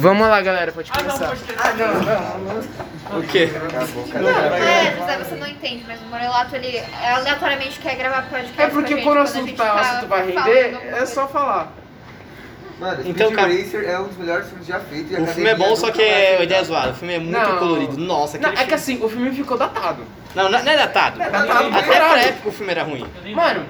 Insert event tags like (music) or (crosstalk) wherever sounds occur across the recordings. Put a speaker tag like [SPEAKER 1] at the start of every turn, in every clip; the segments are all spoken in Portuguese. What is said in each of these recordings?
[SPEAKER 1] Vamos lá, galera, Ah, pode
[SPEAKER 2] Ah,
[SPEAKER 1] começar.
[SPEAKER 3] Ah,
[SPEAKER 1] O quê?
[SPEAKER 4] Tá
[SPEAKER 5] É, Zé, você não entende, mas o Morelato, ele aleatoriamente quer gravar podcast
[SPEAKER 1] É
[SPEAKER 5] com a
[SPEAKER 1] porque
[SPEAKER 5] gente,
[SPEAKER 1] quando o
[SPEAKER 5] a
[SPEAKER 1] assunto,
[SPEAKER 5] gente
[SPEAKER 1] tá, o assunto vai
[SPEAKER 5] falando
[SPEAKER 1] render,
[SPEAKER 5] alguma
[SPEAKER 1] é só falar.
[SPEAKER 4] Mano,
[SPEAKER 3] Então,
[SPEAKER 4] então, Speed
[SPEAKER 3] cara-
[SPEAKER 4] Racer é um dos melhores filmes já feitos. e a
[SPEAKER 3] O filme é
[SPEAKER 4] academia
[SPEAKER 3] bom, só
[SPEAKER 4] nunca
[SPEAKER 3] que
[SPEAKER 4] vai
[SPEAKER 3] é
[SPEAKER 4] aceitar.
[SPEAKER 3] a ideia zoada. O filme é muito
[SPEAKER 1] Não.
[SPEAKER 3] colorido. Nossa,
[SPEAKER 1] Não,
[SPEAKER 3] aquele
[SPEAKER 1] é que
[SPEAKER 3] filme...
[SPEAKER 1] assim, o filme ficou datado.
[SPEAKER 3] Não, não não é datado.
[SPEAKER 4] Tá
[SPEAKER 1] datado pra
[SPEAKER 3] Até pra
[SPEAKER 1] caralho.
[SPEAKER 3] época o filme era ruim.
[SPEAKER 2] Eu lembro-
[SPEAKER 1] Mano,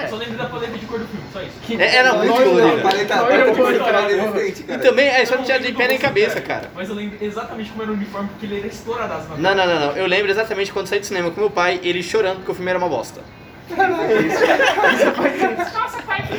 [SPEAKER 2] eu só lembro da paleta de cor do filme, só isso.
[SPEAKER 3] É- Era
[SPEAKER 4] Não,
[SPEAKER 3] muito
[SPEAKER 4] não, não,
[SPEAKER 3] colorido.
[SPEAKER 4] paleta
[SPEAKER 1] Olha
[SPEAKER 4] branca
[SPEAKER 1] o olho,
[SPEAKER 4] pra
[SPEAKER 1] cara.
[SPEAKER 4] adolescente,
[SPEAKER 3] E
[SPEAKER 4] cara.
[SPEAKER 3] também, é
[SPEAKER 2] Eu
[SPEAKER 3] só
[SPEAKER 2] não
[SPEAKER 3] não tinha de
[SPEAKER 2] lembro
[SPEAKER 3] pé
[SPEAKER 2] como
[SPEAKER 3] nem cabeça,
[SPEAKER 2] fizeram,
[SPEAKER 3] cara.
[SPEAKER 2] Mas eu lembro exatamente como era o uniforme, porque ele era estouradaço na
[SPEAKER 3] Não, não, não, não. Eu lembro exatamente quando saí do cinema com meu pai, ele chorando porque o filme era uma bosta.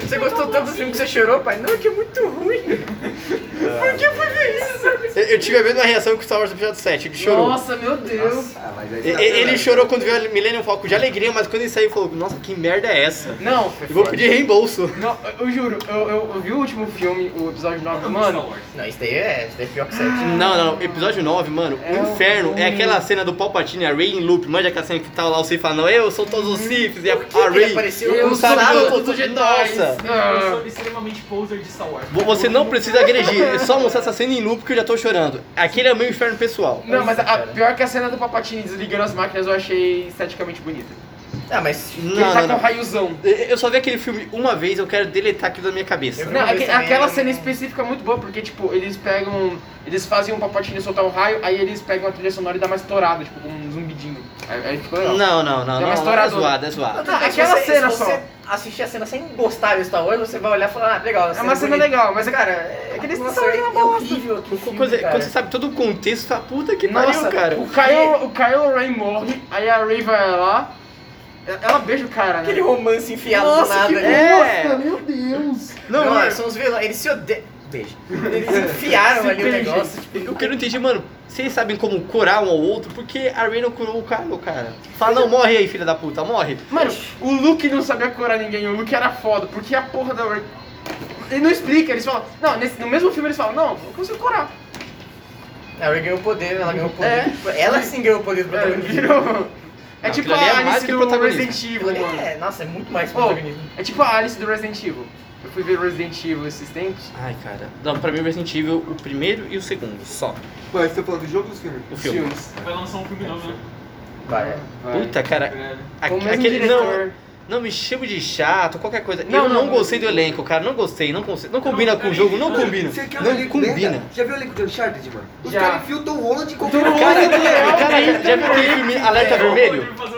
[SPEAKER 1] você gostou tanto do filme que você chorou, pai? Não, que é muito ruim. Por que fazer isso?
[SPEAKER 3] Eu, eu tive a mesma reação que o Star Wars Episódio 7, ele chorou.
[SPEAKER 1] Nossa, meu Deus.
[SPEAKER 4] Ah, mas
[SPEAKER 3] E-
[SPEAKER 4] aí
[SPEAKER 3] e-
[SPEAKER 4] tá
[SPEAKER 3] Ele,
[SPEAKER 4] vendo?
[SPEAKER 3] chorou quando viu a Millennium Falcon de alegria, mas quando ele saiu, falou: Nossa, que merda é essa?
[SPEAKER 1] Não, foi
[SPEAKER 3] Eu vou
[SPEAKER 1] forte.
[SPEAKER 3] pedir reembolso.
[SPEAKER 1] Não, eu juro, eu, eu, eu vi o último filme, o episódio 9, mano.
[SPEAKER 6] Não, isso daí é, isso daí é pior que 7.
[SPEAKER 3] Não, não, episódio 9, mano,
[SPEAKER 1] É
[SPEAKER 3] o inferno
[SPEAKER 1] ruim.
[SPEAKER 3] é aquela cena do Palpatine, a Rey em loop, manja aquela cena que tá lá o Sif falando, eu sou todos os Sifs, e a, a
[SPEAKER 6] Ele
[SPEAKER 3] Rey,
[SPEAKER 6] apareceu
[SPEAKER 3] não
[SPEAKER 6] do
[SPEAKER 1] tá
[SPEAKER 3] sabe
[SPEAKER 6] nada,
[SPEAKER 3] que eu
[SPEAKER 6] todo
[SPEAKER 3] sou
[SPEAKER 6] Jedi.
[SPEAKER 3] Nossa,
[SPEAKER 2] Eu
[SPEAKER 1] Ah.
[SPEAKER 2] sou extremamente poser de Star Wars.
[SPEAKER 3] Vo- você não precisa agredir, é só mostrar essa cena em loop que eu já tô chorando. Aquele é o meu inferno pessoal.
[SPEAKER 1] Não, mas a, pior que a cena do Papatini desligando as máquinas eu achei esteticamente bonita.
[SPEAKER 6] Ah, mas
[SPEAKER 3] Não,
[SPEAKER 1] ele tá
[SPEAKER 3] não,
[SPEAKER 1] com um
[SPEAKER 3] não.
[SPEAKER 1] raiozão.
[SPEAKER 3] Eu- Eu só vi aquele filme uma vez, eu quero deletar aquilo da minha cabeça.
[SPEAKER 6] Eu-
[SPEAKER 1] Não,
[SPEAKER 6] Uma vez
[SPEAKER 1] aque-
[SPEAKER 6] também,
[SPEAKER 1] aquela
[SPEAKER 6] né?
[SPEAKER 3] um-
[SPEAKER 1] cena específica é muito boa, porque, tipo, eles pegam. Eles fazem um papatinho soltar um raio, aí eles pegam a trilha sonora e dá uma estourada, tipo, com um zumbidinho. Aí, aí ficou legal.
[SPEAKER 3] Não, não, não, não,
[SPEAKER 1] É uma
[SPEAKER 3] não, é
[SPEAKER 1] estouradora.
[SPEAKER 3] zoado, é
[SPEAKER 6] Não,
[SPEAKER 3] zoado.
[SPEAKER 6] Ah, tudo bem, se
[SPEAKER 1] Aquela
[SPEAKER 6] você-
[SPEAKER 1] cena
[SPEAKER 6] se
[SPEAKER 1] só.
[SPEAKER 6] você assistir a cena sem gostar de Star Wars, você vai olhar e falar, ah, legal,
[SPEAKER 1] É uma cena
[SPEAKER 6] bonita.
[SPEAKER 1] legal, mas, cara,
[SPEAKER 6] É,
[SPEAKER 1] é que eles
[SPEAKER 6] nossa,
[SPEAKER 1] estão
[SPEAKER 6] é,
[SPEAKER 1] uma
[SPEAKER 6] é
[SPEAKER 1] bosta.
[SPEAKER 6] horrível aquele filme,
[SPEAKER 3] Quando, você-
[SPEAKER 6] cara.
[SPEAKER 3] quando você sabe todo o contexto, tá puta que
[SPEAKER 1] Nossa,
[SPEAKER 3] pariu, cara.
[SPEAKER 1] O Kyle, o Kyle Ray morre, aí a Ray vai lá, ela beija o cara, né?
[SPEAKER 6] Aquele romance enfiado do
[SPEAKER 1] Nossa,
[SPEAKER 6] nada.
[SPEAKER 1] que
[SPEAKER 6] ali.
[SPEAKER 3] É.
[SPEAKER 1] bosta, meu Deus.
[SPEAKER 6] Não,
[SPEAKER 3] Não,
[SPEAKER 6] olha,
[SPEAKER 3] é-
[SPEAKER 6] são os vilões, eles se odeiam. Beijo.
[SPEAKER 1] (laughs)
[SPEAKER 6] Eles enfiaram
[SPEAKER 1] Se
[SPEAKER 6] ali o
[SPEAKER 1] beijam.
[SPEAKER 6] negócio. tipo,
[SPEAKER 3] Eu quero entender, mano, vocês sabem como curar um ao outro? Porque a Rey não curou o Kylo, cara. Fala, não, morre aí, filha da puta, morre.
[SPEAKER 1] Mano, o Luke não sabia curar ninguém, o Luke era foda, porque a porra da. Ele não explica, eles falam. Não, nesse- no mesmo filme eles falam, não, eu consigo curar.
[SPEAKER 6] A Ray ganhou poder, ela ganhou poder.
[SPEAKER 1] É.
[SPEAKER 6] Tipo, Ela sim ganhou poder do
[SPEAKER 1] É,
[SPEAKER 6] protagonismo.
[SPEAKER 1] virou. É
[SPEAKER 3] Não,
[SPEAKER 1] tipo
[SPEAKER 3] aquilo ali é
[SPEAKER 1] a
[SPEAKER 3] mais
[SPEAKER 1] Alice
[SPEAKER 3] que
[SPEAKER 1] do
[SPEAKER 3] protagonismo.
[SPEAKER 1] Resident Evil, mano.
[SPEAKER 6] É, nossa, é muito mais
[SPEAKER 1] Pô,
[SPEAKER 6] protagonismo.
[SPEAKER 1] é tipo a Alice do Resident Evil. Eu fui ver Resident Evil esses tempos.
[SPEAKER 3] Ai, cara. Não, pra mim o Resident Evil, o primeiro e o segundo, só.
[SPEAKER 4] Pô, você tá falando do jogo dos filmes?
[SPEAKER 3] O
[SPEAKER 1] os
[SPEAKER 3] filme.
[SPEAKER 1] Filmes.
[SPEAKER 2] Vai lançar um filme novo, né?
[SPEAKER 6] Vai. é.
[SPEAKER 1] Vai.
[SPEAKER 3] Puta, cara.
[SPEAKER 2] É.
[SPEAKER 3] a-
[SPEAKER 1] Com o mesmo
[SPEAKER 3] aquele,
[SPEAKER 1] diretor.
[SPEAKER 3] não, não me chama de chato, qualquer coisa.
[SPEAKER 1] Não,
[SPEAKER 3] eu não,
[SPEAKER 1] não,
[SPEAKER 3] gostei
[SPEAKER 1] não.
[SPEAKER 3] do elenco, cara. Não gostei, não conse- Não combina
[SPEAKER 2] Não,
[SPEAKER 3] com o
[SPEAKER 2] é
[SPEAKER 3] jogo, não
[SPEAKER 2] isso.
[SPEAKER 3] combina.
[SPEAKER 4] Você quer o
[SPEAKER 3] Não
[SPEAKER 4] elenco
[SPEAKER 3] combina.
[SPEAKER 4] dela? Já viu o elenco de Uncharted, mano? Os
[SPEAKER 1] Já.
[SPEAKER 4] caras enfiam o Tom Holland com
[SPEAKER 1] Tom Holland.
[SPEAKER 3] Cara,
[SPEAKER 1] Não,
[SPEAKER 3] cara, cara, já viu aquele filme Alerta
[SPEAKER 2] Eu
[SPEAKER 3] Vermelho?
[SPEAKER 2] vou fazer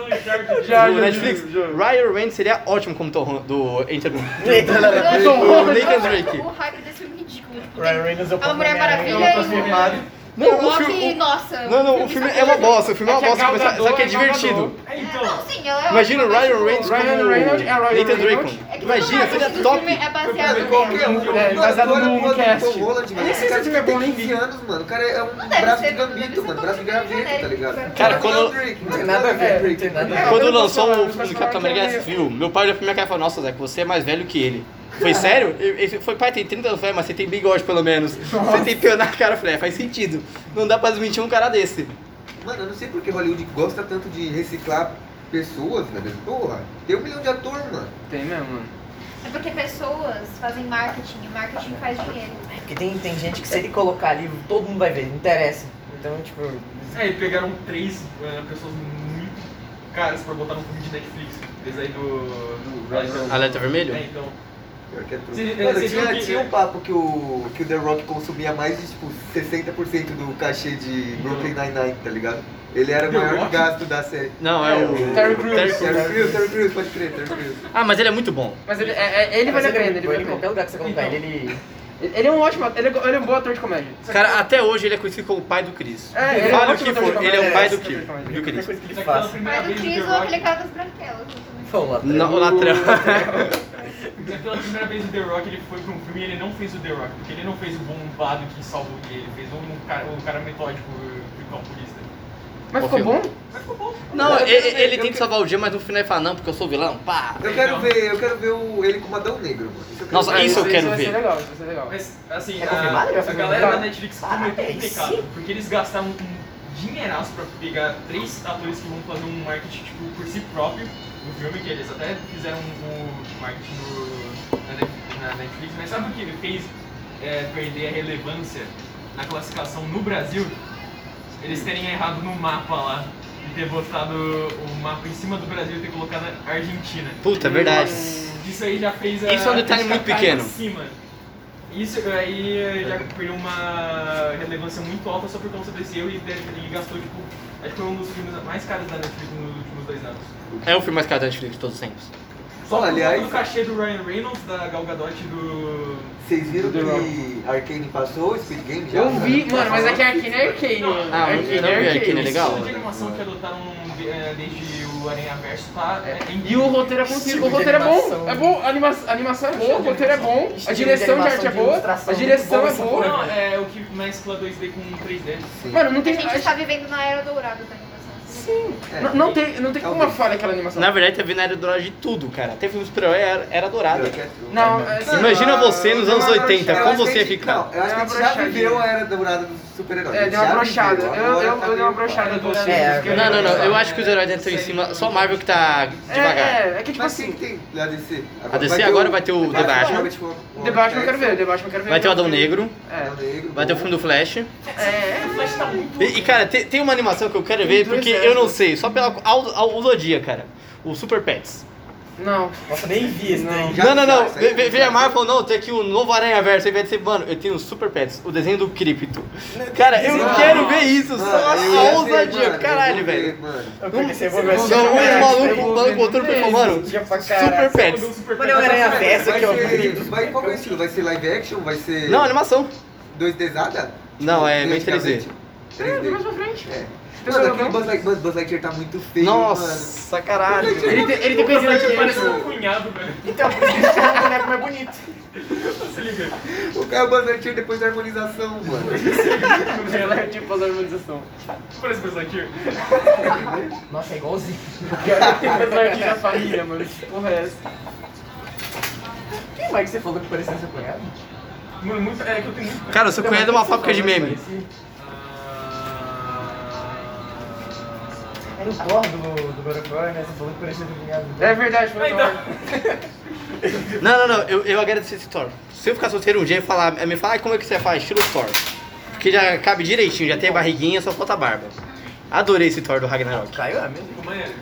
[SPEAKER 2] um Uncharted.
[SPEAKER 1] Já,
[SPEAKER 3] do
[SPEAKER 1] já,
[SPEAKER 3] Netflix?
[SPEAKER 1] já.
[SPEAKER 3] Ryan Reynolds seria ótimo como Tom Holland- do Enter
[SPEAKER 1] Eu
[SPEAKER 5] coisa.
[SPEAKER 1] tô louco.
[SPEAKER 3] Nathan Drake.
[SPEAKER 5] O hype desse filme é ridículo. Tipo,
[SPEAKER 6] Ryan Reynolds é o
[SPEAKER 5] a Mulher
[SPEAKER 6] Homem-Aranha.
[SPEAKER 5] Maravilha
[SPEAKER 2] Ela tá filmada.
[SPEAKER 5] e
[SPEAKER 3] Não,
[SPEAKER 5] o
[SPEAKER 3] o filme.
[SPEAKER 5] Loki,
[SPEAKER 3] o-
[SPEAKER 5] nossa.
[SPEAKER 3] Não, não, o filme é uma bosta, o filme é uma
[SPEAKER 1] É que a
[SPEAKER 3] bosta, mas
[SPEAKER 1] Gal Gadot
[SPEAKER 3] só que é
[SPEAKER 1] é Gal Gadot.
[SPEAKER 3] divertido.
[SPEAKER 2] É,
[SPEAKER 5] Não,
[SPEAKER 2] então.
[SPEAKER 5] sim, ela é
[SPEAKER 3] Imagina o
[SPEAKER 5] ótima,
[SPEAKER 3] Ryan
[SPEAKER 5] mas,
[SPEAKER 3] Reynolds
[SPEAKER 5] tipo,
[SPEAKER 3] como
[SPEAKER 1] Ryan Reynolds é Ryan
[SPEAKER 3] Nathan
[SPEAKER 1] Reynolds.
[SPEAKER 3] Drake.
[SPEAKER 5] É
[SPEAKER 3] Imagina,
[SPEAKER 5] que tudo mais
[SPEAKER 3] seria
[SPEAKER 5] do
[SPEAKER 3] top.
[SPEAKER 5] filme É baseado
[SPEAKER 4] Mano, qualquer
[SPEAKER 5] nela.
[SPEAKER 4] um.
[SPEAKER 1] É,
[SPEAKER 4] Mano,
[SPEAKER 1] baseado
[SPEAKER 4] olha
[SPEAKER 1] no
[SPEAKER 4] pro
[SPEAKER 1] Moonecast.
[SPEAKER 4] Tom Holland, mano.
[SPEAKER 1] Eu nem sei
[SPEAKER 4] Esse
[SPEAKER 1] se
[SPEAKER 4] cara
[SPEAKER 1] esse filme é
[SPEAKER 4] tem
[SPEAKER 1] bom, nem vi.
[SPEAKER 4] 15 anos, mano. O cara é um
[SPEAKER 5] deve
[SPEAKER 4] braço de
[SPEAKER 5] ser, deve
[SPEAKER 4] gambito,
[SPEAKER 5] ser
[SPEAKER 4] mano.
[SPEAKER 5] um
[SPEAKER 4] Braço de
[SPEAKER 5] pouquinho
[SPEAKER 4] graveto, tá
[SPEAKER 5] genérico,
[SPEAKER 4] ligado?
[SPEAKER 5] sabe?
[SPEAKER 3] Cara,
[SPEAKER 4] Não é
[SPEAKER 3] quando-
[SPEAKER 4] o Drake,
[SPEAKER 6] Não tem
[SPEAKER 4] mano.
[SPEAKER 6] nada a
[SPEAKER 4] É.
[SPEAKER 6] ver, não tem nada a ver.
[SPEAKER 1] É,
[SPEAKER 3] Quando
[SPEAKER 1] eu não
[SPEAKER 3] lançou
[SPEAKER 1] posso
[SPEAKER 3] o
[SPEAKER 1] falar,
[SPEAKER 3] filme do
[SPEAKER 1] mas falar
[SPEAKER 3] Capitão
[SPEAKER 1] que
[SPEAKER 3] América
[SPEAKER 1] é
[SPEAKER 3] nesse filme, meu pai olhou pra minha cara e falou, nossa, Zé, você é mais velho que ele. Foi sério? Ele ele foi, pai, tem 30 anos, Eu falei, "É, mas você tem bigode pelo menos. Você tem pelo na cara, Eu falei, é, faz sentido. Não dá pra desmentir um cara desse.
[SPEAKER 4] Mano, eu não sei porque Hollywood gosta tanto de reciclar pessoas, velho. Porra, tem um milhão de ator, mano.
[SPEAKER 1] Tem mesmo, mano.
[SPEAKER 5] É porque pessoas fazem marketing e marketing faz dinheiro.
[SPEAKER 6] Porque tem, tem gente que se ele colocar ali, todo mundo vai ver, não interessa. Então, tipo.
[SPEAKER 2] É, e pegaram três eh, pessoas muito caras pra botar no filme de Netflix. Desde aí do. do Horizon.
[SPEAKER 3] Alerta vermelho?
[SPEAKER 2] É, então.
[SPEAKER 4] Pior que é tudo.
[SPEAKER 2] Você-
[SPEAKER 4] Mano,
[SPEAKER 2] você viu
[SPEAKER 4] tinha,
[SPEAKER 2] que-
[SPEAKER 1] é-
[SPEAKER 4] tinha um papo que o, que o The Rock consumia mais de tipo 60% do cachê de Brooklyn Nine-Nine, tá ligado? Ele era o
[SPEAKER 2] The
[SPEAKER 4] maior
[SPEAKER 2] Rock?
[SPEAKER 4] gasto da série.
[SPEAKER 3] Não, é o...
[SPEAKER 1] Terry Crews.
[SPEAKER 4] Terry Crews, Terry Crews, pode crer, Terry Crews.
[SPEAKER 3] Ah, mas ele é muito bom.
[SPEAKER 1] Mas ele, é, é- ele
[SPEAKER 6] Mas
[SPEAKER 1] vale a pena, ele
[SPEAKER 6] ele,
[SPEAKER 1] vale
[SPEAKER 6] em
[SPEAKER 1] a
[SPEAKER 6] qualquer
[SPEAKER 1] pena.
[SPEAKER 6] lugar que você colocar ele, ele.
[SPEAKER 1] Ele ele é um ótimo, ator, ele é, ele é um bom ator de comédia.
[SPEAKER 3] Cara, até hoje ele é conhecido como o pai do Chris.
[SPEAKER 1] É, ele é
[SPEAKER 3] Fala o
[SPEAKER 1] ótimo
[SPEAKER 3] que
[SPEAKER 1] ator de
[SPEAKER 3] for, ele é o
[SPEAKER 6] comédia,
[SPEAKER 3] pai
[SPEAKER 6] é,
[SPEAKER 3] do
[SPEAKER 6] ótimo
[SPEAKER 3] Chris.
[SPEAKER 1] ator de
[SPEAKER 3] Do
[SPEAKER 6] Qualquer
[SPEAKER 3] Chris.
[SPEAKER 6] coisa que ele
[SPEAKER 2] Mas aquela
[SPEAKER 6] faça.
[SPEAKER 2] é primeira
[SPEAKER 5] Mas o
[SPEAKER 2] vez
[SPEAKER 5] Chris
[SPEAKER 2] do
[SPEAKER 5] ou
[SPEAKER 2] The
[SPEAKER 5] aquele
[SPEAKER 2] Rock.
[SPEAKER 5] cara das branquelas. eu também.
[SPEAKER 6] Pô, o Latrell.
[SPEAKER 3] Não, o
[SPEAKER 1] (laughs)
[SPEAKER 3] latrão.
[SPEAKER 2] É Pela primeira vez o The Rock ele foi pra um filme e ele não fez o The Rock, porque ele não fez o bombado que salvou ele, ele fez um cara, um cara metódico eh, que calculista.
[SPEAKER 1] Mas
[SPEAKER 3] Ô,
[SPEAKER 1] ficou
[SPEAKER 3] filho.
[SPEAKER 1] bom?
[SPEAKER 2] Mas ficou bom.
[SPEAKER 3] Não,
[SPEAKER 4] Eu
[SPEAKER 3] e- e-
[SPEAKER 4] quero ver,
[SPEAKER 3] ele,
[SPEAKER 4] eu
[SPEAKER 3] tenta
[SPEAKER 4] quero-
[SPEAKER 3] salvar o dia, mas no final ele fala, não, porque eu sou vilão,
[SPEAKER 1] Ah,
[SPEAKER 3] pá.
[SPEAKER 4] Eu quero
[SPEAKER 2] Então.
[SPEAKER 4] ver, eu quero ver o, ele como Adão Negro, mano. Ah, Isso eu quero
[SPEAKER 3] Nossa,
[SPEAKER 4] ver.
[SPEAKER 3] isso eu quero
[SPEAKER 1] vai Ser
[SPEAKER 3] ver.
[SPEAKER 1] legal, isso vai ser legal.
[SPEAKER 2] Mas assim,
[SPEAKER 6] É
[SPEAKER 2] a,
[SPEAKER 6] confirmado? Já foi
[SPEAKER 2] a galera da
[SPEAKER 1] confirmado?
[SPEAKER 2] Netflix cometeu um
[SPEAKER 6] Parabéns.
[SPEAKER 2] pecado, porque eles gastaram um dinheiraço pra pegar três atores que vão fazer um marketing tipo, por si próprio no filme, que eles um, até fizeram o marketing no, na, Net- na Netflix, mas sabe o que ele fez é, perder a relevância na classificação no Brasil, eles terem errado no mapa lá. E ter botado o mapa em cima do Brasil e ter colocado a Argentina.
[SPEAKER 3] Puta, é verdade.
[SPEAKER 2] Isso aí já fez a.
[SPEAKER 3] Isso é um detalhe
[SPEAKER 2] a
[SPEAKER 3] muito
[SPEAKER 2] cair
[SPEAKER 3] pequeno.
[SPEAKER 2] Em cima. Isso aí eh, já perdeu uma relevância muito alta só por conta desse erro e deve- ele gastou, tipo, acho que foi um dos filmes mais caros da Netflix nos últimos dois anos.
[SPEAKER 3] É o filme mais caro da Netflix de todos os tempos.
[SPEAKER 2] Só por
[SPEAKER 4] Aliás-
[SPEAKER 2] conta do cachê do Ryan Reynolds, da Gal Gadot e do...
[SPEAKER 4] Vocês viram
[SPEAKER 1] The
[SPEAKER 4] que Arcane passou o Speed Game já?
[SPEAKER 1] Eu vi, mano, mas é que Arkane é Arkane.
[SPEAKER 3] Ah, eu não vi Arkane, é legal.
[SPEAKER 2] O de animação que adotaram eh, desde o Aranha Verso tá... é- é
[SPEAKER 1] E o
[SPEAKER 2] incrível.
[SPEAKER 1] roteiro é bom,
[SPEAKER 6] Estilo
[SPEAKER 1] o
[SPEAKER 6] de
[SPEAKER 1] roteiro é bom,
[SPEAKER 6] animação.
[SPEAKER 1] é bom, a anima- a animação é boa, o
[SPEAKER 2] de
[SPEAKER 1] roteiro é
[SPEAKER 2] animação.
[SPEAKER 1] bom, a
[SPEAKER 6] Estilo de
[SPEAKER 1] direção de
[SPEAKER 6] animação,
[SPEAKER 1] arte é
[SPEAKER 6] de
[SPEAKER 1] boa,
[SPEAKER 6] ilustração,
[SPEAKER 1] a direção é
[SPEAKER 6] muito boa
[SPEAKER 1] boa.
[SPEAKER 2] Não, é o que mescla 2D com 3D.
[SPEAKER 1] Mano, não
[SPEAKER 5] A
[SPEAKER 1] tem.
[SPEAKER 5] gente está vivendo na era dourada da animação. Sim.
[SPEAKER 4] É.
[SPEAKER 1] Não, não tem, não tem como uma
[SPEAKER 4] Talvez.
[SPEAKER 1] falha aquela animação.
[SPEAKER 3] Na verdade, teve na era dourada de tudo, cara. Até filmes pro era, era dourada.
[SPEAKER 4] Pior que é true.
[SPEAKER 1] Não, é-
[SPEAKER 4] Ah,
[SPEAKER 3] Imagina
[SPEAKER 1] não,
[SPEAKER 3] você nos
[SPEAKER 1] deu
[SPEAKER 3] anos
[SPEAKER 1] uma
[SPEAKER 3] 80,
[SPEAKER 1] brochada.
[SPEAKER 4] Eu
[SPEAKER 3] como
[SPEAKER 4] acho que
[SPEAKER 3] você
[SPEAKER 4] a gente-
[SPEAKER 3] fica?
[SPEAKER 4] não, eu acho que a
[SPEAKER 1] Deu
[SPEAKER 4] gente
[SPEAKER 1] uma
[SPEAKER 4] já viveu
[SPEAKER 1] brochadinha.
[SPEAKER 4] a era dourada dos super-heróis.
[SPEAKER 1] É, deu uma
[SPEAKER 4] Já
[SPEAKER 1] brochada.
[SPEAKER 4] viveu,
[SPEAKER 1] Eu,
[SPEAKER 4] agora
[SPEAKER 1] eu,
[SPEAKER 4] tá
[SPEAKER 1] eu dei uma
[SPEAKER 4] meio-
[SPEAKER 1] brochada do
[SPEAKER 2] É,
[SPEAKER 1] do-
[SPEAKER 3] Não, não, não. Eu acho que os heróis ainda estão em cima. Só a Marvel que tá devagar.
[SPEAKER 1] É, é, é que tipo
[SPEAKER 4] Mas quem
[SPEAKER 1] assim,
[SPEAKER 4] que tem da DC?
[SPEAKER 3] A DC agora vai ter o The Batman.
[SPEAKER 1] o debate eu quero ver, o debate eu quero ver.
[SPEAKER 3] Vai ter o Adão Negro,
[SPEAKER 1] É,
[SPEAKER 3] vai ter o filme do Flash. E,
[SPEAKER 1] é,
[SPEAKER 2] O Flash tá muito...
[SPEAKER 3] e, cara, te- tem, uma animação que eu quero ver, porque eu
[SPEAKER 6] né?
[SPEAKER 3] não sei, só pela ao- ao ousadia, cara. O Super Pets.
[SPEAKER 1] não.
[SPEAKER 6] Nossa, nem vi esse daí.
[SPEAKER 4] Já-
[SPEAKER 3] não, não, não.
[SPEAKER 4] já, isso aí-
[SPEAKER 3] Vem- vem- Vem a Marvel falou, não, tem aqui um novo Aranha Verso. Aí vai ser, mano, eu tenho o Super Pets, o desenho do Cripto. Cara, eu
[SPEAKER 4] Não.
[SPEAKER 3] quero ver isso, só a ousadia. Caralho, velho.
[SPEAKER 6] Eu
[SPEAKER 3] Não,
[SPEAKER 6] pensei, vou ver esse
[SPEAKER 3] não,
[SPEAKER 6] filme,
[SPEAKER 3] um
[SPEAKER 6] cara,
[SPEAKER 3] maluco,
[SPEAKER 6] eu
[SPEAKER 3] um
[SPEAKER 6] vou
[SPEAKER 3] maluco
[SPEAKER 6] ver
[SPEAKER 3] botou no
[SPEAKER 6] esse
[SPEAKER 3] perfil, mano,
[SPEAKER 6] dia pra
[SPEAKER 3] Super
[SPEAKER 6] caralho.
[SPEAKER 2] um
[SPEAKER 3] Pets.
[SPEAKER 6] Mano, eu era a peça que eu
[SPEAKER 4] Mas
[SPEAKER 6] vi.
[SPEAKER 4] qual que é o estilo? Vai ser live action? Vai ser
[SPEAKER 3] Não, animação.
[SPEAKER 4] 2Dzada?
[SPEAKER 3] Não, é meio 3D.
[SPEAKER 4] Praticamente.
[SPEAKER 1] É, mais
[SPEAKER 4] 3D.
[SPEAKER 1] pra frente.
[SPEAKER 4] É.
[SPEAKER 1] Tem
[SPEAKER 4] Mano,
[SPEAKER 1] que
[SPEAKER 4] aquele
[SPEAKER 1] jogar.
[SPEAKER 4] Buzz Lightyear, mano, Buzz Lightyear tá muito feio, mano.
[SPEAKER 3] Nossa, caralho.
[SPEAKER 1] Ele tem, ele é tipo tem coisinha
[SPEAKER 2] Ele
[SPEAKER 1] de
[SPEAKER 2] parece
[SPEAKER 1] antes.
[SPEAKER 2] um cunhado, velho.
[SPEAKER 6] Então, por isso que esse é um boneco mais bonito.
[SPEAKER 2] Se liga.
[SPEAKER 4] O cara é o Buzz Lightyear depois da harmonização, mano.
[SPEAKER 1] Ela é tipo as (laughs) harmonização.
[SPEAKER 2] Parece Buzz Lightyear.
[SPEAKER 6] Nossa, é igualzinho.
[SPEAKER 1] Apesar que já família, mano. Que porra é essa?
[SPEAKER 6] Quem mais que você falou que parecia seu cunhado?
[SPEAKER 2] Mano, muito... É que eu tenho muito...
[SPEAKER 3] Cara, o seu cunhado é uma fábrica de meme.
[SPEAKER 2] Ah,
[SPEAKER 6] Era É o Thor do, do God of War, né? Você falou que parecia seu cunhado.
[SPEAKER 1] É verdade, foi
[SPEAKER 2] Então.
[SPEAKER 1] uma-
[SPEAKER 3] Não, não, não, eu, eu agradeci esse Thor. Se eu ficar solteiro um dia e falar, me falar, "Ah, como é que você faz? Estilo Thor. Porque já cabe direitinho, já tem a barriguinha, só falta a barba. Adorei esse Thor do Ragnarok.
[SPEAKER 6] Caiu, é mesmo?
[SPEAKER 2] Ficou maneiro.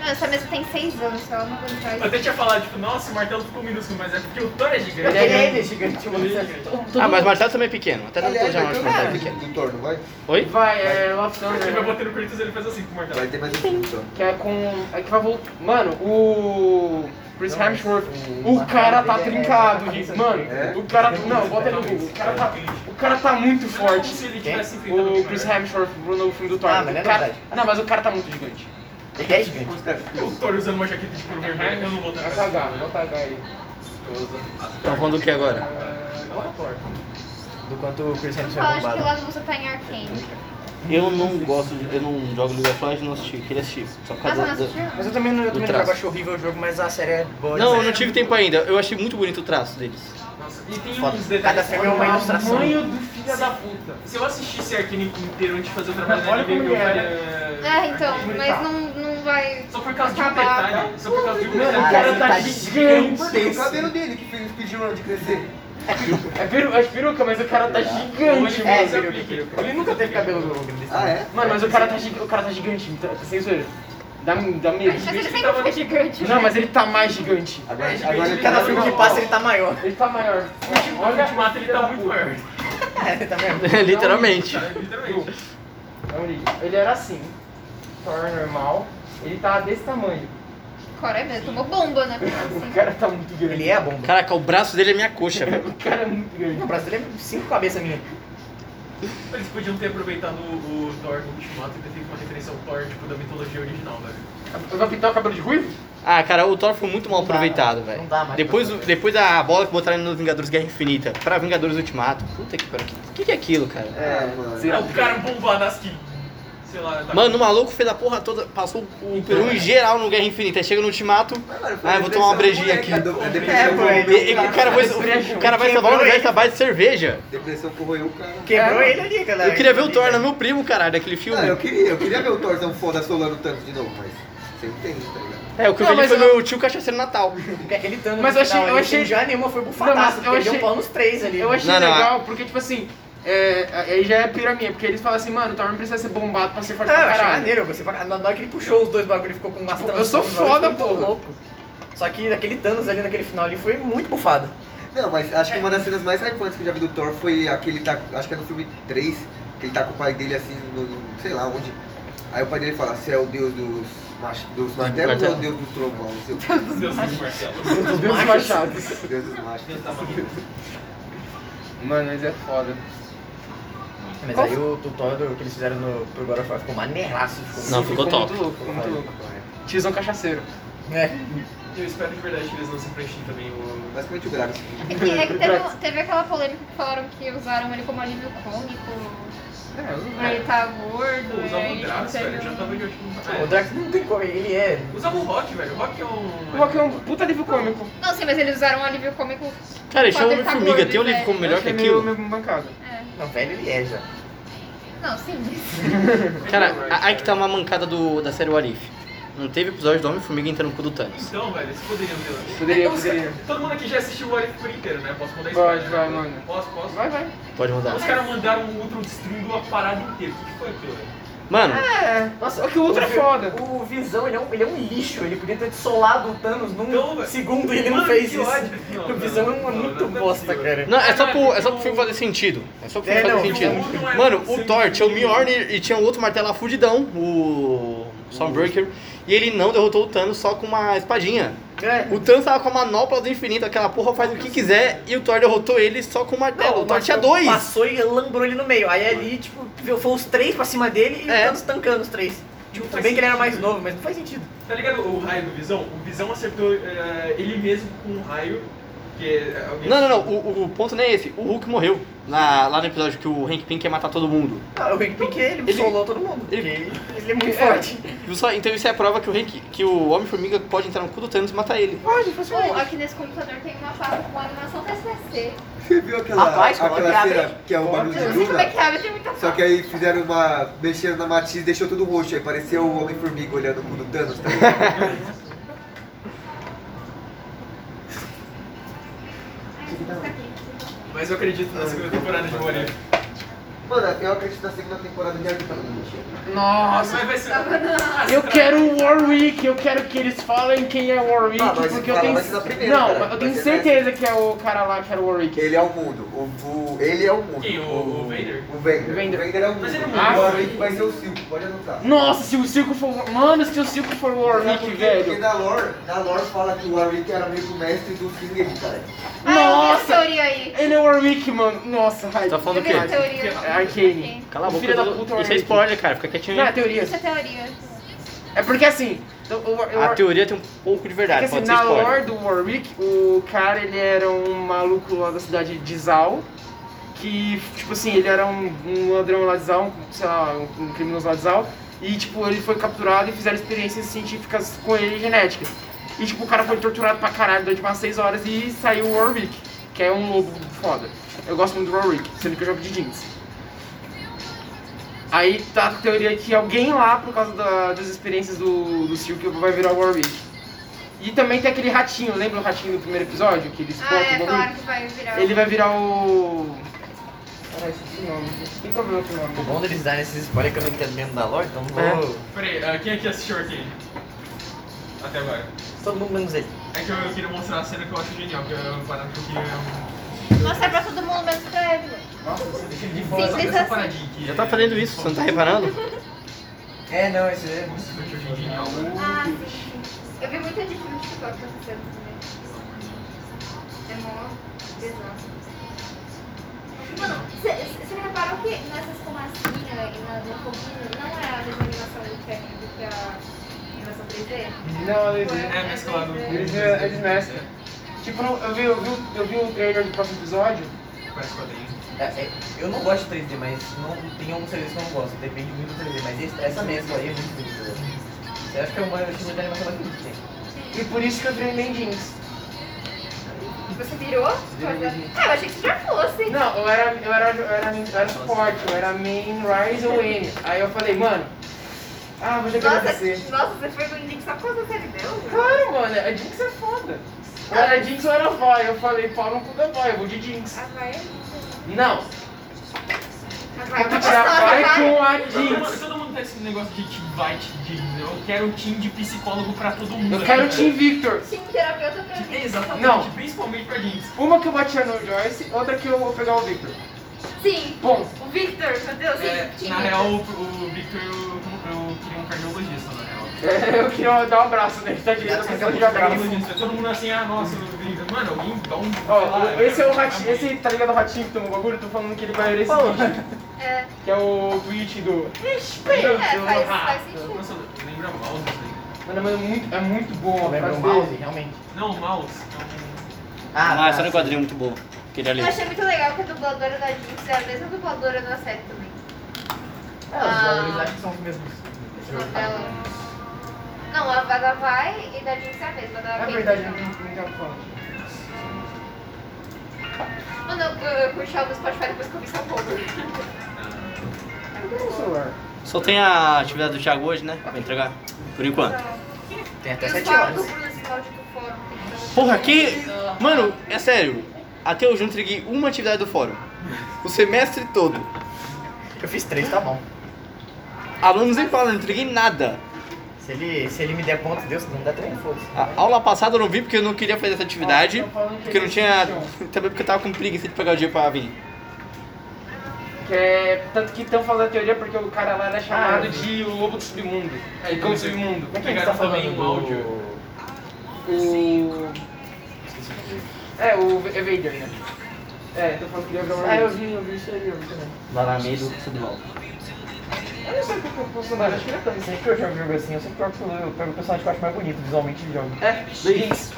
[SPEAKER 5] Não, essa mesa tem seis anos, ela não aguentar
[SPEAKER 2] Eu até tinha falado, tipo, nossa, o martelo ficou minúsculo, mas é porque o Thor é gigante.
[SPEAKER 6] Ele é ele, gigante.
[SPEAKER 2] Ele é gigante.
[SPEAKER 3] Ah, mas o Martelo também é pequeno. Até não tô
[SPEAKER 4] Aliás,
[SPEAKER 3] já
[SPEAKER 4] vai ter
[SPEAKER 3] acho
[SPEAKER 4] um
[SPEAKER 3] que o Martelo é
[SPEAKER 4] filme
[SPEAKER 3] pequeno.
[SPEAKER 4] do Thor, não vai?
[SPEAKER 3] Oi?
[SPEAKER 1] Vai, é Love
[SPEAKER 2] Ele vai
[SPEAKER 1] Thunder.
[SPEAKER 2] bater no Kratos e ele faz assim com o martelo.
[SPEAKER 4] Vai ter mais um filme do Thor.
[SPEAKER 1] Que é com. É que vai voltar. Mano, o. Chris
[SPEAKER 6] Não,
[SPEAKER 1] Hemsworth.
[SPEAKER 6] o-
[SPEAKER 1] O cara tá
[SPEAKER 6] ele é-
[SPEAKER 1] trincado, gente. Mano,
[SPEAKER 4] É?
[SPEAKER 1] o cara. tá- Não, bota ele no Google. O cara
[SPEAKER 2] É,
[SPEAKER 1] tá, o cara tá muito
[SPEAKER 2] Como se
[SPEAKER 1] forte.
[SPEAKER 2] ele tivesse enfrentado
[SPEAKER 1] O Chris
[SPEAKER 2] maior.
[SPEAKER 1] Hemsworth no novo filme do Thor.
[SPEAKER 6] Ah, mas
[SPEAKER 1] O
[SPEAKER 6] é
[SPEAKER 1] cara-
[SPEAKER 6] verdade.
[SPEAKER 1] Não, mas o cara tá muito gigante.
[SPEAKER 6] Ele é gigante.
[SPEAKER 2] O Thor usando uma jaqueta de couro vermelho, eu não vou
[SPEAKER 1] Vai
[SPEAKER 2] tentar.
[SPEAKER 1] cagar, bota H aí.
[SPEAKER 3] Estão falando Então, o que agora?
[SPEAKER 2] Ela é Thor.
[SPEAKER 6] Do quanto o Chris Hemsworth
[SPEAKER 5] Eu
[SPEAKER 6] é
[SPEAKER 5] acho que
[SPEAKER 6] bombado.
[SPEAKER 5] lá você tá em Arcane.
[SPEAKER 3] Eu não gosto, de, eu não jogo League of Legends, não assisti, queria assistir. Só por
[SPEAKER 5] Mas
[SPEAKER 3] causa
[SPEAKER 5] Ah, não
[SPEAKER 3] da-
[SPEAKER 5] assistiu?
[SPEAKER 6] Mas eu também não, eu também
[SPEAKER 3] Do
[SPEAKER 6] não
[SPEAKER 3] traço.
[SPEAKER 6] acho horrível o jogo, mas a série é boa.
[SPEAKER 3] Não, eu
[SPEAKER 6] demais.
[SPEAKER 3] não tive tempo ainda. Eu achei muito bonito o traço deles.
[SPEAKER 2] Nossa, e tem
[SPEAKER 6] Foda.
[SPEAKER 2] uns detalhes.
[SPEAKER 6] Cada filme é uma
[SPEAKER 2] Olha o
[SPEAKER 6] ilustração.
[SPEAKER 2] tamanho do filho da puta. Se eu assistisse Arcane inteiro antes de fazer o trabalho da
[SPEAKER 1] Olha
[SPEAKER 2] anime,
[SPEAKER 1] como
[SPEAKER 2] eu
[SPEAKER 1] ele é,
[SPEAKER 2] faria.
[SPEAKER 5] É, então, mas não, não vai.
[SPEAKER 2] Só por causa de um
[SPEAKER 5] Acabar.
[SPEAKER 2] detalhe. Só por causa de um
[SPEAKER 1] Mano, o
[SPEAKER 2] detalhe.
[SPEAKER 1] cara
[SPEAKER 6] Caralho,
[SPEAKER 1] tá
[SPEAKER 6] tá
[SPEAKER 1] gigante.
[SPEAKER 4] Mano, Tem o cabelo dele que fez o speedrun de crescer.
[SPEAKER 1] É peru- é peruca, mas o cara tá gigante,
[SPEAKER 2] É,
[SPEAKER 1] mano.
[SPEAKER 2] peruca.
[SPEAKER 6] Ele nunca teve cabelo longo desse
[SPEAKER 4] Ah, é?
[SPEAKER 1] Mano, mas o cara tá, gi- o cara tá gigante, tá, tá sem zoeira. Dá, dá medo.
[SPEAKER 5] Mas ele sempre foi gigante. né?
[SPEAKER 1] Não, mas ele tá mais gigante.
[SPEAKER 4] Agora,
[SPEAKER 2] É,
[SPEAKER 4] agora
[SPEAKER 2] gente,
[SPEAKER 6] Cada filme que passa ele tá maior. (laughs)
[SPEAKER 1] Ele tá maior.
[SPEAKER 2] Olha o ultimato, ele tá muito maior.
[SPEAKER 6] ele tá maior.
[SPEAKER 3] Literalmente.
[SPEAKER 2] Literalmente.
[SPEAKER 1] É Ele era assim. Thor normal. Ele tá desse tamanho.
[SPEAKER 5] Cora é mesmo, tomou bomba, né?
[SPEAKER 1] O cara tá muito grande.
[SPEAKER 6] Ele é a bomba.
[SPEAKER 3] Caraca, o braço dele é minha coxa, velho.
[SPEAKER 1] O cara é muito
[SPEAKER 6] O
[SPEAKER 1] grande.
[SPEAKER 6] braço dele é cinco cabeças minha.
[SPEAKER 2] Eles podiam ter aproveitado o o Thor do Ultimato e ter feito uma referência ao Thor, tipo, da mitologia original, velho.
[SPEAKER 1] Você vai pintar o cabelo de ruivo?
[SPEAKER 3] Ah, cara, o Thor foi muito mal
[SPEAKER 6] Não dá,
[SPEAKER 3] aproveitado,
[SPEAKER 6] não.
[SPEAKER 3] velho.
[SPEAKER 6] Não dá mais
[SPEAKER 3] Depois,
[SPEAKER 6] pra
[SPEAKER 3] o- depois da bola que botaram no Vingadores Guerra Infinita pra Vingadores Ultimato. Puta que pariu. O que, que é aquilo, cara?
[SPEAKER 4] É, mano.
[SPEAKER 2] É
[SPEAKER 1] Será
[SPEAKER 2] o cara bombadaço que, sei lá... tá-
[SPEAKER 3] Mano, o maluco fez a porra toda, passou o peru em geral no Guerra Infinita. Aí chega no Ultimato.
[SPEAKER 4] Mas, mano, foi
[SPEAKER 3] Ah, eu vou tomar uma
[SPEAKER 4] depressão,
[SPEAKER 3] brejinha aqui.
[SPEAKER 4] moleque, a do- a
[SPEAKER 6] É,
[SPEAKER 4] depressão
[SPEAKER 6] pô,
[SPEAKER 4] roeu
[SPEAKER 3] E- e- o cara vai, o cara vai salvar o universo à base de cerveja.
[SPEAKER 4] Depressão corroeu o cara.
[SPEAKER 6] Quebrou
[SPEAKER 1] É,
[SPEAKER 6] ele ali, galera.
[SPEAKER 3] Eu queria ver o Thor,
[SPEAKER 6] né?
[SPEAKER 3] era meu primo, caralho, daquele
[SPEAKER 4] Ah, eu
[SPEAKER 3] é filme.
[SPEAKER 4] um queria, eu queria ver o Thorzão foda solando o Thanos de novo, mas sempre tem, tá ligado?
[SPEAKER 3] É, o que eu
[SPEAKER 1] Não,
[SPEAKER 3] vi
[SPEAKER 1] mas
[SPEAKER 3] foi
[SPEAKER 1] eu-
[SPEAKER 3] meu tio cachaceiro Natal.
[SPEAKER 6] Ele estando
[SPEAKER 1] Mas
[SPEAKER 6] no
[SPEAKER 1] eu achei-
[SPEAKER 6] final,
[SPEAKER 1] eu
[SPEAKER 6] ele
[SPEAKER 1] achei-
[SPEAKER 6] sem joia nenhuma, foi
[SPEAKER 1] Não, mas
[SPEAKER 6] bufadaço,
[SPEAKER 1] eu
[SPEAKER 6] perdeu
[SPEAKER 1] achei-
[SPEAKER 6] um pau nos três ali.
[SPEAKER 1] Eu achei
[SPEAKER 3] Não, não,
[SPEAKER 1] legal, porque, tipo assim, é, aí já é pira minha, porque eles falam assim, mano, o Thor não precisa ser bombado pra ser forte
[SPEAKER 6] Ah, eu
[SPEAKER 1] pra
[SPEAKER 6] achei
[SPEAKER 1] caralho.
[SPEAKER 6] maneiro, você, na na hora que ele puxou os dois bagulho, ele ficou com um bastão.
[SPEAKER 1] eu sou
[SPEAKER 6] assim, eu
[SPEAKER 1] foda,
[SPEAKER 6] fiquei
[SPEAKER 1] porra.
[SPEAKER 6] louco. Só que aquele Thanos ali naquele final ali foi muito bufado.
[SPEAKER 4] Não, mas acho que uma das cenas mais icônicas que eu já vi do Thor foi aquele tá. Acho que é no filme 3, que ele tá com o pai dele assim, no, no- sei lá onde. Aí o pai dele fala, você é o deus dos, mach... dos martelos ou é o deus do trovão? Não sei
[SPEAKER 2] (laughs)
[SPEAKER 4] o quê.
[SPEAKER 2] Deus dos Marcelos.
[SPEAKER 6] Os meus machados.
[SPEAKER 4] Deus dos machos.
[SPEAKER 2] Deus tá maluco.
[SPEAKER 1] Mano, mas é foda.
[SPEAKER 6] Mas aí o tutorial que eles fizeram no, pro God of War ficou maneiraço. Ficou
[SPEAKER 3] Não,
[SPEAKER 1] Sim,
[SPEAKER 3] ficou top.
[SPEAKER 1] muito louco, ficou muito louco.
[SPEAKER 4] Correto.
[SPEAKER 1] Tiozão cachaceiro.
[SPEAKER 6] É.
[SPEAKER 2] Eu espero de verdade que eles não se preenchem também o.
[SPEAKER 4] Basicamente o assim. Grax.
[SPEAKER 5] É que, é que teve, um- teve aquela polêmica que falaram que usaram ele como alívio cômico, tipo,
[SPEAKER 1] É, eu-
[SPEAKER 5] pra ele tá gordo, e
[SPEAKER 2] Usava
[SPEAKER 5] aí
[SPEAKER 2] o Drax, velho.
[SPEAKER 5] teve
[SPEAKER 2] Eu já tava
[SPEAKER 5] um-
[SPEAKER 2] de ótimo.
[SPEAKER 6] O Drax não tem como, ele é...
[SPEAKER 2] Usava o Rock, velho. O Rock é um.
[SPEAKER 1] O Rock é um puta livro cômico.
[SPEAKER 5] Não, sim, mas eles usaram um alívio cômico.
[SPEAKER 3] Cara, deixa
[SPEAKER 5] Quando
[SPEAKER 3] eu
[SPEAKER 5] ele
[SPEAKER 3] ver
[SPEAKER 5] tá
[SPEAKER 3] formiga.
[SPEAKER 5] gordo,
[SPEAKER 3] Tem um livro
[SPEAKER 5] velho.
[SPEAKER 3] como melhor
[SPEAKER 1] Acho
[SPEAKER 3] que
[SPEAKER 1] é meio,
[SPEAKER 3] aquilo?
[SPEAKER 1] meio bancado.
[SPEAKER 5] É.
[SPEAKER 6] Não, velho, ele é já.
[SPEAKER 5] Não, sim, mas.
[SPEAKER 3] Cara, a- aí que tá uma mancada do, da série Warif. Não teve episódio do Homem-Formiga entrando no cu do Thanos.
[SPEAKER 2] Então, velho, eles poderiam ter.
[SPEAKER 1] Poderia,
[SPEAKER 2] Os
[SPEAKER 1] poderia.
[SPEAKER 2] ca- Todo mundo aqui já assistiu o What If por inteiro, né? Posso mandar
[SPEAKER 1] Vai,
[SPEAKER 2] spoiler,
[SPEAKER 1] vai,
[SPEAKER 2] né?
[SPEAKER 1] manda.
[SPEAKER 2] Posso, posso?
[SPEAKER 1] Vai, vai.
[SPEAKER 3] Pode rodar.
[SPEAKER 2] Os caras mandaram o Ultron destruindo a parada inteira. O que foi aquilo, velho?
[SPEAKER 3] Mano,
[SPEAKER 1] É, nossa, o que o outro é
[SPEAKER 6] Vi-
[SPEAKER 1] foda.
[SPEAKER 6] O Visão, ele é, um, ele é um lixo. Ele podia ter dissolado o Thanos num
[SPEAKER 2] Então, velho.
[SPEAKER 6] segundo e ele não
[SPEAKER 2] Mano,
[SPEAKER 6] fez
[SPEAKER 2] que
[SPEAKER 6] isso.
[SPEAKER 2] ódio. Não,
[SPEAKER 6] o Visão
[SPEAKER 2] não,
[SPEAKER 6] é um
[SPEAKER 2] não,
[SPEAKER 6] muito
[SPEAKER 2] não é
[SPEAKER 6] bosta,
[SPEAKER 2] possível.
[SPEAKER 6] cara.
[SPEAKER 3] não, é só
[SPEAKER 2] Ah,
[SPEAKER 3] pro,
[SPEAKER 2] é
[SPEAKER 3] é só pro
[SPEAKER 2] porque
[SPEAKER 3] filme
[SPEAKER 2] o-
[SPEAKER 3] fazer sentido. É só pro
[SPEAKER 6] É,
[SPEAKER 3] filme fazer
[SPEAKER 6] não,
[SPEAKER 3] sentido.
[SPEAKER 2] o Ultron é
[SPEAKER 3] Mano, o
[SPEAKER 2] sangue
[SPEAKER 3] Thor tinha o
[SPEAKER 2] frio.
[SPEAKER 3] Mjolnir e tinha um outro martelo lá fudidão, o Stormbreaker. E ele não derrotou o Thanos só com uma espadinha.
[SPEAKER 6] É.
[SPEAKER 3] O Thanos tava com a manopla do infinito, aquela porra faz o que quiser, e o Thor derrotou ele só com o martelo. o Thor
[SPEAKER 6] Marcão
[SPEAKER 3] tinha dois.
[SPEAKER 6] Passou e lambrou ele no meio. Aí ali, tipo, viu, foi os três pra cima dele e
[SPEAKER 3] É.
[SPEAKER 6] o Thanos tancando os três. Tipo,
[SPEAKER 2] Não
[SPEAKER 6] tudo
[SPEAKER 2] faz
[SPEAKER 6] bem que ele era mais
[SPEAKER 2] sentido.
[SPEAKER 6] novo, mas não faz sentido.
[SPEAKER 2] Tá ligado o raio do Visão? O Visão acertou eh, ele mesmo com um raio. Que é alguém...
[SPEAKER 3] Não, não, não, o, o ponto não é esse. O Hulk morreu na- lá no episódio que o Hank Pym quer matar todo mundo.
[SPEAKER 6] Ah, o Hank Pym, que ele solou todo mundo.
[SPEAKER 3] ele-
[SPEAKER 6] Ele, ele é muito forte.
[SPEAKER 3] Viu só? Então isso é a prova que o Hank, que o Homem-Formiga pode entrar no cu do Thanos e matar ele.
[SPEAKER 5] Pô, Tipo, aqui nesse computador tem uma placa com animação TCC.
[SPEAKER 4] Você viu aquela,
[SPEAKER 6] Rapaz, como que
[SPEAKER 4] aquela
[SPEAKER 6] abre,
[SPEAKER 4] cena que é o barulho de
[SPEAKER 5] Eu não sei como é
[SPEAKER 4] Luna?
[SPEAKER 5] que abre, tem muita
[SPEAKER 4] Só
[SPEAKER 5] placa.
[SPEAKER 4] que é- aí fizeram uma. mexeram na matiz e deixou tudo roxo. Aí pareceu o Homem-Formiga olhando pro do Thanos, tá ligado?
[SPEAKER 2] Mas eu acredito na segunda temporada de What If.
[SPEAKER 4] Mano, eu acredito na segunda temporada de Arquivo. Mentira.
[SPEAKER 1] Nossa.
[SPEAKER 2] Mas vai ser.
[SPEAKER 1] Eu quero o Warwick, eu quero que eles falem quem é o Warwick,
[SPEAKER 4] Ah, mas
[SPEAKER 1] porque eu
[SPEAKER 4] fala,
[SPEAKER 1] tenho.
[SPEAKER 4] vai ser na primeira,
[SPEAKER 1] não,
[SPEAKER 4] cara.
[SPEAKER 1] mas eu tenho
[SPEAKER 4] Vai ser
[SPEAKER 1] certeza que é o cara lá que era o Warwick.
[SPEAKER 4] Ele é o mundo. O, o- ele é o mundo.
[SPEAKER 2] Quem? O- o Vader?
[SPEAKER 4] O Vader.
[SPEAKER 1] O Vader.
[SPEAKER 4] O Vader é o mundo.
[SPEAKER 2] Mas ele é o mundo.
[SPEAKER 4] Agora ele vai ser o Silco, pode anotar.
[SPEAKER 1] Nossa, se o circo for. Mano, se o circo for o
[SPEAKER 4] Sabe
[SPEAKER 1] Warwick,
[SPEAKER 4] por quê? Porque
[SPEAKER 1] velho.
[SPEAKER 4] na lore, na lore fala que o Warwick era meio que o mestre do King, cara.
[SPEAKER 5] Ah, eu vi essa
[SPEAKER 1] Nossa!
[SPEAKER 5] teoria aí.
[SPEAKER 1] Ele é o Warwick, mano. Nossa, raio.
[SPEAKER 3] Tá falando
[SPEAKER 5] Eu
[SPEAKER 3] o
[SPEAKER 5] vi essa
[SPEAKER 3] quê?
[SPEAKER 1] É
[SPEAKER 5] teoria.
[SPEAKER 1] Arcane.
[SPEAKER 3] Cala a boca,
[SPEAKER 1] Filho da
[SPEAKER 3] eu-
[SPEAKER 1] puta,
[SPEAKER 3] isso é
[SPEAKER 1] Warwick.
[SPEAKER 3] spoiler, cara, fica quietinho
[SPEAKER 1] Não, é
[SPEAKER 3] aí.
[SPEAKER 1] teoria.
[SPEAKER 5] Isso é teoria.
[SPEAKER 1] É porque assim. o- o- o-
[SPEAKER 3] A teoria tem um pouco de
[SPEAKER 1] Porque
[SPEAKER 3] verdade,
[SPEAKER 1] assim,
[SPEAKER 3] pode ser
[SPEAKER 1] na
[SPEAKER 3] spoiler.
[SPEAKER 1] lore do Warwick, o cara ele era um maluco lá da cidade de Zal, que, tipo assim, ele era um, um ladrão lá de Zal, um, sei lá, um, um criminoso lá de Zal, e, tipo, ele foi capturado e fizeram experiências científicas com ele genéticas. E, tipo, o cara foi torturado pra caralho durante umas 6 horas e saiu o Warwick, que é um lobo foda. Eu gosto muito do Warwick, sendo que eu jogo de jeans. Aí tá a teoria que alguém lá, por causa da- das experiências do, do Silk, vai virar o Warwick. E também tem aquele ratinho, lembra o ratinho do primeiro episódio? Que eles
[SPEAKER 5] Ah,
[SPEAKER 1] colocam
[SPEAKER 5] é,
[SPEAKER 1] o bagulho?
[SPEAKER 5] falaram que vai virar.
[SPEAKER 1] Ele vai virar o. Caralho, esqueci o nome. Tem problema com o
[SPEAKER 6] O
[SPEAKER 1] nome.
[SPEAKER 6] bom deles darem esses spoilers que eu não entendo dentro da lore, então vou...
[SPEAKER 2] Peraí, ah, quem aqui assistiu Arcane? Até agora.
[SPEAKER 6] Todo mundo menos ele.
[SPEAKER 2] É que eu, eu queria mostrar a cena que eu acho genial, que é uma parada que eu queria.
[SPEAKER 5] Mostrar pra todo mundo menos pra ele.
[SPEAKER 1] Nossa,
[SPEAKER 2] Deixa ele de fora, sabe?
[SPEAKER 5] pensa
[SPEAKER 2] Essa
[SPEAKER 5] assim.
[SPEAKER 2] paradinha que.
[SPEAKER 3] Já tá fazendo isso, você não tá reparando?
[SPEAKER 6] É, não, esse é...
[SPEAKER 2] Nossa, eu achei genial, né? velho.
[SPEAKER 5] Ah, sim, sim. Eu vi muita gente no TikTok acontecendo também. É mó desastre. Mano, você reparou que nessas fumacinhas e na no foguinho não é a mesma animação do que, do que a animação 3D?
[SPEAKER 1] Não, eles.
[SPEAKER 5] Foi
[SPEAKER 2] É mesclado. com-
[SPEAKER 1] Eles, eles mesclam. Tipo, não- eu vi, eu, vi, o- eu vi o trailer do próximo episódio.
[SPEAKER 2] Parece quadrinho.
[SPEAKER 6] É, é, eu não gosto de 3D, mas não, tem alguns serviços que eu não gosto. Depende muito do 3D, mas esse- essa mescla aí é muito bonita. Eu acho que é uma das de animação mais bonita que tem.
[SPEAKER 1] E por isso que eu treinei em jeans.
[SPEAKER 5] Você virou? Ah, eu achei que você já fosse.
[SPEAKER 1] Não, eu era, eu era, eu era, eu era suporte, eu era main, rise ou N. Aí eu falei, mano, Ah, vou te
[SPEAKER 5] Nossa,
[SPEAKER 1] agradecer.
[SPEAKER 5] nossa, você foi com o Nick só por causa da é série dela?
[SPEAKER 1] Claro, mano, a Jinx é foda. Eu era Jinx ou era Vai. Eu falei, pau no cu da Vai, eu vou de Jinx.
[SPEAKER 5] A Ah, vai.
[SPEAKER 1] Não,
[SPEAKER 5] A vai
[SPEAKER 1] tem
[SPEAKER 5] é uma
[SPEAKER 1] que
[SPEAKER 5] (laughs)
[SPEAKER 1] tirar
[SPEAKER 5] gostosa,
[SPEAKER 1] Vai com a
[SPEAKER 2] Todo mundo,
[SPEAKER 1] Jinx.
[SPEAKER 2] todo mundo tá esse negócio de team bite, de eu quero um time de psicólogo pra todo mundo.
[SPEAKER 1] Eu quero o
[SPEAKER 2] cara.
[SPEAKER 1] Team Victor.
[SPEAKER 5] Sim, terapeuta pra mim.
[SPEAKER 2] Exatamente,
[SPEAKER 1] Não.
[SPEAKER 2] principalmente pra Jinx.
[SPEAKER 1] Uma que eu bati a No Joyce, outra que eu vou pegar o Victor.
[SPEAKER 5] Sim.
[SPEAKER 1] Bom,
[SPEAKER 5] O Victor, meu Deus,
[SPEAKER 2] É,
[SPEAKER 5] sim, tinha.
[SPEAKER 2] na real, o, o Victor, eu, eu queria um cardiologista, na real.
[SPEAKER 1] (laughs) eu queria dar um abraço nele, tá direito, eu preciso de abraço.
[SPEAKER 2] Cardiologista, todo mundo assim, ah, nossa, eu- eu- mano, alguém dá um...
[SPEAKER 1] Ó, esse é o ratinho, esse tá ligado o ratinho que toma o bagulho? Tô falando que ele vai ver esse vídeo,
[SPEAKER 5] É,
[SPEAKER 1] que é o tweet do...
[SPEAKER 5] é, faz,
[SPEAKER 2] Ah,
[SPEAKER 5] faz sentido.
[SPEAKER 2] nossa, lembra mouse né? isso aí.
[SPEAKER 1] Mano, mas é muito, é muito bom,
[SPEAKER 6] Lembra
[SPEAKER 1] mas
[SPEAKER 6] o mouse,
[SPEAKER 1] dele.
[SPEAKER 6] realmente.
[SPEAKER 2] Não, mouse. é
[SPEAKER 3] Ah, essa é
[SPEAKER 6] tá.
[SPEAKER 3] um quadrinho muito boa. Aquele ali.
[SPEAKER 5] Eu achei muito legal que a dubladora da Jinx é a mesma dubladora da série também. Ah,
[SPEAKER 6] É, os jogadores acho que são os mesmos.
[SPEAKER 5] Ela... Não, a da vai e da Jinx é a mesma. Da
[SPEAKER 1] É
[SPEAKER 5] Baby
[SPEAKER 1] verdade, eu
[SPEAKER 5] também.
[SPEAKER 1] não tava falando.
[SPEAKER 5] Mano, eu, eu, eu curti ela no Spotify depois que eu vi São Paulo.
[SPEAKER 1] Cadê o um celular?
[SPEAKER 3] Só tem a atividade do Thiago hoje, né? Pra entregar. Por enquanto.
[SPEAKER 6] Tem até
[SPEAKER 5] Tem os
[SPEAKER 6] 7
[SPEAKER 5] fóruns do
[SPEAKER 6] horas.
[SPEAKER 5] Bruno, esse áudio do fórum. tem que dar um-
[SPEAKER 3] Porra, que. Mano, é sério. Até hoje eu entreguei uma atividade do fórum. O semestre todo.
[SPEAKER 6] Eu fiz 3, tá bom.
[SPEAKER 3] Alunos nem falam, não entreguei nada.
[SPEAKER 6] Se ele, se ele me der pontos, Deus, não dá treino, foda-se.
[SPEAKER 3] A aula passada eu não vi porque eu não queria fazer essa atividade.
[SPEAKER 1] Ó, tão falando que é
[SPEAKER 3] Porque eu não
[SPEAKER 1] eles
[SPEAKER 3] tinha.
[SPEAKER 1] tinham.
[SPEAKER 3] Também porque eu tava com preguiça de pegar o dia pra vir.
[SPEAKER 1] Que é, tanto que estão falando a teoria porque o cara lá era chamado
[SPEAKER 6] Ah, eu
[SPEAKER 1] de o lobo do submundo. É, cão do submundo.
[SPEAKER 6] Como é que a gente
[SPEAKER 2] um- Pegaram
[SPEAKER 6] tá falando
[SPEAKER 2] também um
[SPEAKER 6] do...
[SPEAKER 2] áudio.
[SPEAKER 1] O... É, o Evader, né? É, tô falando que ele é o
[SPEAKER 6] Ah, eu vi, eu vi isso aí, eu vi também.
[SPEAKER 3] Lá na meio do futebol.
[SPEAKER 1] Eu não sei porque eu funciono,
[SPEAKER 6] Mano,
[SPEAKER 1] acho que ele é tanto.
[SPEAKER 6] sempre que eu jogo jogo assim, eu sempre pego, pelo- eu pego o personagem que eu acho mais bonito visualmente de jogo.
[SPEAKER 1] É, Jinx.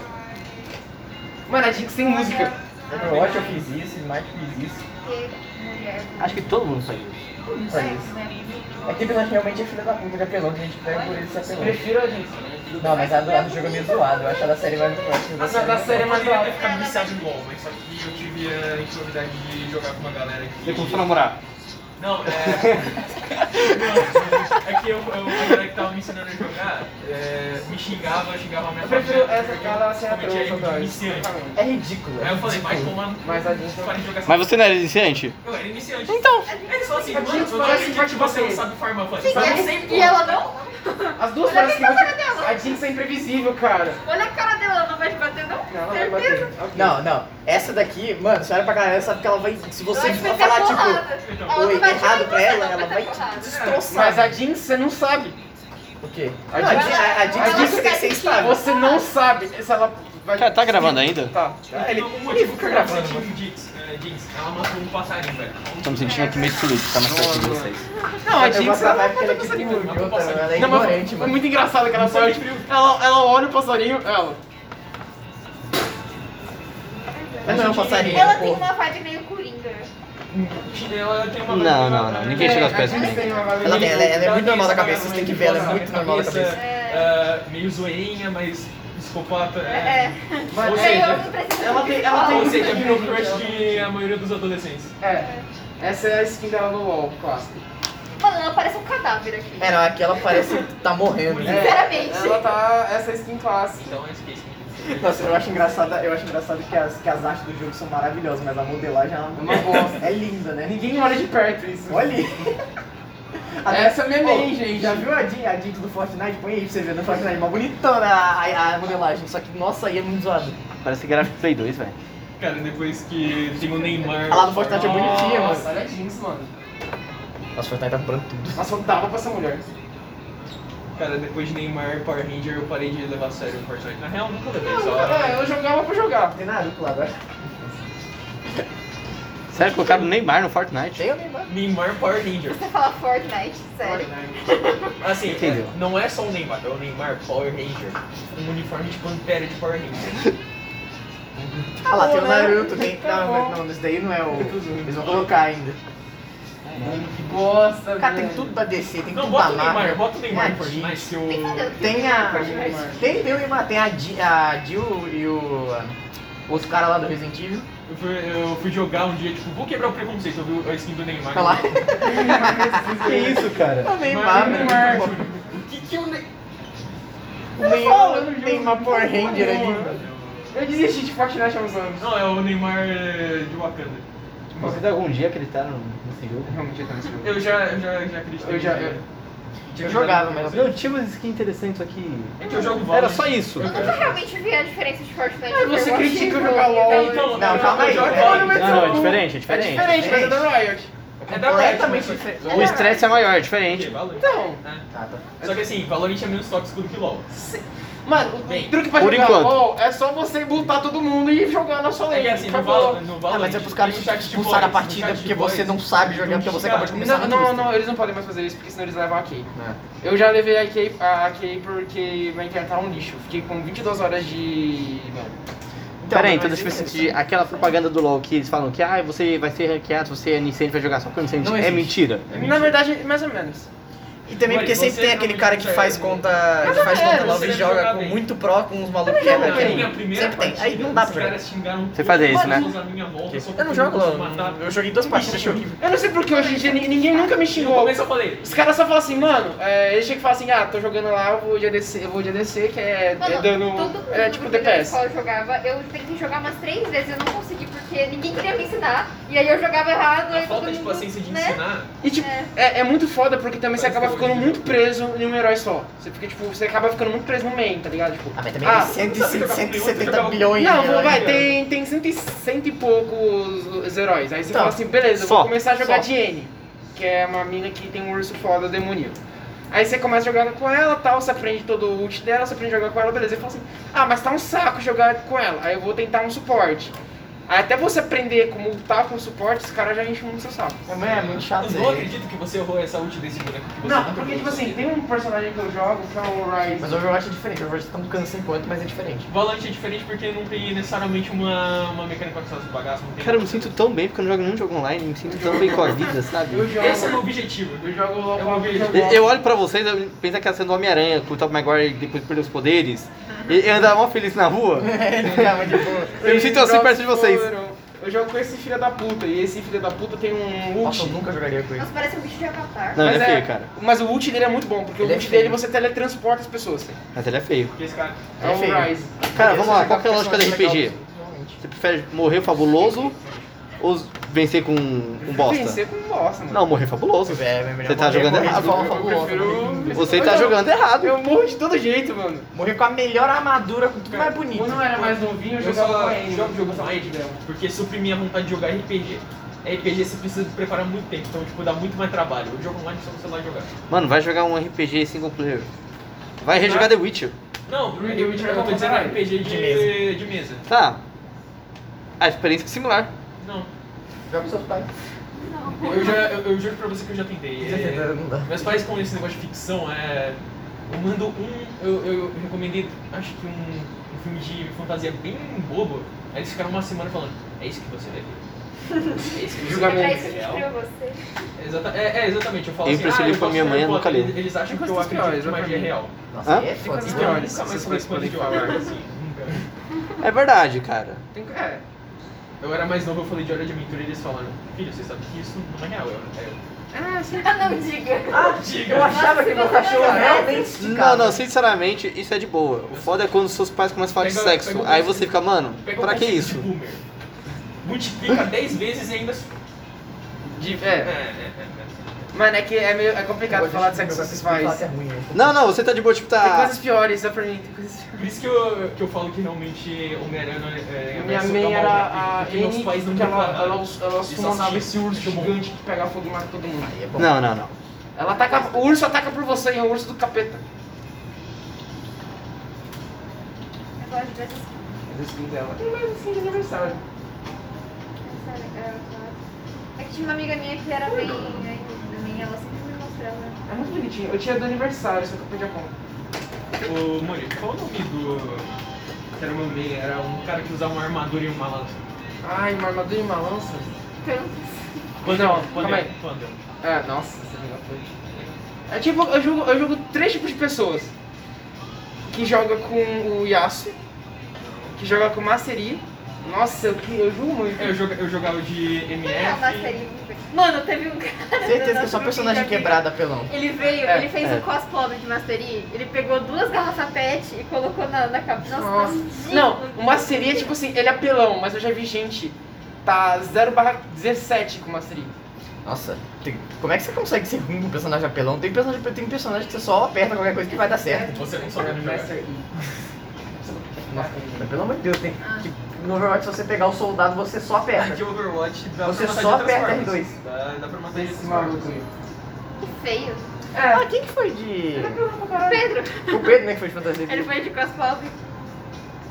[SPEAKER 1] Mano, a Jinx tem música.
[SPEAKER 6] Overwatch eu fiz isso, Smite fiz isso.
[SPEAKER 5] Porque mulher. né?
[SPEAKER 3] Acho que todo mundo faz isso.
[SPEAKER 6] Só isso. Aquele personagem realmente é filha da puta, ele é pelão, tem gente que pega por ele se apelando.
[SPEAKER 1] Prefiro a né? Jinx.
[SPEAKER 6] Não, mas a do, a do jogo é meio zoada, eu acho a da série mais forte.
[SPEAKER 1] Essa da série é
[SPEAKER 2] Assim, Eu
[SPEAKER 1] mais
[SPEAKER 2] poderia ter
[SPEAKER 1] legal.
[SPEAKER 2] ficado viciado em LOL, mas só que eu tive a improvidade de jogar com uma galera que...
[SPEAKER 3] Você começou a namorar.
[SPEAKER 2] Não, é. (laughs) não, é que eu, eu, a galera que tava me ensinando a jogar é, me xingava, xingava a minha
[SPEAKER 1] Eu prefiro
[SPEAKER 2] família,
[SPEAKER 1] essa
[SPEAKER 2] porque
[SPEAKER 1] cara
[SPEAKER 2] eu
[SPEAKER 1] sem a
[SPEAKER 2] cometia erro
[SPEAKER 1] trouxa,
[SPEAKER 2] de
[SPEAKER 1] cara.
[SPEAKER 2] iniciante.
[SPEAKER 6] É ridículo.
[SPEAKER 2] Aí eu falei, vai tomar no cu,
[SPEAKER 1] Mas a gente não-
[SPEAKER 2] para de jogar essa
[SPEAKER 3] Mas você não era iniciante?
[SPEAKER 2] Eu era iniciante. Então. Eles falam assim,
[SPEAKER 1] A
[SPEAKER 2] mano,
[SPEAKER 1] gente
[SPEAKER 2] eu
[SPEAKER 1] vai
[SPEAKER 2] não
[SPEAKER 1] se
[SPEAKER 2] acredito que você não
[SPEAKER 1] bater.
[SPEAKER 2] sabe farmar fã.
[SPEAKER 5] Sim,
[SPEAKER 2] Sabe
[SPEAKER 5] e-
[SPEAKER 2] sem
[SPEAKER 5] e ela não?
[SPEAKER 1] As duas
[SPEAKER 5] Olha
[SPEAKER 1] horas
[SPEAKER 5] a
[SPEAKER 1] que você...
[SPEAKER 5] cara dela.
[SPEAKER 1] A Jinx é imprevisível, cara.
[SPEAKER 5] Olha a cara dela, ela não vai te bater, não?
[SPEAKER 1] Não, ela vai bater.
[SPEAKER 5] Certeza?
[SPEAKER 1] Ok.
[SPEAKER 6] Não, não. Essa daqui, mano, você olha pra cara, sabe que ela vai. Se você
[SPEAKER 5] Ela vai
[SPEAKER 6] falar,
[SPEAKER 5] meter
[SPEAKER 6] tipo,
[SPEAKER 5] porrada.
[SPEAKER 2] então,
[SPEAKER 5] Ela
[SPEAKER 6] oi,
[SPEAKER 5] não vai te
[SPEAKER 6] errado
[SPEAKER 5] bater,
[SPEAKER 6] pra ela, ela
[SPEAKER 5] meter
[SPEAKER 6] vai te
[SPEAKER 5] porrada.
[SPEAKER 6] destroçar.
[SPEAKER 1] Mas a Jinx você não sabe.
[SPEAKER 6] O quê?
[SPEAKER 1] A
[SPEAKER 6] Não, a
[SPEAKER 1] Jinx-
[SPEAKER 6] Jinx- a a
[SPEAKER 1] a
[SPEAKER 6] Jinx
[SPEAKER 1] Jinx
[SPEAKER 6] você tem que ser estável.
[SPEAKER 1] Você não sabe se ela vai...
[SPEAKER 3] Cara, tá gravando ainda?
[SPEAKER 1] Tá.
[SPEAKER 6] Ah, ele-
[SPEAKER 2] O
[SPEAKER 6] ele
[SPEAKER 2] motivo que
[SPEAKER 6] fica
[SPEAKER 2] eu
[SPEAKER 6] gravando.
[SPEAKER 2] tinha um Jinx, é, Jinx, ela matou um passarinho, velho.
[SPEAKER 3] Tô me sentindo aqui meio excluído, tá mais perto de vocês.
[SPEAKER 1] Não, a
[SPEAKER 6] Mas eu
[SPEAKER 1] Jinx
[SPEAKER 6] gosto
[SPEAKER 1] ela
[SPEAKER 6] da
[SPEAKER 1] vai
[SPEAKER 6] vibe que ela
[SPEAKER 1] matar
[SPEAKER 6] é
[SPEAKER 1] o passarinho.
[SPEAKER 6] tipo Jota, ela é
[SPEAKER 1] Não, mas
[SPEAKER 6] ignorante,
[SPEAKER 1] foi
[SPEAKER 6] mano.
[SPEAKER 1] muito engraçado que ela saiu, tipo, ela, ela olha o passarinho, ela.
[SPEAKER 6] Ela não é um passarinho,
[SPEAKER 5] Ela tem
[SPEAKER 6] pô.
[SPEAKER 5] uma vibe meio coringa.
[SPEAKER 2] Um Ela tem uma
[SPEAKER 3] Não, não, não. Ninguém chega aos pés de
[SPEAKER 1] Ela tem
[SPEAKER 3] mim.
[SPEAKER 1] uma vibe
[SPEAKER 6] Ela tem- ela é- ela é
[SPEAKER 2] Ela
[SPEAKER 6] muito
[SPEAKER 2] tem
[SPEAKER 6] normal da
[SPEAKER 2] essa
[SPEAKER 6] cabeça,
[SPEAKER 2] cara
[SPEAKER 6] vocês têm que
[SPEAKER 2] de
[SPEAKER 6] ver, ela é
[SPEAKER 2] porra,
[SPEAKER 6] muito normal da cabeça.
[SPEAKER 2] ah, meio zoeinha, mas psicopata.
[SPEAKER 5] É.
[SPEAKER 1] Mas-
[SPEAKER 2] Ou
[SPEAKER 1] é,
[SPEAKER 2] seja,
[SPEAKER 5] eu não preciso
[SPEAKER 1] Ela tem, ela tem
[SPEAKER 2] ou seja,
[SPEAKER 1] skin,
[SPEAKER 2] virou crush de a maioria dos adolescentes.
[SPEAKER 1] É. Essa é a skin dela no LoL, clássica.
[SPEAKER 5] Mano, ela parece um cadáver aqui.
[SPEAKER 6] É, não, aqui ela parece que tá morrendo.
[SPEAKER 1] É,
[SPEAKER 5] Sinceramente.
[SPEAKER 1] Ela tá. Essa é a skin clássica.
[SPEAKER 2] Então é isso que é isso.
[SPEAKER 6] Nossa, eu acho engraçado, eu acho engraçado que as, que as artes do jogo são maravilhosas, mas a modelagem é uma
[SPEAKER 1] Uma bosta.
[SPEAKER 6] (laughs) É linda, né?
[SPEAKER 1] Ninguém olha de perto isso.
[SPEAKER 6] Olha aí.
[SPEAKER 1] (laughs) Essa é minha
[SPEAKER 6] Pô,
[SPEAKER 1] main, gente.
[SPEAKER 6] Já viu a Jinx, a Jinx do Fortnite? Põe aí pra você ver, no Fortnite, uma bonitona a, a- a modelagem, só que nossa, aí é muito zoado.
[SPEAKER 3] Parece que gráfico Play 2, velho.
[SPEAKER 2] Cara, depois que tem o Neymar.
[SPEAKER 6] A lá do Fortnite é bonitinha,
[SPEAKER 1] Nossa,
[SPEAKER 6] mano.
[SPEAKER 1] olha a Jinx, mano.
[SPEAKER 6] Nossa, o Fortnite tá comprando tudo.
[SPEAKER 1] Nossa, eu dava pra essa mulher.
[SPEAKER 2] Cara, depois de Neymar Power Ranger eu parei de levar a sério o Fortnite. Na real, nunca levei
[SPEAKER 1] Não,
[SPEAKER 2] só.
[SPEAKER 1] é, eu jogava pra jogar.
[SPEAKER 6] Tem Naruto lá agora.
[SPEAKER 3] Sério, colocaram o Neymar no Fortnite?
[SPEAKER 6] Tem o Neymar.
[SPEAKER 2] Neymar Power Ranger.
[SPEAKER 5] Você fala Fortnite, sério.
[SPEAKER 2] Assim,
[SPEAKER 3] Entendeu.
[SPEAKER 2] é, não é só o Neymar, é o Neymar Power Ranger. Um uniforme de pantera de Power Ranger.
[SPEAKER 6] Ah lá, tem o
[SPEAKER 1] né?
[SPEAKER 6] Naruto, tem...
[SPEAKER 1] Tá
[SPEAKER 6] Não,
[SPEAKER 1] bom.
[SPEAKER 6] mas- não, esse daí não é o... Eles vão colocar ainda.
[SPEAKER 1] Que bosta,
[SPEAKER 6] O cara tem tudo da DC, tem
[SPEAKER 2] Não,
[SPEAKER 6] tudo da
[SPEAKER 2] bota o Neymar,
[SPEAKER 6] Marvel.
[SPEAKER 2] bota o Neymar
[SPEAKER 6] Tem
[SPEAKER 2] no
[SPEAKER 6] a Jinx.
[SPEAKER 2] Fortnite. Que o...
[SPEAKER 5] (laughs) Tem que entender.
[SPEAKER 6] Tem a.
[SPEAKER 1] Neymar.
[SPEAKER 6] Tem, tem o Neymar, tem a, Di- a Jill e o. ah, Outro cara lá do Resident Evil.
[SPEAKER 2] eu, fui, eu fui jogar um dia, tipo, vou quebrar o preconceito, eu vi a skin do Neymar. é
[SPEAKER 6] Tá lá.
[SPEAKER 3] Que isso, cara?
[SPEAKER 6] O Neymar,
[SPEAKER 7] né?
[SPEAKER 6] né?
[SPEAKER 2] Neymar. tipo,
[SPEAKER 6] mano.
[SPEAKER 1] que,
[SPEAKER 2] é
[SPEAKER 1] que eu. ne- Eu falo, eu não
[SPEAKER 3] Nenhum,
[SPEAKER 1] jogo.
[SPEAKER 3] nenhuma Power Ranger
[SPEAKER 1] um
[SPEAKER 3] ali.
[SPEAKER 1] Eu desisti de Fortnite há uns anos.
[SPEAKER 2] Não, é o Neymar eh, de Wakanda.
[SPEAKER 3] Vocês algum dia
[SPEAKER 7] tá
[SPEAKER 3] acreditaram nesse jogo?
[SPEAKER 1] Realmente eu tô nesse jogo.
[SPEAKER 2] Eu já, eu já, eu já acreditei.
[SPEAKER 1] Eu já- eu-
[SPEAKER 2] nele.
[SPEAKER 3] Eu jogava, mas eu tinha umas skins interessantes aqui.
[SPEAKER 2] É que eu jogo
[SPEAKER 3] Era
[SPEAKER 2] Valorant.
[SPEAKER 3] só isso.
[SPEAKER 5] Eu nunca realmente vi a diferença de Fortnite
[SPEAKER 1] Mas
[SPEAKER 5] e
[SPEAKER 1] você
[SPEAKER 5] Overwatch.
[SPEAKER 1] critica jogar LOL,
[SPEAKER 5] Eu-
[SPEAKER 2] então,
[SPEAKER 3] Não, calma aí.
[SPEAKER 2] Eu jogo
[SPEAKER 3] diferente.
[SPEAKER 2] Valorant.
[SPEAKER 3] Não, não, é diferente, é
[SPEAKER 1] É
[SPEAKER 3] diferente.
[SPEAKER 1] diferente, mas é da Riot.
[SPEAKER 2] É da Riot, mas-
[SPEAKER 1] diferente.
[SPEAKER 3] O estresse é maior, é
[SPEAKER 2] Ok,
[SPEAKER 3] diferente.
[SPEAKER 2] Valorant.
[SPEAKER 1] Então.
[SPEAKER 2] É.
[SPEAKER 3] Tá, tá.
[SPEAKER 2] Só que assim, Valorant é menos tóxico do que LoL.
[SPEAKER 1] Mano, o
[SPEAKER 2] Bem,
[SPEAKER 1] truque pra
[SPEAKER 3] por
[SPEAKER 1] jogar
[SPEAKER 3] enquanto.
[SPEAKER 1] LOL é só você botar todo mundo e jogar na sua
[SPEAKER 2] É
[SPEAKER 1] lane. tá
[SPEAKER 2] que assim, no
[SPEAKER 1] acabou.
[SPEAKER 2] Valorant.
[SPEAKER 7] Ah,
[SPEAKER 2] no
[SPEAKER 7] é
[SPEAKER 2] Valorant, tem um chat de voz, um chat de voz. Não xingar.
[SPEAKER 1] Não, não, não, eles não podem mais fazer isso porque senão eles levam a Kay. Eu já levei a Kay, a Kay porque minha internet tava um lixo. Fiquei com 22 horas de. é Mano.
[SPEAKER 3] Pera aí, então
[SPEAKER 1] mas
[SPEAKER 3] deixa eu ver se eu
[SPEAKER 1] isso-
[SPEAKER 3] entendi. Aquela propaganda do LoL que eles falam que ah, você vai ser hackeado, você é iniciante, vai jogar só com iniciante.
[SPEAKER 7] Não
[SPEAKER 3] é
[SPEAKER 7] existe.
[SPEAKER 3] mentira.
[SPEAKER 1] Na verdade, mais ou menos.
[SPEAKER 7] E também porque
[SPEAKER 2] Mano,
[SPEAKER 7] sempre
[SPEAKER 2] você
[SPEAKER 7] tem
[SPEAKER 2] não
[SPEAKER 7] aquele
[SPEAKER 2] me
[SPEAKER 7] cara que
[SPEAKER 2] consegue.
[SPEAKER 7] faz conta. Que faz
[SPEAKER 1] é,
[SPEAKER 7] conta
[SPEAKER 2] você
[SPEAKER 7] nova e
[SPEAKER 2] deve
[SPEAKER 7] joga
[SPEAKER 2] jogar
[SPEAKER 7] com
[SPEAKER 2] bem.
[SPEAKER 7] muito pró com uns malucos que é
[SPEAKER 1] jogar
[SPEAKER 2] Na
[SPEAKER 1] bem.
[SPEAKER 2] minha
[SPEAKER 7] daquele.
[SPEAKER 2] primeira
[SPEAKER 7] Sempre tem. Aí não
[SPEAKER 2] partida,
[SPEAKER 7] dá
[SPEAKER 2] os
[SPEAKER 7] pra jogar.
[SPEAKER 2] caras xingaram
[SPEAKER 3] Você faz isso, né?
[SPEAKER 2] todos à minha volta, só
[SPEAKER 7] Eu não
[SPEAKER 2] porque
[SPEAKER 7] jogo
[SPEAKER 2] todos me
[SPEAKER 7] LOL.
[SPEAKER 2] mataram.
[SPEAKER 7] Eu joguei duas partidas, achei horrível.
[SPEAKER 1] Eu não sei porque hoje em dia ninguém- ninguém nunca me
[SPEAKER 2] No
[SPEAKER 1] xingou.
[SPEAKER 2] começo eu falei,
[SPEAKER 1] Os caras só falam assim, mano, é, eles chegam e falam assim, ah, tô jogando lá, eu vou de ADC, eu vou de ADC, que é, é
[SPEAKER 5] Mano, todo
[SPEAKER 1] dando.
[SPEAKER 5] mundo
[SPEAKER 1] É tipo
[SPEAKER 5] que na
[SPEAKER 1] DPS.
[SPEAKER 5] escola eu jogava, eu tentei jogar umas três vezes, eu não consegui, porque ninguém queria me ensinar. E aí eu jogava errado,
[SPEAKER 2] a
[SPEAKER 5] aí
[SPEAKER 2] falta
[SPEAKER 5] todo
[SPEAKER 2] de
[SPEAKER 5] mundo,
[SPEAKER 2] paciência de
[SPEAKER 5] né?
[SPEAKER 2] ensinar
[SPEAKER 1] E tipo,
[SPEAKER 5] É.
[SPEAKER 1] é, é muito foda porque também você
[SPEAKER 2] Parece
[SPEAKER 1] acaba
[SPEAKER 2] que
[SPEAKER 1] ficando
[SPEAKER 2] hoje-
[SPEAKER 1] muito preso em um herói só. Você fica, tipo, você acaba ficando muito preso no main, tá ligado? Tipo,
[SPEAKER 7] Ah, mas também
[SPEAKER 1] ah,
[SPEAKER 7] tem 170 170 bilhões de
[SPEAKER 1] Não, vou-
[SPEAKER 7] anos,
[SPEAKER 1] vai,
[SPEAKER 7] cara.
[SPEAKER 1] tem, tem cento, e, cento e poucos os heróis. Aí você
[SPEAKER 7] Tá.
[SPEAKER 1] fala assim, beleza, eu
[SPEAKER 3] Só.
[SPEAKER 1] vou começar a jogar
[SPEAKER 7] Só.
[SPEAKER 1] de N, que é uma mina que tem um urso foda demoníaco. Aí você começa a jogar com ela tal, você aprende todo o ult dela, você aprende a jogar com ela, beleza. Aí fala assim, ah, mas tá um saco jogar com ela, aí eu vou tentar um suporte. Aí até você aprender como lutar com o suporte, esse cara já enche muito seu saco.
[SPEAKER 7] Também é muito chato
[SPEAKER 2] Eu
[SPEAKER 7] isso
[SPEAKER 2] não
[SPEAKER 7] aí.
[SPEAKER 2] acredito que você errou essa ult desse boneco que você tá
[SPEAKER 1] Não,
[SPEAKER 2] nunca
[SPEAKER 1] porque
[SPEAKER 2] viu.
[SPEAKER 1] tipo assim, tem um personagem que eu jogo que é o Ryze.
[SPEAKER 7] Mas o Overwatch é diferente, o Overwatch tá tocando 50, mas
[SPEAKER 6] (laughs)
[SPEAKER 7] é diferente.
[SPEAKER 2] Valorant é diferente porque não tem necessariamente uma, uma mecânica que faz bagaço, não tem.
[SPEAKER 3] Cara, eu me sinto tão bem porque eu não jogo nenhum jogo online, eu me sinto tão bem com a vida, sabe?
[SPEAKER 1] Eu jogo.
[SPEAKER 2] Esse é o meu objetivo.
[SPEAKER 1] Eu jogo LOL
[SPEAKER 2] É
[SPEAKER 1] com
[SPEAKER 2] um
[SPEAKER 1] alguém, eu
[SPEAKER 2] vídeo.
[SPEAKER 1] jogo-
[SPEAKER 3] Eu olho pra vocês, eu penso que é sendo Homem-Aranha, com o Top Maguire depois perdeu os poderes. E eu andava mó feliz na rua.
[SPEAKER 6] É,
[SPEAKER 7] Ele ficava de boa.
[SPEAKER 3] Eu me sinto assim
[SPEAKER 1] Jogos
[SPEAKER 3] perto de vocês.
[SPEAKER 1] foram- Eu jogo com esse filho da puta, e esse filho da puta tem um ult.
[SPEAKER 7] Nossa, eu nunca jogaria com ele.
[SPEAKER 5] Nossa, parece um bicho de avatar.
[SPEAKER 3] Não, ele
[SPEAKER 1] mas,
[SPEAKER 3] é feio, cara.
[SPEAKER 1] mas o ult dele é muito bom, porque o
[SPEAKER 7] Ele é
[SPEAKER 1] ult
[SPEAKER 7] feio.
[SPEAKER 1] dele você teletransporta as pessoas.
[SPEAKER 3] Mas ele é feio.
[SPEAKER 2] Porque esse cara.
[SPEAKER 1] É,
[SPEAKER 7] É
[SPEAKER 1] o
[SPEAKER 7] feio.
[SPEAKER 1] Rise.
[SPEAKER 3] Cara, vamos lá, qual que é a
[SPEAKER 7] Esse
[SPEAKER 3] lógica do
[SPEAKER 7] personagem
[SPEAKER 3] RPG?
[SPEAKER 7] legal, realmente.
[SPEAKER 3] Você prefere morrer fabuloso ou vencer com um bosta?
[SPEAKER 1] Vencer com um bosta, mano.
[SPEAKER 3] Não, morrer fabuloso.
[SPEAKER 7] É, é melhor
[SPEAKER 3] Você tá
[SPEAKER 7] morrer-
[SPEAKER 3] jogando
[SPEAKER 7] morrer de
[SPEAKER 3] errado.
[SPEAKER 7] forma
[SPEAKER 1] eu
[SPEAKER 7] fabulosa.
[SPEAKER 1] prefiro...
[SPEAKER 3] Você
[SPEAKER 1] eu
[SPEAKER 3] tá
[SPEAKER 1] não-
[SPEAKER 3] jogando errado.
[SPEAKER 1] Eu morro de todo jeito, mano.
[SPEAKER 7] Morrer com a melhor armadura, com tudo mais bonito.
[SPEAKER 1] Quando eu era mais novinho, eu
[SPEAKER 2] Eu
[SPEAKER 1] jogava com né?
[SPEAKER 2] só
[SPEAKER 1] a N.
[SPEAKER 2] jogo jogo
[SPEAKER 1] eu gostava muito dela.
[SPEAKER 2] porque suprimir a vontade de jogar é RPG. RPG você precisa se preparar muito tempo, então tipo, dá muito mais trabalho. O jogo online é só você lá jogar.
[SPEAKER 3] Mano, vai jogar um RPG single player. Vai rejogar The Witcher.
[SPEAKER 2] Não,
[SPEAKER 1] Ring
[SPEAKER 2] eu
[SPEAKER 1] Witch
[SPEAKER 2] eu tô
[SPEAKER 1] é
[SPEAKER 2] dizendo
[SPEAKER 1] caralho.
[SPEAKER 2] RPG
[SPEAKER 7] De
[SPEAKER 2] de,
[SPEAKER 7] mesa.
[SPEAKER 2] de mesa.
[SPEAKER 3] Tá. A experiência é similar.
[SPEAKER 2] Não.
[SPEAKER 7] Joga com seus
[SPEAKER 6] tá
[SPEAKER 7] pais.
[SPEAKER 2] Eu, já, eu, eu juro pra você que eu já tentei.
[SPEAKER 7] Já
[SPEAKER 2] É,
[SPEAKER 7] tentaram, não dá.
[SPEAKER 2] meus pais com esse negócio de ficção, é, eu mando um. Eu, eu recomendei, acho que um, um filme de fantasia bem bobo. Aí eles ficaram uma semana falando: é isso que você vai ver. É isso que você vai
[SPEAKER 1] Julgamento.
[SPEAKER 5] Pra
[SPEAKER 2] ver.
[SPEAKER 5] isso que
[SPEAKER 2] real."
[SPEAKER 5] criou você.
[SPEAKER 2] Exata- é, é, exatamente. Eu falo
[SPEAKER 3] Eu
[SPEAKER 2] assim:
[SPEAKER 3] emprestei
[SPEAKER 2] ah,
[SPEAKER 3] livro pra
[SPEAKER 2] gosto
[SPEAKER 3] minha
[SPEAKER 2] de
[SPEAKER 3] mãe,
[SPEAKER 2] Harry
[SPEAKER 3] eu nunca
[SPEAKER 2] Potter.
[SPEAKER 3] li.
[SPEAKER 2] Eles, eles acham que eu
[SPEAKER 1] Coisas
[SPEAKER 2] acredito
[SPEAKER 1] piores,
[SPEAKER 2] que magia é
[SPEAKER 1] exatamente.
[SPEAKER 2] real.
[SPEAKER 7] Nossa,
[SPEAKER 3] Hã?
[SPEAKER 7] aí é foda.
[SPEAKER 1] Coisas
[SPEAKER 7] né?
[SPEAKER 2] Eu
[SPEAKER 1] piores
[SPEAKER 2] nunca mais
[SPEAKER 1] vocês
[SPEAKER 2] fui
[SPEAKER 1] podem
[SPEAKER 2] fã de horror,
[SPEAKER 1] falar.
[SPEAKER 2] assim, nunca.
[SPEAKER 3] É verdade, cara.
[SPEAKER 1] Tem que- É.
[SPEAKER 2] Eu era mais novo, eu falei de Hora de Aventura e eles falaram: filho, você sabe que isso não é real. Eu, eu,
[SPEAKER 1] Ah, sim.
[SPEAKER 5] Ah, (laughs) não diga.
[SPEAKER 7] Ah, eu achava que meu cachorro realmente
[SPEAKER 3] Não,
[SPEAKER 7] esticava.
[SPEAKER 3] não, sinceramente, isso é de boa. O foda é quando seus pais começam a falar de
[SPEAKER 2] Pega-
[SPEAKER 3] sexo.
[SPEAKER 2] pega o
[SPEAKER 3] Aí
[SPEAKER 2] conceito.
[SPEAKER 3] você fica, mano,
[SPEAKER 2] Pega o
[SPEAKER 3] pra que
[SPEAKER 2] conceito um de
[SPEAKER 3] isso?
[SPEAKER 2] boomer. Multiplica 10 vezes e ainda. su-
[SPEAKER 1] De-
[SPEAKER 2] É,
[SPEAKER 1] é.
[SPEAKER 2] é, é.
[SPEAKER 1] Mano, é que é meio é complicado
[SPEAKER 7] Agora,
[SPEAKER 1] falar de
[SPEAKER 7] deixa eu
[SPEAKER 1] sexo com esses
[SPEAKER 7] ver se eu
[SPEAKER 1] pais.
[SPEAKER 7] faço é ruim, né?
[SPEAKER 3] Não, não, você tá de boa, tipo,
[SPEAKER 1] Tem
[SPEAKER 3] tá.
[SPEAKER 1] coisas piores, dá pra mim. Tem coisas
[SPEAKER 2] é. Por isso que eu, que eu falo que realmente Homem-Aranha é. é
[SPEAKER 1] Minha
[SPEAKER 2] verso
[SPEAKER 1] mãe
[SPEAKER 2] da
[SPEAKER 1] era
[SPEAKER 2] obra,
[SPEAKER 1] Né, a
[SPEAKER 2] porque meus
[SPEAKER 1] N,
[SPEAKER 2] pais não
[SPEAKER 1] que
[SPEAKER 2] me
[SPEAKER 1] ela,
[SPEAKER 2] falaram.
[SPEAKER 1] ela, ela
[SPEAKER 2] Eles
[SPEAKER 1] sumonava
[SPEAKER 2] assistiam
[SPEAKER 1] esse urso
[SPEAKER 2] Digimon.
[SPEAKER 1] gigante que pega fogo e mata todo mundo.
[SPEAKER 7] Aí é bom.
[SPEAKER 3] Não, não, não.
[SPEAKER 1] Ela ataca, o urso ataca por você, é o urso do capeta.
[SPEAKER 5] Eu gosto de ver essas coisas.
[SPEAKER 1] Mas esse filme É dela. Tem mais assim de aniversário.
[SPEAKER 5] sabe? É, eu gosto. É que tinha uma amiga minha que era bem ainda também, ela sempre me mostrava.
[SPEAKER 1] É muito bonitinho. Eu tinha do aniversário, só que eu perdi a conta.
[SPEAKER 2] Ô, Mori, qual o nome do. Que era o meu meio? Era um cara que usava uma armadura e um uma lança.
[SPEAKER 1] Ai, uma armadura e uma lança.
[SPEAKER 5] Tantos.
[SPEAKER 1] Não,
[SPEAKER 2] quando
[SPEAKER 3] é?
[SPEAKER 1] calma aí. É, nossa, essa vida foi. É tipo, eu jogo, eu jogo três tipos de pessoas. Que joga com o Yasuo, que joga com o Mastery Nossa, eu, eu jogo muito.
[SPEAKER 2] Eu, joga- eu jogava de
[SPEAKER 5] Não, mas
[SPEAKER 2] MF.
[SPEAKER 5] seria Mano, teve um (laughs) cara. do
[SPEAKER 7] Certeza que é só
[SPEAKER 5] nosso
[SPEAKER 7] personagem
[SPEAKER 5] grupinho de
[SPEAKER 7] quebrada, pelão.
[SPEAKER 5] Ele veio,
[SPEAKER 7] É,
[SPEAKER 5] ele fez
[SPEAKER 3] é.
[SPEAKER 5] o cosplay de Master Yi, ele pegou duas garrafas pet e colocou na, na cabeça. Nossa, tá
[SPEAKER 1] Nossa. Não, o Masteria, tipo assim, ele é apelão, mas eu já vi gente. Tá 0 barra 17 com o Masteria.
[SPEAKER 7] Nossa, tem- como é que você consegue ser ruim com um personagem apelão? Tem personagem, tem personagem que você só aperta qualquer coisa que vai dar certo.
[SPEAKER 2] Você não sabe
[SPEAKER 1] é
[SPEAKER 2] jogar.
[SPEAKER 7] Mas pelo amor de Deus, tem
[SPEAKER 5] Ah,
[SPEAKER 7] que, no Overwatch se você pegar o soldado, você só
[SPEAKER 2] Ah,
[SPEAKER 7] aperta.
[SPEAKER 2] de Overwatch dá
[SPEAKER 7] Você
[SPEAKER 2] pra matar
[SPEAKER 7] só
[SPEAKER 2] de outras
[SPEAKER 7] aperta
[SPEAKER 2] formas.
[SPEAKER 7] R2.
[SPEAKER 2] Dá, dá pra matar de
[SPEAKER 1] Esse
[SPEAKER 2] outras
[SPEAKER 1] maluco
[SPEAKER 2] formas.
[SPEAKER 1] aí.
[SPEAKER 5] que feio.
[SPEAKER 1] É,
[SPEAKER 7] Ah, quem que foi de...
[SPEAKER 5] Pedro,
[SPEAKER 7] O Pedro, né, que foi de fantasia.
[SPEAKER 5] ele foi de cosplay.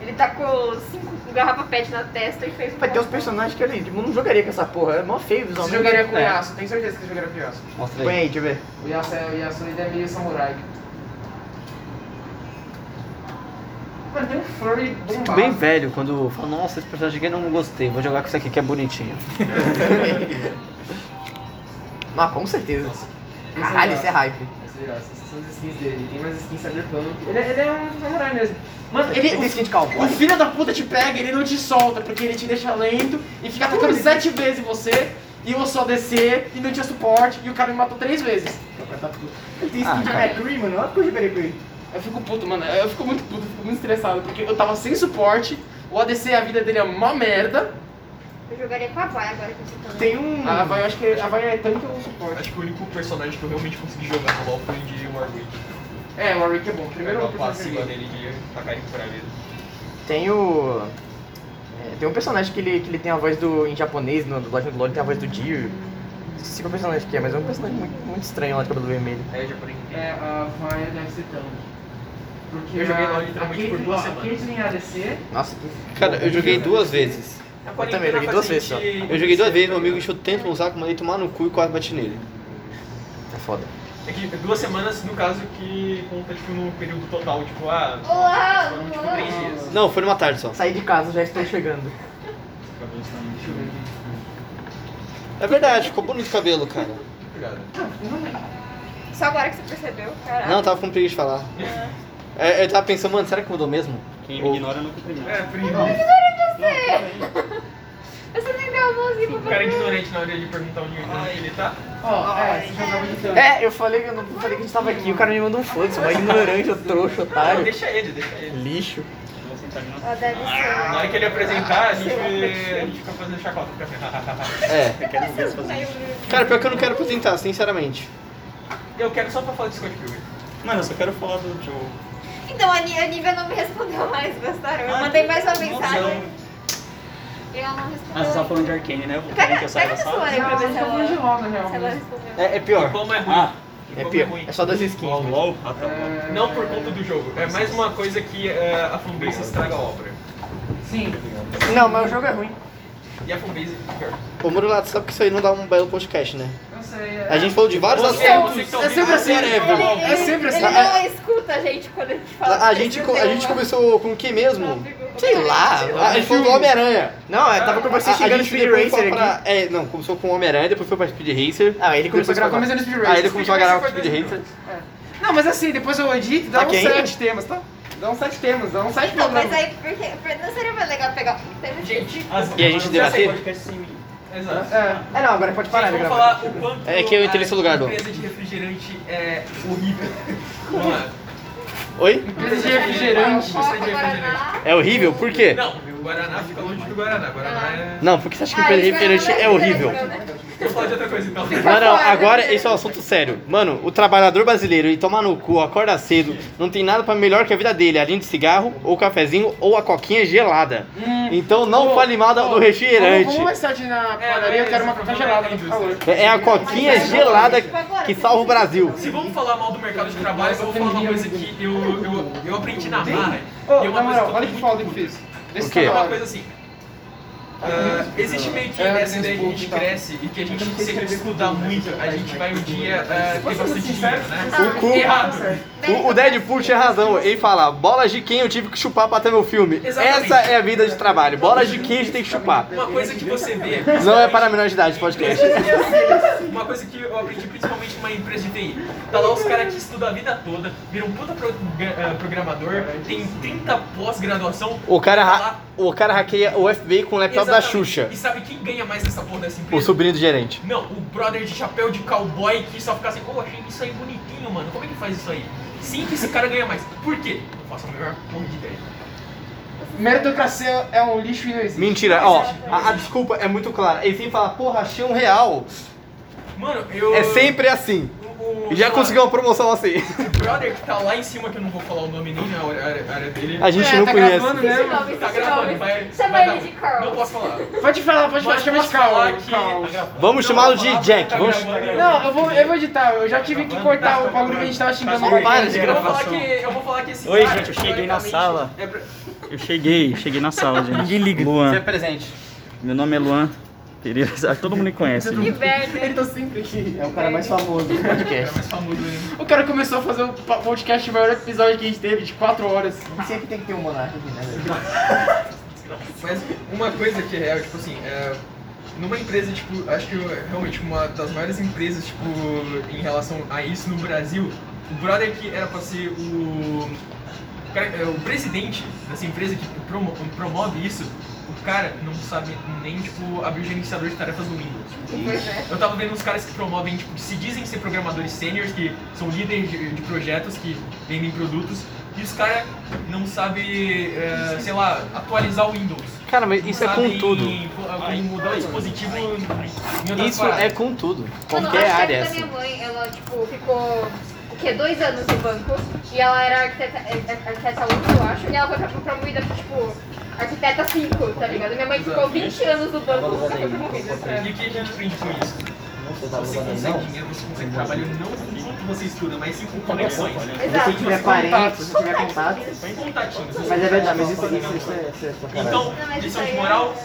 [SPEAKER 5] Ele tacou cinco garrafas pet na testa e fez um.
[SPEAKER 7] Vai ter os
[SPEAKER 5] cosplay.
[SPEAKER 7] personagens que eu tipo, não jogaria com essa porra. É mó feio visualmente.
[SPEAKER 1] você jogaria com o
[SPEAKER 7] É.
[SPEAKER 1] Yasuo, tenho certeza que você jogaria com o Yasuo.
[SPEAKER 3] Mostra
[SPEAKER 7] Põe
[SPEAKER 3] aí.
[SPEAKER 7] aí, deixa eu ver.
[SPEAKER 1] O Yasuo é, o Yasuo, ele é meio samurai. Mano, tem um furry
[SPEAKER 3] Fico
[SPEAKER 1] bombado.
[SPEAKER 3] bem velho quando falo, nossa, esse personagem aqui eu não gostei, vou jogar com isso aqui que é bonitinho.
[SPEAKER 7] Ah, com certeza.
[SPEAKER 1] Esse é
[SPEAKER 7] Caralho,
[SPEAKER 1] legal.
[SPEAKER 7] isso é hype.
[SPEAKER 1] Esse é legal, essas são as skins dele, tem umas skins cyberpunk. Ele, é- ele é um samurai mesmo. Mano, ele,
[SPEAKER 7] Ele tem skin de
[SPEAKER 1] O
[SPEAKER 7] cowboy.
[SPEAKER 1] filho da puta te pega, ele não te solta, porque ele te deixa lento e fica atacando sete vezes em você, e eu só descer, e não tinha suporte, e o cara me matou três vezes. Ele tem skin
[SPEAKER 3] Ah,
[SPEAKER 1] de
[SPEAKER 3] cara.
[SPEAKER 1] Mercury, mano, olha a coisa de Mercury. Eu fico puto, mano, eu fico muito puto, eu fico muito estressado, porque eu tava sem suporte, o ADC, a vida dele é uma merda.
[SPEAKER 5] Eu jogaria com a Vai agora que eu tô falando.
[SPEAKER 7] Tem um...
[SPEAKER 1] A Vai, eu acho que a Vai é tanque ou suporte.
[SPEAKER 2] Acho que o único personagem que eu realmente consegui jogar no LoL foi de Warwick.
[SPEAKER 1] É, o Warwick é bom, primeiro
[SPEAKER 2] Primeiro a
[SPEAKER 1] eu
[SPEAKER 2] passiva
[SPEAKER 1] prefiro
[SPEAKER 2] dele de atacar e recuperar a vida.
[SPEAKER 7] Tem o. é, tem um personagem que ele, que ele tem a voz do. em japonês, no dublagem do LoL, ele tem a voz do Dio. Esqueci qual personagem que é, mas é um personagem muito, muito estranho lá de cabelo vermelho.
[SPEAKER 2] Aí eu já porém.
[SPEAKER 1] É, a Vai deve ser tanque. Porque
[SPEAKER 2] Eu joguei
[SPEAKER 1] a-
[SPEAKER 2] LoL literalmente
[SPEAKER 1] a
[SPEAKER 2] por
[SPEAKER 1] Caitlyn-
[SPEAKER 2] duas
[SPEAKER 1] A
[SPEAKER 2] semanas.
[SPEAKER 1] Caitlyn ADC,
[SPEAKER 7] Nossa, que.
[SPEAKER 3] Cara, eu joguei duas vezes.
[SPEAKER 7] Eu também joguei duas vezes só.
[SPEAKER 3] Eu joguei duas vezes, meu amigo encheu tanto no saco, mandei tomar no cu e quase bati nele.
[SPEAKER 7] É foda.
[SPEAKER 2] É que duas semanas, no caso, que conta, tipo, no período total, tipo, ah,
[SPEAKER 5] Olá,
[SPEAKER 2] foram, tipo,
[SPEAKER 5] olá.
[SPEAKER 2] três dias.
[SPEAKER 3] Não, foi numa tarde só.
[SPEAKER 7] Saí de casa, já estou chegando.
[SPEAKER 1] deixa eu ver aqui.
[SPEAKER 3] É verdade, ficou bonito o cabelo, cara.
[SPEAKER 2] Obrigado.
[SPEAKER 5] Só agora que você percebeu, caralho.
[SPEAKER 3] Não, eu tava com preguiça de falar. É, eu tava pensando, mano, será que mudou mesmo?
[SPEAKER 8] Quem
[SPEAKER 3] Ou-
[SPEAKER 8] me ignora não cumprimenta.
[SPEAKER 2] É, por enquanto.
[SPEAKER 5] Você nem deu a mãozinha
[SPEAKER 2] O
[SPEAKER 5] pra
[SPEAKER 2] cara é ignorante na hora de perguntar onde ele tá.
[SPEAKER 1] Ó, é, você jogava de tanque.
[SPEAKER 7] É, eu falei, que eu não falei que a gente tava
[SPEAKER 3] tá.
[SPEAKER 7] aqui, o cara me mandou um foda-se, uma ignorante,
[SPEAKER 3] um
[SPEAKER 7] eu trouxa,
[SPEAKER 2] Não,
[SPEAKER 7] otário.
[SPEAKER 2] deixa ele, deixa ele.
[SPEAKER 7] Lixo.
[SPEAKER 8] Vou sentar ali na
[SPEAKER 5] Ela deve
[SPEAKER 2] Na hora
[SPEAKER 5] ser.
[SPEAKER 2] que ele apresentar, a gente, a gente fica fazendo chacota. Fica assim,
[SPEAKER 3] É.
[SPEAKER 8] Quero ver se
[SPEAKER 5] Meio-
[SPEAKER 8] fazer.
[SPEAKER 3] Cara, pior que eu não quero apresentar, sinceramente.
[SPEAKER 2] (laughs) Eu quero só pra falar de Scott Pilgrim.
[SPEAKER 8] Mano, eu só quero falar do Joe.
[SPEAKER 5] Então, a Ni- a Nívia não me respondeu mais, gostaram? Eu
[SPEAKER 8] Ah,
[SPEAKER 5] mandei mais uma
[SPEAKER 8] que
[SPEAKER 5] mensagem.
[SPEAKER 8] emoção.
[SPEAKER 5] E ela não
[SPEAKER 8] Ah, vocês estavam
[SPEAKER 5] respondeu.
[SPEAKER 8] falando de Arcane, né? Vou
[SPEAKER 5] Pega,
[SPEAKER 8] que eu
[SPEAKER 5] pega
[SPEAKER 8] saio da
[SPEAKER 5] o celular
[SPEAKER 8] sala.
[SPEAKER 5] aí pra ver se
[SPEAKER 1] Não, eu tô de
[SPEAKER 5] ela,
[SPEAKER 1] LOL, na real.
[SPEAKER 5] se ela respondeu.
[SPEAKER 3] É, é pior.
[SPEAKER 2] Como é ruim.
[SPEAKER 8] Ah,
[SPEAKER 2] E
[SPEAKER 7] É
[SPEAKER 2] como
[SPEAKER 7] pior,
[SPEAKER 2] ruim.
[SPEAKER 7] é só das skins.
[SPEAKER 3] né?
[SPEAKER 8] o
[SPEAKER 7] mesmo.
[SPEAKER 8] LOL? Ah, tá bom.
[SPEAKER 1] É,
[SPEAKER 2] Não por conta do jogo. É mais uma coisa que eh, a fanbase estraga a obra.
[SPEAKER 1] Sim.
[SPEAKER 7] Não, mas o jogo é ruim.
[SPEAKER 2] E a fanbase é pior.
[SPEAKER 3] Ô, Murulato, sabe que isso aí não dá um belo podcast, né?
[SPEAKER 1] Eu sei.
[SPEAKER 3] A gente falou de vários
[SPEAKER 2] é. Você,
[SPEAKER 3] assuntos.
[SPEAKER 2] você que tá
[SPEAKER 1] É sempre
[SPEAKER 2] ouvindo,
[SPEAKER 1] assim,
[SPEAKER 2] você
[SPEAKER 1] né?
[SPEAKER 2] é bom.
[SPEAKER 1] É sempre assim.
[SPEAKER 5] Ele não escuta a gente quando a gente fala.
[SPEAKER 3] A, a gente, co- a gente começou com o que mesmo?
[SPEAKER 7] Sei lá,
[SPEAKER 3] A gente falou do Homem-Aranha.
[SPEAKER 7] Não, eu tava com
[SPEAKER 3] A,
[SPEAKER 7] você
[SPEAKER 3] a
[SPEAKER 7] chegando no
[SPEAKER 3] gente
[SPEAKER 7] Speed
[SPEAKER 3] depois foi
[SPEAKER 7] Racer
[SPEAKER 3] pra,
[SPEAKER 7] aqui.
[SPEAKER 3] É, não, começou com o Homem-Aranha, depois foi pra Speed Racer.
[SPEAKER 7] Ah, ele começou
[SPEAKER 3] Depois foi
[SPEAKER 7] a gravar.
[SPEAKER 1] Começando Speed
[SPEAKER 2] Ah,
[SPEAKER 3] Aí ele
[SPEAKER 1] Racer.
[SPEAKER 3] começou a gravar com o Speed
[SPEAKER 2] né?
[SPEAKER 3] Racer.
[SPEAKER 1] Não, mas assim, depois eu edito, dá
[SPEAKER 7] Ok.
[SPEAKER 1] uns sete temas, tá? Dá uns sete temas, dá uns sete
[SPEAKER 5] Então, mas
[SPEAKER 1] programas.
[SPEAKER 5] aí, porque porque não seria mais legal pegar um tema específico?
[SPEAKER 8] Ah,
[SPEAKER 3] E a gente
[SPEAKER 8] eu
[SPEAKER 3] debateu?
[SPEAKER 8] já sei o podcast sem mim.
[SPEAKER 2] Exato.
[SPEAKER 1] É.
[SPEAKER 7] É, não, agora pode parar de
[SPEAKER 2] Gente, vamos
[SPEAKER 7] gravar.
[SPEAKER 2] falar o quanto
[SPEAKER 3] É que eu entrei nesse
[SPEAKER 2] a
[SPEAKER 3] lugar, Dom.
[SPEAKER 2] empresa de refrigerante é horrível. (laughs) Vamos lá.
[SPEAKER 3] Oi?
[SPEAKER 1] Empresa de refrigerante.
[SPEAKER 2] Não,
[SPEAKER 5] Coca, Guaraná.
[SPEAKER 3] É horrível? Por quê?
[SPEAKER 2] Não, o Guaraná fica longe do Guaraná. Guaraná é...
[SPEAKER 3] Não, porque você acha que
[SPEAKER 5] Ah,
[SPEAKER 3] empresa de
[SPEAKER 5] isso é
[SPEAKER 3] refrigerante é horrível?
[SPEAKER 2] Vamos falar de outra coisa então.
[SPEAKER 3] (laughs) Não, não, agora esse é um assunto sério. Mano, o trabalhador brasileiro, ele toma no cu, acorda cedo, não tem nada pra melhor que a vida dele, além de cigarro, ou cafezinho, ou a coquinha gelada.
[SPEAKER 1] Hum.
[SPEAKER 3] Então não
[SPEAKER 1] Ô,
[SPEAKER 3] fale mal da-
[SPEAKER 1] ô,
[SPEAKER 3] do
[SPEAKER 1] Vamos
[SPEAKER 3] refrigerante.
[SPEAKER 1] vamos mais tarde na
[SPEAKER 2] É,
[SPEAKER 1] padaria, eu quero uma
[SPEAKER 2] esse
[SPEAKER 1] coca
[SPEAKER 2] problema
[SPEAKER 1] gelada,
[SPEAKER 2] é
[SPEAKER 1] tá com calor.
[SPEAKER 3] É é a coquinha gelada que salva o Brasil.
[SPEAKER 2] Se vamos falar mal do mercado de trabalho, eu vou falar uma coisa que eu, eu, eu aprendi na marra.
[SPEAKER 1] Ô,
[SPEAKER 2] e
[SPEAKER 1] na
[SPEAKER 2] é uma coisa
[SPEAKER 1] moral,
[SPEAKER 2] que eu
[SPEAKER 1] olha
[SPEAKER 2] tô
[SPEAKER 1] que
[SPEAKER 2] muito
[SPEAKER 1] falta que
[SPEAKER 2] puto.
[SPEAKER 1] fiz. Deixa
[SPEAKER 3] O quê?
[SPEAKER 1] eu
[SPEAKER 2] É
[SPEAKER 1] falar.
[SPEAKER 2] uma coisa assim. ah, existe meio que essa ideia que a gente cresce e que a gente, se a gente estudar muito, a gente vai um dia ah, ter bastante dinheiro, né?
[SPEAKER 3] O cu.
[SPEAKER 2] Errado.
[SPEAKER 5] né? tipo,
[SPEAKER 3] O, o Deadpool tinha razão, ele fala, bolas de quem eu tive que chupar pra ter meu filme.
[SPEAKER 2] Exatamente.
[SPEAKER 3] Essa é a vida de trabalho, bolas de quem a gente tem que chupar.
[SPEAKER 2] Uma coisa que você vê. é (laughs)
[SPEAKER 3] Não é para menor é de idade, podcast.
[SPEAKER 2] Uma coisa que eu aprendi principalmente numa empresa de TI. Tá lá os caras que estudam a vida toda, viram um puta pro- eh, programador, tem 30 pós-graduação.
[SPEAKER 3] O cara,
[SPEAKER 2] tá
[SPEAKER 3] ha-
[SPEAKER 2] lá-
[SPEAKER 3] o cara hackeia o FBI com o laptop É da
[SPEAKER 2] Exatamente.
[SPEAKER 3] Xuxa.
[SPEAKER 2] E sabe quem ganha mais nessa porra dessa
[SPEAKER 3] O
[SPEAKER 2] empresa?
[SPEAKER 3] sobrinho do gerente.
[SPEAKER 2] Não, o brother de chapéu de cowboy que só fica assim, pô, achei isso aí bonitinho, mano. Como é que faz isso aí? Sim que esse cara ganha mais. Por quê? Não faço a melhor porra de ideia.
[SPEAKER 1] Meritocracia é um lixo e não existe.
[SPEAKER 3] Mentira, ó, a, a desculpa é muito clara. Ele sempre fala, porra, achei um real.
[SPEAKER 2] Mano, eu.
[SPEAKER 3] É sempre assim.
[SPEAKER 2] o- o-
[SPEAKER 3] E Já conseguiu uma promoção assim.
[SPEAKER 2] O brother que tá lá em cima, que eu não vou falar o nome nem a área, área dele.
[SPEAKER 3] A gente
[SPEAKER 1] É,
[SPEAKER 3] não
[SPEAKER 1] tá
[SPEAKER 3] conhece.
[SPEAKER 1] gravando, né?
[SPEAKER 5] é
[SPEAKER 2] Tá gravando, vai.
[SPEAKER 5] Chama
[SPEAKER 2] vai dar-
[SPEAKER 5] ele é de Carl.
[SPEAKER 2] Não posso falar.
[SPEAKER 1] Pode falar, pode falar,
[SPEAKER 2] Mas
[SPEAKER 1] chama de
[SPEAKER 2] posso falar
[SPEAKER 1] Carl.
[SPEAKER 2] que-
[SPEAKER 1] Carl.
[SPEAKER 3] Vamos chamá-lo de Jack,
[SPEAKER 2] Tá
[SPEAKER 3] vamos-
[SPEAKER 2] gravando, tá gravando.
[SPEAKER 1] Não, eu vou, eu vou editar, eu já tive que cortar o bagulho que a gente tava xingando.
[SPEAKER 8] Tá
[SPEAKER 3] Para de
[SPEAKER 2] Eu vou falar
[SPEAKER 8] gravação.
[SPEAKER 2] que,
[SPEAKER 3] é
[SPEAKER 2] eu vou falar que esse
[SPEAKER 8] Oi,
[SPEAKER 2] cara,
[SPEAKER 8] gente, eu cheguei na
[SPEAKER 2] teoricamente,
[SPEAKER 8] sala.
[SPEAKER 2] é pra-
[SPEAKER 8] Eu cheguei, cheguei na sala, gente. Ninguém liga. Luan.
[SPEAKER 3] é presente.
[SPEAKER 8] Meu nome é Luan Pereira. Acho que todo mundo me conhece.
[SPEAKER 5] Que
[SPEAKER 8] gente.
[SPEAKER 5] merda.
[SPEAKER 1] Ele tá sempre aqui.
[SPEAKER 7] É o cara mais famoso do
[SPEAKER 2] é
[SPEAKER 7] podcast.
[SPEAKER 2] mais famoso, né?
[SPEAKER 1] O cara começou a fazer o pa- podcast, o maior episódio que a gente teve, de 4 horas.
[SPEAKER 7] Sempre tem que ter um monarca aqui, né? velho?
[SPEAKER 2] Mas uma coisa que é real, tipo assim, é, numa empresa, tipo, acho que eu- realmente uma das maiores empresas, tipo, em relação a isso no Brasil, o brother que era pra ser o. o cara- é, O presidente dessa empresa que promo- promove isso, o cara não sabe nem, tipo, abrir o gerenciador de tarefas do Windows.
[SPEAKER 5] Pois é.
[SPEAKER 2] Eu tava vendo uns caras que promovem, tipo, que se dizem ser programadores sêniores, que são líderes de, de projetos, que vendem produtos, e os caras não sabem, eh, sei lá, atualizar o Windows.
[SPEAKER 3] Cara, mas isso é com
[SPEAKER 2] Sabem
[SPEAKER 3] tudo.
[SPEAKER 2] co- mudar o dispositivo em outras
[SPEAKER 3] Isso
[SPEAKER 2] paradas.
[SPEAKER 3] é com tudo.
[SPEAKER 5] Mano,
[SPEAKER 3] Qualquer
[SPEAKER 5] a
[SPEAKER 3] área é
[SPEAKER 5] chefe da minha
[SPEAKER 3] assim.
[SPEAKER 5] mãe, ela, tipo, ficou, o quê? Dois anos no banco. E ela era arquiteta, é, é, arquiteta 1, eu acho. E ela foi pra- promovida, tipo, arquiteta 5, tá ligado? Minha mãe ficou 20 anos no banco e nunca foi promovida. tá
[SPEAKER 2] E o que a gente aprende com isso?
[SPEAKER 6] Você tá
[SPEAKER 2] Você assim,
[SPEAKER 6] usando
[SPEAKER 2] consegue
[SPEAKER 6] não?
[SPEAKER 2] dinheiro, você consegue é trabalho não com o que você estuda, mas sim com conexões.
[SPEAKER 5] Exato.
[SPEAKER 7] Se tiver parente, se tiver contato.
[SPEAKER 2] Com contatinhos.
[SPEAKER 7] Mas é verdade, mas isso, isso, isso é, isso é sacanagem.
[SPEAKER 2] Então,
[SPEAKER 5] Não, mas isso
[SPEAKER 2] lição
[SPEAKER 5] aí
[SPEAKER 2] de
[SPEAKER 5] é-
[SPEAKER 2] moral,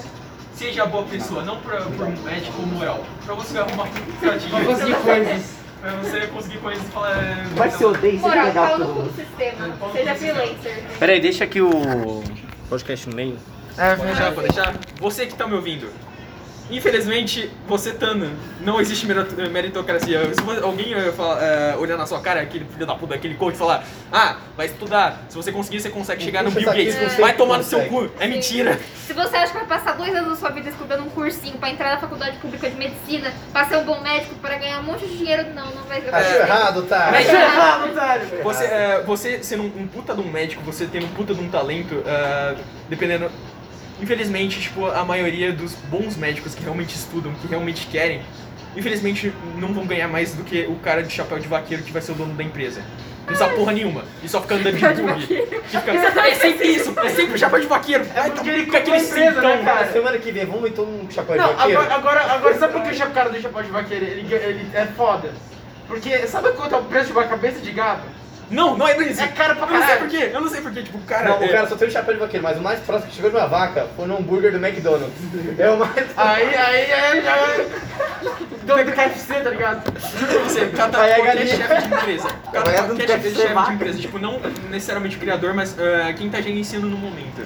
[SPEAKER 2] seja boa pessoa, não pra, por ética ou moral. Pra você arrumar
[SPEAKER 1] Pra
[SPEAKER 2] contatinhos.
[SPEAKER 1] conseguir coisas.
[SPEAKER 2] Pra você conseguir coisas e falar. é,
[SPEAKER 7] Mas se
[SPEAKER 2] não.
[SPEAKER 7] odeia, seja
[SPEAKER 5] Moral,
[SPEAKER 7] legal
[SPEAKER 5] fala
[SPEAKER 7] pra todo
[SPEAKER 5] no cu do
[SPEAKER 7] mundo.
[SPEAKER 5] sistema. Seja freelancer.
[SPEAKER 3] Peraí, deixa aqui o podcast no meio.
[SPEAKER 1] É,
[SPEAKER 2] Pode deixar, pode deixar. Você que tá me ouvindo. Infelizmente, você, Tana, não existe merito- meritocracia. Se você- alguém eh, fala- eh, olhar na sua cara, aquele filho da puta, aquele coach, falar: Ah, vai estudar, se você conseguir, você consegue chegar no Bill Gates. Vai tomar no seu cu, é mentira.
[SPEAKER 5] Se você acha que vai passar dois anos da sua vida estudando um cursinho pra entrar na faculdade pública de medicina, pra ser um bom médico, pra ganhar um monte de dinheiro, não, não
[SPEAKER 3] É.
[SPEAKER 5] vai ganhar.
[SPEAKER 3] tá?
[SPEAKER 2] Mas-
[SPEAKER 7] Ah,
[SPEAKER 1] errado, otário.
[SPEAKER 2] Você,
[SPEAKER 1] Ah.
[SPEAKER 2] eh, você sendo um, um puta de um médico, você tendo um puta de um talento, eh, dependendo. Infelizmente, tipo, a maioria dos bons médicos que realmente estudam, que realmente querem, infelizmente não vão ganhar mais do que o cara de chapéu de vaqueiro que vai ser o dono da empresa. Não sabe porra nenhuma. E só fica andando de bug. Que fica- É sempre isso, é sempre o chapéu de vaqueiro. Ai, tá
[SPEAKER 1] É, então, porque ele
[SPEAKER 2] com aquele
[SPEAKER 1] comprou a empresa, né,
[SPEAKER 2] cintão.
[SPEAKER 1] cara?
[SPEAKER 3] semana que vem, vamos então um chapéu
[SPEAKER 1] Não, agora, agora, agora sabe por que o chapéu cara do chapéu de vaqueiro? Ele, ele é foda. Porque sabe quanto é o preço de uma cabeça de gado?
[SPEAKER 2] Não, não é isso.
[SPEAKER 1] É caro pra
[SPEAKER 2] Eu não sei
[SPEAKER 1] caralho.
[SPEAKER 2] porquê, eu não sei porquê. Tipo, o cara.
[SPEAKER 3] Não,
[SPEAKER 2] é-
[SPEAKER 3] o cara só tem um chapéu de vaqueiro, mas o mais próximo que chegou de uma vaca foi no hambúrguer do McDonald's. É o mais.
[SPEAKER 1] Aí, é, aí, aí, já... é. Dono do KFC, tá ligado?
[SPEAKER 2] Juro pra você, cada
[SPEAKER 3] Vai a
[SPEAKER 2] qualquer
[SPEAKER 3] galinha.
[SPEAKER 2] chefe de empresa. Cada
[SPEAKER 7] Vai a
[SPEAKER 2] qualquer chefe,
[SPEAKER 7] galinha, deve ser
[SPEAKER 2] chefe de
[SPEAKER 7] vaca.
[SPEAKER 2] empresa. Tipo, não necessariamente o criador, mas ah, quem tá gerenciando no momento.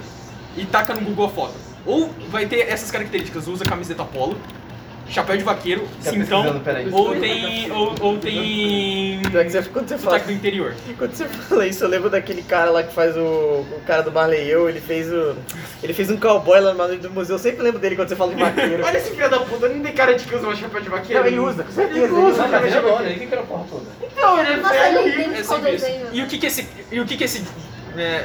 [SPEAKER 2] E taca no Google a foto. Ou vai ter essas características, usa camiseta polo, chapéu de vaqueiro,
[SPEAKER 3] Tá
[SPEAKER 2] cintão,
[SPEAKER 3] pesquisando, peraí. Tá
[SPEAKER 2] ou tem. ou, ou tem.
[SPEAKER 7] Pior que você- quando você fala-
[SPEAKER 2] sotaque do interior.
[SPEAKER 7] Quando você fala isso, eu lembro daquele cara lá que faz o. O cara do Marley e eu, ele fez o. Ele fez um cowboy lá no do museu. Eu sempre lembro dele quando você fala de vaqueiro.
[SPEAKER 1] Olha esse filho da puta, ele não tem cara de que usa uma chapéu de vaqueiro.
[SPEAKER 7] Não, ele usa, com certeza.
[SPEAKER 1] Ele usa
[SPEAKER 7] Ele usa,
[SPEAKER 3] é
[SPEAKER 1] chapéu de vaqueiro.
[SPEAKER 3] tem que era porra toda.
[SPEAKER 1] Então, ele é
[SPEAKER 5] Nossa,
[SPEAKER 1] velho
[SPEAKER 5] ele
[SPEAKER 1] e rico.
[SPEAKER 5] tem-
[SPEAKER 2] É
[SPEAKER 5] Qual
[SPEAKER 2] sempre isso.
[SPEAKER 5] desenho?
[SPEAKER 2] E o que que esse. E o que que esse. é,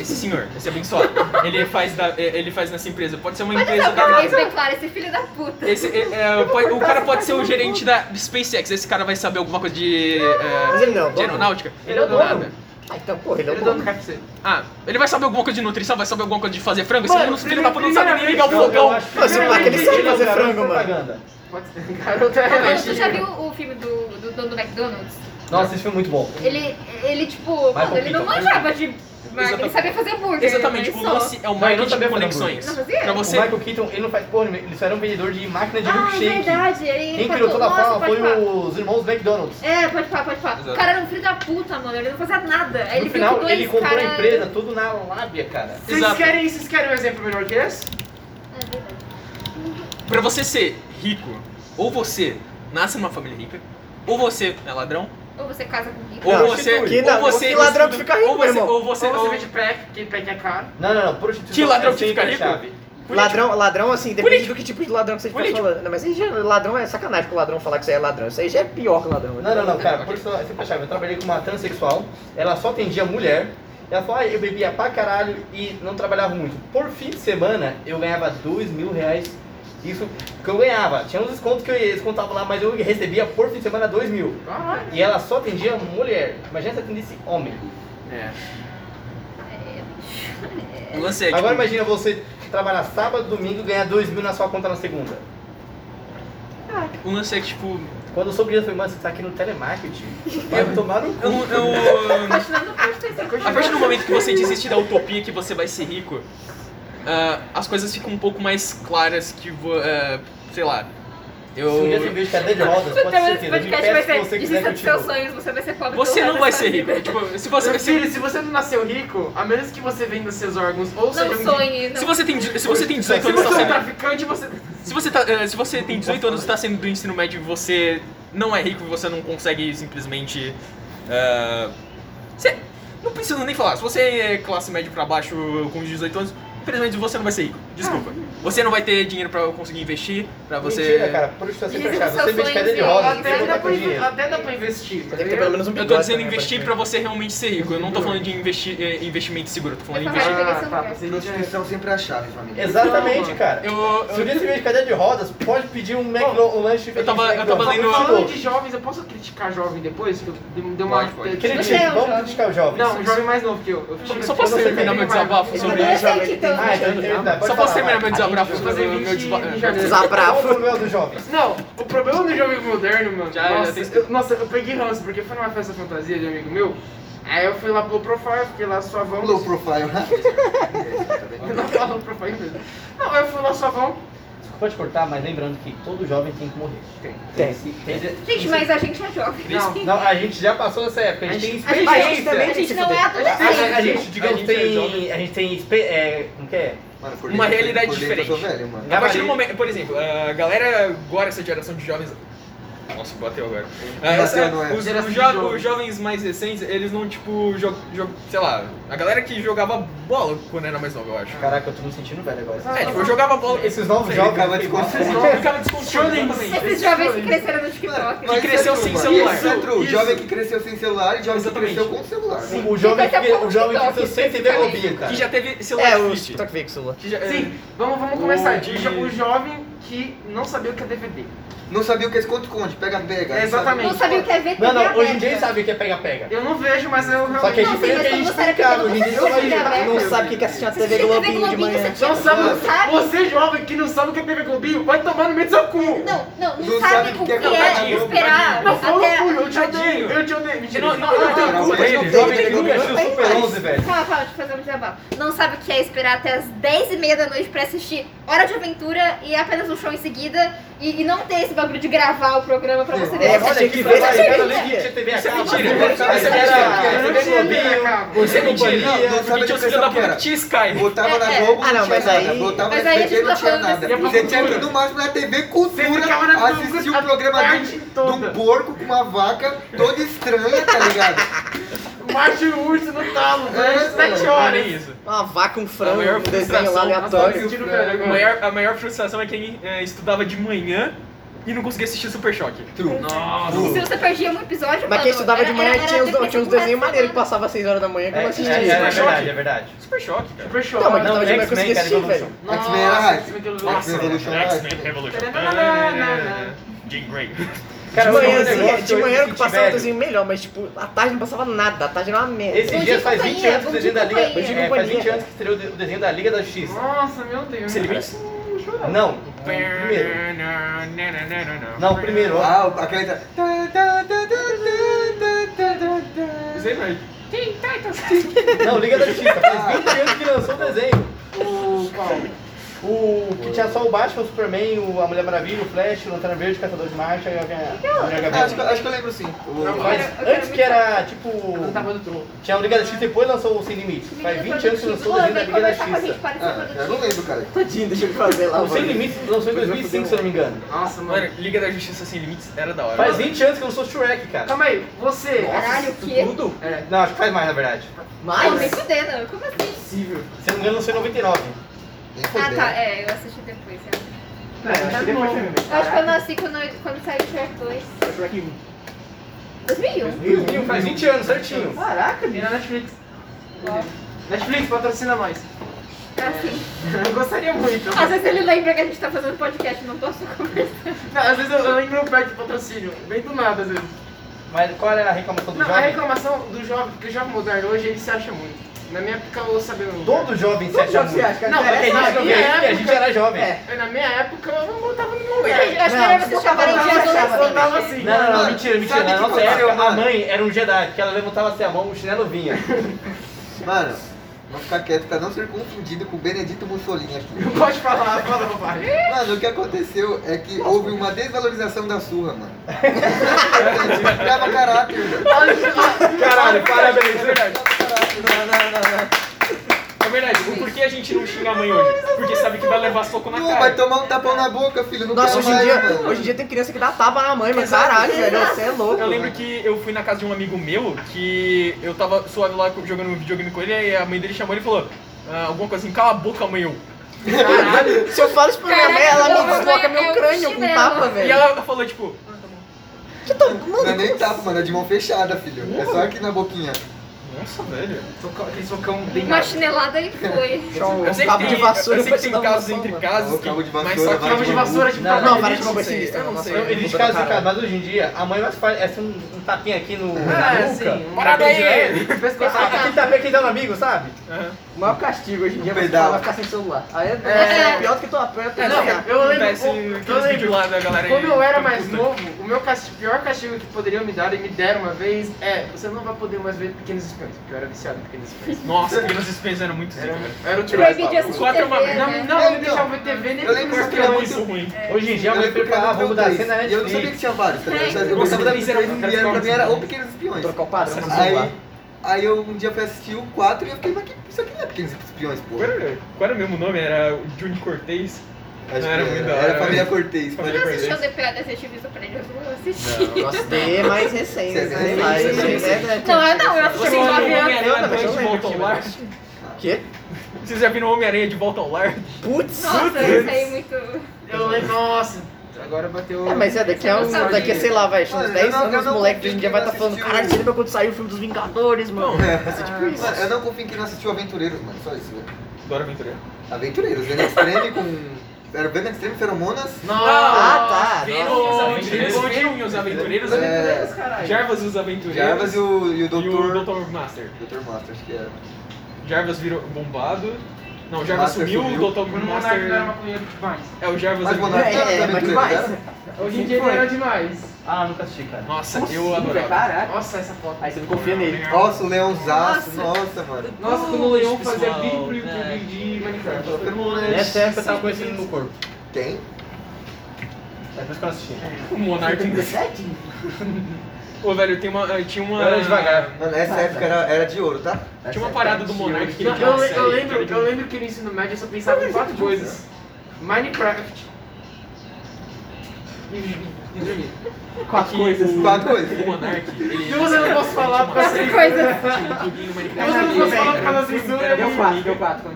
[SPEAKER 2] esse senhor, esse abençoado, ele faz, da, é, ele faz nessa empresa. Pode ser uma
[SPEAKER 5] Mas
[SPEAKER 2] empresa
[SPEAKER 5] essa
[SPEAKER 2] da
[SPEAKER 5] porra é
[SPEAKER 2] NASA.
[SPEAKER 5] bem clara, esse filho da puta.
[SPEAKER 2] Esse, é, é, pode- o cara pode ser o gerente da SpaceX, esse cara vai saber alguma coisa de, é,
[SPEAKER 7] Mas ele não é o
[SPEAKER 2] de
[SPEAKER 7] dono?
[SPEAKER 2] aeronáutica.
[SPEAKER 1] Ele é o dono.
[SPEAKER 2] Nada.
[SPEAKER 7] Ah, então, porra, ele é
[SPEAKER 1] Ele é
[SPEAKER 7] um
[SPEAKER 1] dono do
[SPEAKER 7] bom.
[SPEAKER 1] KFC.
[SPEAKER 2] Ah, ele vai saber alguma coisa de nutrição, vai saber alguma coisa de fazer frango, esse
[SPEAKER 1] Mano,
[SPEAKER 2] mundo filho da puta não sabe nem
[SPEAKER 1] primeiramente,
[SPEAKER 2] ligar o fogão.
[SPEAKER 1] eu acho-
[SPEAKER 7] Mas o moleque, ele sabe Então, fazer
[SPEAKER 5] é
[SPEAKER 7] frango, mano.
[SPEAKER 3] propaganda.
[SPEAKER 1] Pode ser. (laughs) Garoto é
[SPEAKER 5] Mano, tu já
[SPEAKER 1] mexicano.
[SPEAKER 5] viu o filme do, do dono do McDonald's?
[SPEAKER 3] Nossa, esse filme é muito bom.
[SPEAKER 5] Ele, ele tipo, mano, ele não manjava de marca, ele
[SPEAKER 2] Exatamente.
[SPEAKER 5] sabia fazer hambúrguer.
[SPEAKER 2] Exatamente,
[SPEAKER 5] mas
[SPEAKER 2] o
[SPEAKER 5] só.
[SPEAKER 2] lance é o
[SPEAKER 3] Mas não
[SPEAKER 2] marketing
[SPEAKER 3] sabia
[SPEAKER 2] de
[SPEAKER 1] um
[SPEAKER 3] fazer
[SPEAKER 2] conexões.
[SPEAKER 5] Não fazia?
[SPEAKER 2] Pra
[SPEAKER 3] O
[SPEAKER 2] você,
[SPEAKER 3] Michael Keaton, ele não faz porra nenhuma, ele só era um vendedor de máquina de
[SPEAKER 5] Ah, é
[SPEAKER 3] milkshake.
[SPEAKER 5] verdade. Ele
[SPEAKER 3] Quem criou
[SPEAKER 5] falou,
[SPEAKER 3] toda a
[SPEAKER 5] "Nossa,
[SPEAKER 3] fama
[SPEAKER 5] pode
[SPEAKER 3] foi
[SPEAKER 5] falar."
[SPEAKER 3] os irmãos McDonald's.
[SPEAKER 5] É, pode falar, pode falar.
[SPEAKER 2] Exato.
[SPEAKER 5] O cara era um filho da puta, mano. Ele não fazia nada. Aí ele
[SPEAKER 3] no final,
[SPEAKER 5] dois
[SPEAKER 3] ele comprou
[SPEAKER 5] cara...
[SPEAKER 3] a empresa, tudo na lábia, cara.
[SPEAKER 1] Vocês
[SPEAKER 2] Exato.
[SPEAKER 1] querem, vocês querem um exemplo melhor que esse?
[SPEAKER 5] É verdade.
[SPEAKER 2] pra você ser rico, ou você nasce numa família rica, Ou você é ladrão,
[SPEAKER 5] Ou você casa com rico.
[SPEAKER 2] ou
[SPEAKER 7] Não,
[SPEAKER 2] você.
[SPEAKER 7] que
[SPEAKER 2] ou
[SPEAKER 7] não,
[SPEAKER 2] você
[SPEAKER 7] que ladrão que fica rico,
[SPEAKER 2] ou você,
[SPEAKER 7] meu irmão.
[SPEAKER 2] Ou você.
[SPEAKER 1] Ou você
[SPEAKER 2] ou-
[SPEAKER 1] vende pack, que pack é caro.
[SPEAKER 3] Não, não, não. Prostituição.
[SPEAKER 2] Que ladrão que
[SPEAKER 3] é
[SPEAKER 2] fica
[SPEAKER 3] sempre
[SPEAKER 2] rico?
[SPEAKER 3] a chave.
[SPEAKER 7] Ladrão, ladrão, assim, depende
[SPEAKER 2] Político.
[SPEAKER 7] do que tipo de ladrão que você estiver
[SPEAKER 2] Político.
[SPEAKER 7] falando. Não, mas aí já, ladrão é sacanagem com o ladrão falar que você é ladrão. Isso aí já é pior que ladrão.
[SPEAKER 3] Não, não, não, cara, por isso é sempre a chave. Eu trabalhei com uma transexual, ela só atendia mulher. Ela falou, ah, eu bebia pra caralho e não trabalhava muito. Por fim de semana, eu ganhava dois mil reais. Isso que eu ganhava. Tinha uns descontos que eu descontava lá, mas eu recebia por fim de semana dois mil.
[SPEAKER 1] Caralho.
[SPEAKER 3] E ela só atendia mulher. Imagina se atendesse homem.
[SPEAKER 1] É.
[SPEAKER 2] O lance é, tipo,
[SPEAKER 3] Agora imagina você trabalhar sábado, domingo e ganhar dois mil na sua conta na segunda.
[SPEAKER 2] o lance é que, tipo.
[SPEAKER 3] Quando eu soube disso, eu falei, mano, você tá aqui no telemarketing. Vai tomar no
[SPEAKER 2] Eu,
[SPEAKER 3] cu.
[SPEAKER 2] não- eu,
[SPEAKER 5] Continuando o posto,
[SPEAKER 2] A partir do momento que você desiste da utopia que você vai ser rico, ah, as coisas ficam um pouco mais claras que, vo- ah, sei lá,
[SPEAKER 3] Se um dia você
[SPEAKER 2] eu...
[SPEAKER 3] veio de cadeira de rodas, pode ter
[SPEAKER 5] Esse
[SPEAKER 3] certeza. Me
[SPEAKER 5] podcast vai
[SPEAKER 3] peça se
[SPEAKER 5] ser é
[SPEAKER 3] você quiser
[SPEAKER 5] desista
[SPEAKER 3] que eu
[SPEAKER 5] dos
[SPEAKER 3] te
[SPEAKER 5] seus
[SPEAKER 3] dou.
[SPEAKER 5] sonhos, você vai ser pobre.
[SPEAKER 2] Você
[SPEAKER 5] pelo
[SPEAKER 2] não
[SPEAKER 5] resto
[SPEAKER 2] vai
[SPEAKER 5] da
[SPEAKER 2] ser
[SPEAKER 5] vida.
[SPEAKER 2] rico, tipo, se
[SPEAKER 1] Meu
[SPEAKER 2] você... Se,
[SPEAKER 1] filho, se você não nasceu rico, a menos que você venda seus órgãos ou seja
[SPEAKER 5] Não
[SPEAKER 1] um
[SPEAKER 5] sonhe, não.
[SPEAKER 2] se você tem, se você tem 18
[SPEAKER 1] Se você
[SPEAKER 2] anos, tá
[SPEAKER 1] é um
[SPEAKER 2] sendo,
[SPEAKER 1] traficante, você.
[SPEAKER 2] se, você tá, ah, se você tem 18 anos, está sendo do ensino médio e você não é rico, você não consegue simplesmente... ah, você- não preciso nem falar, se você é classe média pra baixo com 18 anos, infelizmente você não vai ser rico, desculpa. Você não vai ter dinheiro pra conseguir investir, pra você...
[SPEAKER 3] Ah. Mentira, cara, por isso que você
[SPEAKER 5] Diz
[SPEAKER 3] sempre
[SPEAKER 5] que
[SPEAKER 3] achado.
[SPEAKER 5] são
[SPEAKER 3] Você vende
[SPEAKER 5] sonhos
[SPEAKER 3] cadeira de
[SPEAKER 5] de
[SPEAKER 3] rodas, você
[SPEAKER 1] um Até
[SPEAKER 3] volta
[SPEAKER 1] dá,
[SPEAKER 3] com
[SPEAKER 1] pra, inve-
[SPEAKER 3] dinheiro.
[SPEAKER 1] até dá pra investir. tá
[SPEAKER 7] Tem que ter pelo
[SPEAKER 1] ligado?
[SPEAKER 7] menos um
[SPEAKER 2] Eu
[SPEAKER 7] bigode.
[SPEAKER 2] tô dizendo
[SPEAKER 7] né,
[SPEAKER 2] investir pra você realmente ser rico. Eu não tô falando de investi- eh, investimento seguro, eu tô falando de
[SPEAKER 5] Eu
[SPEAKER 2] investimento.
[SPEAKER 5] peguei
[SPEAKER 1] Ah,
[SPEAKER 5] seu
[SPEAKER 1] tá,
[SPEAKER 5] lugar.
[SPEAKER 1] você já-
[SPEAKER 4] Prostituição sempre é a chave, família.
[SPEAKER 3] Exatamente,
[SPEAKER 1] Não,
[SPEAKER 3] cara.
[SPEAKER 2] Eu,
[SPEAKER 3] Se um
[SPEAKER 2] eu,
[SPEAKER 3] dia você vende cadeira de rodas, pode pedir um, McDo- um lanche
[SPEAKER 2] eu tava- eu
[SPEAKER 3] McDonald's.
[SPEAKER 2] tava lendo-
[SPEAKER 1] Falando
[SPEAKER 3] Falou.
[SPEAKER 1] de jovens, eu posso criticar jovem depois? Que eu dei- dei uma.
[SPEAKER 4] Pode, pode.
[SPEAKER 3] Querido,
[SPEAKER 5] Você é um
[SPEAKER 3] vamos
[SPEAKER 5] jovem.
[SPEAKER 3] criticar os jovens.
[SPEAKER 1] Não, um jovem mais novo que eu. eu
[SPEAKER 2] só,
[SPEAKER 1] tinha-
[SPEAKER 2] só posso
[SPEAKER 3] Você
[SPEAKER 2] terminar
[SPEAKER 3] tem
[SPEAKER 2] meu
[SPEAKER 1] mais-
[SPEAKER 2] desabafo
[SPEAKER 1] eu
[SPEAKER 2] sobre
[SPEAKER 5] também
[SPEAKER 2] isso?
[SPEAKER 5] achei que então.
[SPEAKER 3] Ah, então terminar.
[SPEAKER 2] Só posso terminar meu desabafo
[SPEAKER 1] vou fazer
[SPEAKER 2] sobre meu
[SPEAKER 1] 20 em
[SPEAKER 2] desabafo.
[SPEAKER 1] janeiro.
[SPEAKER 3] Qual o
[SPEAKER 7] Desabrafo.
[SPEAKER 3] problema dos jovens?
[SPEAKER 1] Não, o problema do jovem moderno, mano.
[SPEAKER 2] Já, já
[SPEAKER 1] nossa,
[SPEAKER 2] tem-
[SPEAKER 1] eu, nossa, eu peguei ranço, porque foi numa festa fantasia de um amigo meu. Aí eu fui lá pro profile, fiquei lá suavão.
[SPEAKER 4] Low profile.
[SPEAKER 1] (laughs)
[SPEAKER 4] né?
[SPEAKER 1] Não tava no profile mesmo. Não, aí eu fui lá suavão.
[SPEAKER 3] Desculpa te cortar, mas lembrando que todo jovem tem que morrer. Tem.
[SPEAKER 7] Tem.
[SPEAKER 5] Gente, mas a gente é jovem.
[SPEAKER 1] Não,
[SPEAKER 3] Não, a gente já passou dessa época, a gente tem
[SPEAKER 1] A gente-
[SPEAKER 5] a
[SPEAKER 3] experiência.
[SPEAKER 5] gente também, a gente não é
[SPEAKER 3] A- a- a
[SPEAKER 5] adolescente.
[SPEAKER 3] gente, digamos,
[SPEAKER 2] A gente é
[SPEAKER 3] tem.
[SPEAKER 2] jovem.
[SPEAKER 3] A gente tem. espe- É, como que é?
[SPEAKER 4] Mano, por
[SPEAKER 2] (laughs) Uma
[SPEAKER 4] dentro-
[SPEAKER 2] realidade
[SPEAKER 4] por dentro eu sou
[SPEAKER 2] diferente.
[SPEAKER 4] velho, mano.
[SPEAKER 2] A partir do momento, por exemplo, a galera agora, essa geração de jovens. Nossa, bateu agora. Ah, essa-
[SPEAKER 4] Bateu, não é?
[SPEAKER 2] os,
[SPEAKER 1] Geração
[SPEAKER 2] os
[SPEAKER 1] de
[SPEAKER 2] jo-
[SPEAKER 1] jovens.
[SPEAKER 2] os jovens mais recentes, eles não, tipo, jo- jo- sei lá, a galera que jogava bola quando era mais nova, eu acho.
[SPEAKER 3] Caraca, eu tô me sentindo velho agora.
[SPEAKER 2] É, tipo, eu jogava bola.
[SPEAKER 3] Esses novos
[SPEAKER 2] Sei,
[SPEAKER 3] jovens.
[SPEAKER 4] acaba de construir.
[SPEAKER 2] Eu ficava desconfiado exatamente.
[SPEAKER 5] Esses jovens que cresceram no TikTok.
[SPEAKER 2] Que cresceu
[SPEAKER 4] isso é
[SPEAKER 2] sem
[SPEAKER 4] true,
[SPEAKER 2] celular.
[SPEAKER 4] Isso é true.
[SPEAKER 1] Isso.
[SPEAKER 4] Jovem que cresceu sem celular e jovem
[SPEAKER 2] Exatamente.
[SPEAKER 4] que cresceu com celular. né?
[SPEAKER 3] O jovem
[SPEAKER 5] Daqui a
[SPEAKER 3] que
[SPEAKER 5] pouco
[SPEAKER 3] o jovem
[SPEAKER 5] TikTok,
[SPEAKER 3] cresceu sem
[SPEAKER 5] TikTok.
[SPEAKER 3] ideologia, cara.
[SPEAKER 2] Que já teve celular
[SPEAKER 7] É, o
[SPEAKER 2] fixo.
[SPEAKER 7] TikTok Vixula.
[SPEAKER 2] Que já-
[SPEAKER 1] Sim, vamos, vamos começar.
[SPEAKER 2] O de-
[SPEAKER 1] O, jo- o jovem que não sabia o que é DVD.
[SPEAKER 4] Não sabia o que é esconde-conde, pega-pega.
[SPEAKER 1] É, exatamente.
[SPEAKER 5] Não sabia o que é ver
[SPEAKER 3] Não, não, hoje em
[SPEAKER 5] aberta.
[SPEAKER 3] dia ele sabe o que é pega-pega.
[SPEAKER 1] Eu não vejo, mas eu
[SPEAKER 3] Só
[SPEAKER 1] realmente.
[SPEAKER 3] que é
[SPEAKER 5] Não, sim,
[SPEAKER 3] diferente que a
[SPEAKER 5] mas
[SPEAKER 3] gente
[SPEAKER 5] quando você era
[SPEAKER 3] explicava. Hoje em dia
[SPEAKER 5] pequeno,
[SPEAKER 3] só
[SPEAKER 5] você
[SPEAKER 3] vai-
[SPEAKER 5] tinha TV
[SPEAKER 3] não
[SPEAKER 1] aberta.
[SPEAKER 3] sabe o que que é assistir a
[SPEAKER 5] Você
[SPEAKER 3] TV
[SPEAKER 5] tinha TV
[SPEAKER 3] Globinho de manhã.
[SPEAKER 5] você
[SPEAKER 1] Não
[SPEAKER 5] tinha-
[SPEAKER 1] sabe,
[SPEAKER 5] não sabe.
[SPEAKER 1] Você jovem que não sabe o que é TV Globinho, vai tomar no meio do seu cu.
[SPEAKER 5] Não, não, não
[SPEAKER 4] Não
[SPEAKER 5] sabe
[SPEAKER 4] sabe
[SPEAKER 5] o que é
[SPEAKER 4] que é tadinho,
[SPEAKER 5] esperar
[SPEAKER 1] Não, fala
[SPEAKER 5] até...
[SPEAKER 1] cu, eu te
[SPEAKER 2] Tadinho.
[SPEAKER 1] odeio, eu te odeio. Mentira,
[SPEAKER 2] Não, não, não,
[SPEAKER 1] eu tenho
[SPEAKER 4] não,
[SPEAKER 1] culpa.
[SPEAKER 4] mas
[SPEAKER 1] eu
[SPEAKER 4] não
[SPEAKER 1] tenho-
[SPEAKER 3] Jovem que
[SPEAKER 5] Não
[SPEAKER 3] assistiu
[SPEAKER 5] tem
[SPEAKER 3] Super
[SPEAKER 5] mais.
[SPEAKER 3] 11, velho.
[SPEAKER 5] Calma, calma, deixa eu fazer um desabafo. Não sabe o que é esperar até as 10h30 da noite pra assistir Hora de Aventura e apenas um show em seguida e, e não ter esse bagulho de gravar o programa pra você ver.
[SPEAKER 7] É,
[SPEAKER 3] Olha
[SPEAKER 7] tinha
[SPEAKER 3] que
[SPEAKER 7] que ver
[SPEAKER 3] trabalho,
[SPEAKER 7] se
[SPEAKER 3] cada
[SPEAKER 7] ele
[SPEAKER 3] vez
[SPEAKER 7] queria.
[SPEAKER 3] que tinha TV
[SPEAKER 2] Isso é
[SPEAKER 3] acaba.
[SPEAKER 1] né?
[SPEAKER 2] mentira.
[SPEAKER 3] Cara,
[SPEAKER 2] Isso é
[SPEAKER 3] era-
[SPEAKER 1] mentira.
[SPEAKER 3] TV Globinho,
[SPEAKER 1] Cara,
[SPEAKER 3] Você
[SPEAKER 2] Isso é mentira.
[SPEAKER 3] companhia.
[SPEAKER 4] não
[SPEAKER 2] Porque
[SPEAKER 4] sabe
[SPEAKER 2] tinha
[SPEAKER 4] a
[SPEAKER 2] os filhos
[SPEAKER 4] depressão
[SPEAKER 2] da
[SPEAKER 4] que
[SPEAKER 2] puta
[SPEAKER 4] era.
[SPEAKER 2] que tinha Sky.
[SPEAKER 4] Botava
[SPEAKER 5] É,
[SPEAKER 4] na
[SPEAKER 5] é.
[SPEAKER 4] Globo,
[SPEAKER 7] Ah, não,
[SPEAKER 4] não tinha
[SPEAKER 7] mas aí-
[SPEAKER 4] nada. Botava
[SPEAKER 5] mas
[SPEAKER 4] na
[SPEAKER 5] aí a
[SPEAKER 4] SBT,
[SPEAKER 5] gente
[SPEAKER 4] não
[SPEAKER 5] tá
[SPEAKER 4] tinha
[SPEAKER 5] falando
[SPEAKER 4] nada.
[SPEAKER 1] de
[SPEAKER 4] Você tinha que
[SPEAKER 1] cultura.
[SPEAKER 4] ir no máximo na
[SPEAKER 1] Você
[SPEAKER 4] TV
[SPEAKER 1] ficava na
[SPEAKER 4] Cultura,
[SPEAKER 1] cultura
[SPEAKER 4] assistir
[SPEAKER 1] a
[SPEAKER 4] o programa
[SPEAKER 1] tarde
[SPEAKER 4] de de
[SPEAKER 1] toda.
[SPEAKER 4] um porco com uma vaca toda estranha, tá ligado?
[SPEAKER 1] Mate o urso no talo durante
[SPEAKER 4] É,
[SPEAKER 1] sete
[SPEAKER 2] Olha
[SPEAKER 4] mano.
[SPEAKER 1] horas.
[SPEAKER 2] isso.
[SPEAKER 7] Uma vaca, um frango,
[SPEAKER 2] maior
[SPEAKER 7] um desenho lá
[SPEAKER 2] frustração.
[SPEAKER 7] aleatório.
[SPEAKER 1] Tiro,
[SPEAKER 2] A É, maior, a maior frustração é quem eh, estudava de manhã e não conseguia assistir Super Choque.
[SPEAKER 4] True.
[SPEAKER 2] Nossa.
[SPEAKER 5] E se você perdia um episódio,
[SPEAKER 7] Mas
[SPEAKER 5] mano,
[SPEAKER 7] quem estudava de
[SPEAKER 5] era-
[SPEAKER 7] manhã
[SPEAKER 5] era- era
[SPEAKER 7] tinha,
[SPEAKER 5] depressão
[SPEAKER 7] uns, tinha uns
[SPEAKER 5] por
[SPEAKER 7] desenhos
[SPEAKER 5] resto da
[SPEAKER 7] maneiros que
[SPEAKER 5] semana.
[SPEAKER 7] passavam às 6 horas da manhã que eu não
[SPEAKER 3] É,
[SPEAKER 7] assistia.
[SPEAKER 3] é, é verdade,
[SPEAKER 2] Choque.
[SPEAKER 3] é verdade.
[SPEAKER 2] Super Choque, cara.
[SPEAKER 1] Super show.
[SPEAKER 7] Não, mas
[SPEAKER 3] Não,
[SPEAKER 7] tava de manhã que eu
[SPEAKER 3] X-Men,
[SPEAKER 7] conseguia
[SPEAKER 3] cara,
[SPEAKER 7] assistir,
[SPEAKER 3] Evolution.
[SPEAKER 7] velho.
[SPEAKER 4] X-Men era hype.
[SPEAKER 1] X-Men um Evolution.
[SPEAKER 4] X-Men Evolution era
[SPEAKER 2] X-Men
[SPEAKER 4] hype.
[SPEAKER 2] Revolution.
[SPEAKER 1] Tananana.
[SPEAKER 2] Jim Gray.
[SPEAKER 7] De
[SPEAKER 3] Cara,
[SPEAKER 7] manhã,
[SPEAKER 3] eu tô com um
[SPEAKER 7] assim,
[SPEAKER 3] negócio
[SPEAKER 7] de manhã era o que
[SPEAKER 3] eu
[SPEAKER 7] passava um
[SPEAKER 3] senti
[SPEAKER 7] desenho melhor, mas tipo, à tarde não passava nada, à tarde era uma merda.
[SPEAKER 3] Esses
[SPEAKER 5] Bom
[SPEAKER 3] dias
[SPEAKER 5] de
[SPEAKER 3] faz 20
[SPEAKER 5] companhia,
[SPEAKER 3] anos que o
[SPEAKER 5] bom de
[SPEAKER 3] desenho da Liga.
[SPEAKER 5] companhia.
[SPEAKER 3] é, faz 20
[SPEAKER 7] Companhia.
[SPEAKER 3] anos que estreou o desenho da Liga da X.
[SPEAKER 1] Nossa, meu Deus.
[SPEAKER 3] Se liga.
[SPEAKER 1] Hum, chorava.
[SPEAKER 3] Não, primeiro. Não, primeiro.
[SPEAKER 4] Ah, aquela... tá-
[SPEAKER 2] Sei mais.
[SPEAKER 5] Tá, então,
[SPEAKER 3] Não, Liga da Justiça. Faz 20 anos que lançou o desenho.
[SPEAKER 1] O Paulo.
[SPEAKER 3] O que tinha só o Batman, o Superman, o- a Mulher Maravilha, o Flash, o Lanterna Verde, o Caçador de Marte, aí a Mulher
[SPEAKER 4] Ah, acho, que-
[SPEAKER 3] Gavião.
[SPEAKER 4] acho que eu lembro sim. O- Ah,
[SPEAKER 1] Não,
[SPEAKER 3] Mas
[SPEAKER 1] Eu
[SPEAKER 3] antes que era, tipo,
[SPEAKER 2] Não tava do tronco.
[SPEAKER 3] tinha a Liga da Justiça e depois lançou o Sem Limites. Faz 20 anos que lançou o
[SPEAKER 5] Ô,
[SPEAKER 3] desenho da Liga
[SPEAKER 5] vem
[SPEAKER 3] da
[SPEAKER 5] conversar com a gente
[SPEAKER 3] Justiça.
[SPEAKER 5] para
[SPEAKER 4] Ah,
[SPEAKER 5] ser
[SPEAKER 4] eu não
[SPEAKER 5] produtivo.
[SPEAKER 4] lembro, cara.
[SPEAKER 7] Tadinho, deixa eu fazer lá.
[SPEAKER 3] O Sem Limites lançou em 2005, se eu não me engano.
[SPEAKER 1] Nossa,
[SPEAKER 2] Mano,
[SPEAKER 1] mano.
[SPEAKER 2] Liga da Justiça Sem Limites era da hora.
[SPEAKER 3] Faz 20 anos que eu não sou Shrek, cara.
[SPEAKER 1] Calma aí, você.
[SPEAKER 5] Caralho, o quê?
[SPEAKER 2] Tudo?
[SPEAKER 1] É,
[SPEAKER 3] Não, acho que faz mais, na verdade.
[SPEAKER 5] Não, nem fudendo. Como assim?
[SPEAKER 1] possível.
[SPEAKER 3] Se eu não me engano, lançou em 99.
[SPEAKER 4] Nem
[SPEAKER 5] Ah,
[SPEAKER 4] fodendo.
[SPEAKER 5] tá. É, eu assisti depois. Eu
[SPEAKER 1] É, acho que depois foi mesmo.
[SPEAKER 5] acho que eu nasci quando, quando saiu o Shrek 2.
[SPEAKER 7] Shrek
[SPEAKER 5] 2001.
[SPEAKER 3] 2000, faz 20 anos, certinho.
[SPEAKER 1] Caraca, bicho. E na Netflix. Netflix, patrocina nós.
[SPEAKER 5] É assim.
[SPEAKER 1] Eu gostaria muito.
[SPEAKER 5] Às vezes ele lembra que a gente tá fazendo podcast, não posso conversar.
[SPEAKER 1] Não, às vezes eu, eu lembro perto
[SPEAKER 2] tipo,
[SPEAKER 1] do patrocínio. Vem do nada, às vezes.
[SPEAKER 3] Mas qual era a reclamação do
[SPEAKER 1] Não, a
[SPEAKER 3] jovem?
[SPEAKER 1] reclamação do jovem, porque o jovem moderno hoje ele se acha muito. Na minha época eu sabia não.
[SPEAKER 3] Todo jovem se acha
[SPEAKER 7] você acha?
[SPEAKER 3] muito.
[SPEAKER 7] cara?
[SPEAKER 1] Não,
[SPEAKER 7] Cara,
[SPEAKER 1] porque
[SPEAKER 7] essa
[SPEAKER 6] Ah,
[SPEAKER 1] não-
[SPEAKER 7] é a
[SPEAKER 3] Porque
[SPEAKER 7] minha-
[SPEAKER 1] época-
[SPEAKER 3] a gente era jovem.
[SPEAKER 7] É.
[SPEAKER 1] Eu, Na minha época eu não botava no meu
[SPEAKER 5] Eu
[SPEAKER 1] lugar.
[SPEAKER 9] é.
[SPEAKER 5] acho que era você chamar
[SPEAKER 7] não,
[SPEAKER 5] o
[SPEAKER 7] não,
[SPEAKER 5] dia
[SPEAKER 7] não,
[SPEAKER 1] Eu
[SPEAKER 5] adolescente.
[SPEAKER 1] falava assim.
[SPEAKER 3] Não, não, não,
[SPEAKER 4] Mano,
[SPEAKER 3] mentira, mentira.
[SPEAKER 4] sabe
[SPEAKER 3] Na
[SPEAKER 4] que
[SPEAKER 3] nossa
[SPEAKER 4] que eu
[SPEAKER 3] época,
[SPEAKER 4] falava,
[SPEAKER 3] a
[SPEAKER 4] mano?
[SPEAKER 3] mãe era um Jedi, que ela levantava assim a mão, o chinelo vinha.
[SPEAKER 4] Mano, vou ficar quieto pra não ser confundido com o Benedito Mussolini aqui.
[SPEAKER 1] Pode falar, fala, papai.
[SPEAKER 4] Mano, o que aconteceu é que houve uma desvalorização da surra, mano. Grava caráter, velho.
[SPEAKER 3] Caralho,
[SPEAKER 1] É
[SPEAKER 3] parabéns.
[SPEAKER 4] Não, não, não,
[SPEAKER 2] É verdade, o porquê a gente não xinga a mãe hoje? Porque sabe que vai levar soco na
[SPEAKER 4] não. Não, vai
[SPEAKER 2] cara.
[SPEAKER 4] tomar um tapão na boca, filho. Não
[SPEAKER 7] Nossa,
[SPEAKER 4] quero
[SPEAKER 7] hoje em
[SPEAKER 4] mais,
[SPEAKER 7] dia,
[SPEAKER 4] mano.
[SPEAKER 7] hoje em dia tem criança que dá tapa na mãe, mas caralho, velho, você é louco.
[SPEAKER 2] Eu lembro que eu fui na casa de um amigo meu que eu tava suave lá jogando um videogame com ele e a mãe dele chamou ele e falou ah, alguma coisa assim, cala a boca, mãe. Eu.
[SPEAKER 7] Caralho, se eu falo isso pra minha mãe, ela
[SPEAKER 5] Caraca,
[SPEAKER 7] me desloca
[SPEAKER 5] meu chinelo.
[SPEAKER 7] meu crânio com tapa,
[SPEAKER 2] E
[SPEAKER 7] velho.
[SPEAKER 2] ela falou, tipo,
[SPEAKER 7] Que tô... Mano,
[SPEAKER 4] Não é nem tapa, mano. É de mão fechada, filho. É só aqui na boquinha.
[SPEAKER 2] nossa, velho.
[SPEAKER 1] Socão- Aquele socão bem
[SPEAKER 5] Uma chinelada e foi.
[SPEAKER 2] Eu sei que
[SPEAKER 7] cabo de
[SPEAKER 2] tem,
[SPEAKER 7] vassoura
[SPEAKER 2] eu sei que tem
[SPEAKER 7] pra te dar uma
[SPEAKER 2] casos
[SPEAKER 7] vassoura,
[SPEAKER 2] entre
[SPEAKER 7] mano.
[SPEAKER 2] casos,
[SPEAKER 4] Ô, cabo de
[SPEAKER 2] que- mas
[SPEAKER 4] vassoura,
[SPEAKER 2] só que
[SPEAKER 4] vai
[SPEAKER 1] Cabo de vassoura de
[SPEAKER 7] Não,
[SPEAKER 1] papai.
[SPEAKER 7] não, para de
[SPEAKER 1] Ele-
[SPEAKER 7] conversar
[SPEAKER 2] sei,
[SPEAKER 7] isso.
[SPEAKER 2] eu tipo, não sei.
[SPEAKER 7] Nossa,
[SPEAKER 3] Existe casos de casado hoje em dia, a mãe mais faz assim, um tapinha aqui no.
[SPEAKER 1] Ah,
[SPEAKER 3] na nuca.
[SPEAKER 1] sim. um
[SPEAKER 2] Parada
[SPEAKER 1] tapete
[SPEAKER 2] aí!
[SPEAKER 1] de leve, pescoço.
[SPEAKER 3] Ah, Aquele tapinha que dá no amigo, sabe?
[SPEAKER 2] Aham.
[SPEAKER 7] O maior castigo hoje em dia é você
[SPEAKER 4] Pedala.
[SPEAKER 7] falar, vai ficar sem celular. Aí é,
[SPEAKER 1] É.
[SPEAKER 7] é pior do que tu aperta.
[SPEAKER 1] Não,
[SPEAKER 3] Assim,
[SPEAKER 1] eu lembro.
[SPEAKER 2] Acontece
[SPEAKER 1] Eu
[SPEAKER 2] aqueles vídeos
[SPEAKER 1] lembro.
[SPEAKER 2] lá da galera
[SPEAKER 1] Quando
[SPEAKER 2] aí,
[SPEAKER 1] eu era
[SPEAKER 2] ficando
[SPEAKER 1] mais
[SPEAKER 2] puta.
[SPEAKER 1] novo, o meu castigo, pior castigo que poderiam me dar e me deram uma vez é: você não vai poder mais ver Pequenos Espiões, porque eu era viciado em Pequenos Espiões.
[SPEAKER 2] Nossa, Pequenas Espiãs era muito zica,
[SPEAKER 1] Era,
[SPEAKER 2] velho.
[SPEAKER 1] era o
[SPEAKER 4] Proibido
[SPEAKER 1] Três.
[SPEAKER 5] Proibido de assistir
[SPEAKER 2] quatro é uma-
[SPEAKER 1] Não,
[SPEAKER 5] TV, né?
[SPEAKER 1] não,
[SPEAKER 4] É,
[SPEAKER 1] não
[SPEAKER 4] então,
[SPEAKER 1] deixava ver TV nem
[SPEAKER 4] eu lembro
[SPEAKER 1] porque
[SPEAKER 4] que era
[SPEAKER 2] Era
[SPEAKER 1] eu-
[SPEAKER 4] muito-
[SPEAKER 2] muito ruim.
[SPEAKER 3] Hoje
[SPEAKER 1] é
[SPEAKER 3] em dia a mãe
[SPEAKER 4] lembro que
[SPEAKER 3] prepara
[SPEAKER 4] era
[SPEAKER 3] roubo da
[SPEAKER 4] três.
[SPEAKER 3] cena na
[SPEAKER 4] é E Eu não sabia
[SPEAKER 3] Netflix.
[SPEAKER 4] que tinha vários, tá ligado? Eu
[SPEAKER 5] Eu
[SPEAKER 2] É, gostava da
[SPEAKER 4] lembro que
[SPEAKER 2] miserável,
[SPEAKER 4] três vieram, Pra mim era ou Pequenos Espiões.
[SPEAKER 7] Trocar o padrão do celular.
[SPEAKER 4] Aí, aí eu um dia fui assistir o 4 e eu fiquei, mas que, isso aqui não é Pequenos Espiões, pô.
[SPEAKER 2] Qual era, qual era o mesmo nome? Era o Juni Cortez?
[SPEAKER 4] Acho
[SPEAKER 2] era
[SPEAKER 4] que era,
[SPEAKER 2] muito da hora,
[SPEAKER 4] era família
[SPEAKER 2] velho.
[SPEAKER 4] Cortez.
[SPEAKER 2] Família
[SPEAKER 5] Eu não
[SPEAKER 4] Família
[SPEAKER 2] Cortez.
[SPEAKER 5] assisti o DPA detetive aparelhos, eu assisti.
[SPEAKER 7] Gostei, é mais recente.
[SPEAKER 4] Você é
[SPEAKER 7] né?
[SPEAKER 4] recente,
[SPEAKER 7] Mas-
[SPEAKER 4] você é recente.
[SPEAKER 7] né?
[SPEAKER 5] Não, eu não, eu assisti
[SPEAKER 2] Vocês
[SPEAKER 5] em
[SPEAKER 2] já viram o
[SPEAKER 5] nove anos.
[SPEAKER 2] Homem-Aranha
[SPEAKER 7] Eu também, eu
[SPEAKER 2] 2 de
[SPEAKER 7] lembro
[SPEAKER 2] volta ao
[SPEAKER 7] que
[SPEAKER 2] lar?
[SPEAKER 7] Quê?
[SPEAKER 2] Vocês já viram o Homem-Aranha de volta ao lar?
[SPEAKER 7] Putz!
[SPEAKER 5] Nossa, eu saí muito.
[SPEAKER 1] Eu lembro, nossa, agora bateu.
[SPEAKER 7] É, mas é, daqui a, uns,
[SPEAKER 5] Não,
[SPEAKER 7] daqui a, sei lá, vai, uns
[SPEAKER 4] Mano, eu
[SPEAKER 7] 10
[SPEAKER 4] não- eu
[SPEAKER 7] anos,
[SPEAKER 4] não
[SPEAKER 7] os moleques hoje em
[SPEAKER 4] confio
[SPEAKER 7] dia vai estar
[SPEAKER 4] que eu
[SPEAKER 7] falando,
[SPEAKER 4] assisti o-
[SPEAKER 7] caralho, você lembra quando saiu o filme dos Vingadores,
[SPEAKER 2] Não.
[SPEAKER 7] mano? Vai ser tipo isso.
[SPEAKER 4] Mano, eu não confio em quem não assistiu Aventureiros, mano. Só isso, velho.
[SPEAKER 2] Dora Aventureira.
[SPEAKER 4] Aventureiros, Venom Extreme com. Era Venom Extreme, Feromonas. é,
[SPEAKER 1] Nossa,
[SPEAKER 7] Ah, tá.
[SPEAKER 2] Viram
[SPEAKER 7] Nossa.
[SPEAKER 2] os aventureiros? Viram os aventureiros?
[SPEAKER 4] É,
[SPEAKER 2] Jarvas e os aventureiros.
[SPEAKER 4] Jarvas e o, e o
[SPEAKER 2] e o
[SPEAKER 4] Doutor.
[SPEAKER 2] Dr. Master.
[SPEAKER 4] Doutor Master, acho que era.
[SPEAKER 2] Jarvas virou bombado. Não, Jarvas
[SPEAKER 4] Master
[SPEAKER 2] sumiu,
[SPEAKER 4] sumiu.
[SPEAKER 2] o Dr.
[SPEAKER 1] Quando o Monark não era
[SPEAKER 2] Master.
[SPEAKER 1] maconheiro demais.
[SPEAKER 2] É o Jarvas.
[SPEAKER 4] Mas
[SPEAKER 2] é-
[SPEAKER 4] Monark-
[SPEAKER 7] É, é, mas que mais?
[SPEAKER 1] Hoje em dia ele era demais.
[SPEAKER 8] Ah, nunca assisti, cara.
[SPEAKER 2] Nossa, eu adorava.
[SPEAKER 7] Caraca.
[SPEAKER 1] Nossa, essa foto.
[SPEAKER 7] Aí você não confia nele.
[SPEAKER 4] Nossa, o Leãozaço, nossa, mano.
[SPEAKER 1] Nossa, quando o Leon fazia
[SPEAKER 8] pessoal,
[SPEAKER 1] vídeo pro
[SPEAKER 8] é.
[SPEAKER 1] YouTube de Minecraft.
[SPEAKER 3] Nessa época eu tava conhecendo no corpo.
[SPEAKER 4] Quem?
[SPEAKER 3] É por isso que eu assisti.
[SPEAKER 2] O Monark. Ô, velho, tem uma, eh, tinha uma.
[SPEAKER 3] Eu era devagar.
[SPEAKER 4] Mano, essa
[SPEAKER 7] né?
[SPEAKER 4] época era, era de ouro, tá?
[SPEAKER 2] Tinha uma parada do Monark que ele
[SPEAKER 1] Não,
[SPEAKER 2] tinha uma
[SPEAKER 1] eu, eu
[SPEAKER 2] série,
[SPEAKER 1] lembro,
[SPEAKER 2] que
[SPEAKER 1] eu
[SPEAKER 2] era
[SPEAKER 1] lembro que no ensino médio eu só pensava em quatro coisas: Minecraft e e dormir.
[SPEAKER 2] Quatro coisas.
[SPEAKER 4] Quatro coisas.
[SPEAKER 2] O Monark. ele- um
[SPEAKER 1] Duas eu não posso falar por causa
[SPEAKER 5] Quatro
[SPEAKER 1] da
[SPEAKER 5] coisas.
[SPEAKER 2] Tinha um joguinho no Minecraft.
[SPEAKER 1] Duas eu não posso falar por causa da
[SPEAKER 2] Era
[SPEAKER 1] censura.
[SPEAKER 2] uma formiga,
[SPEAKER 7] quatro.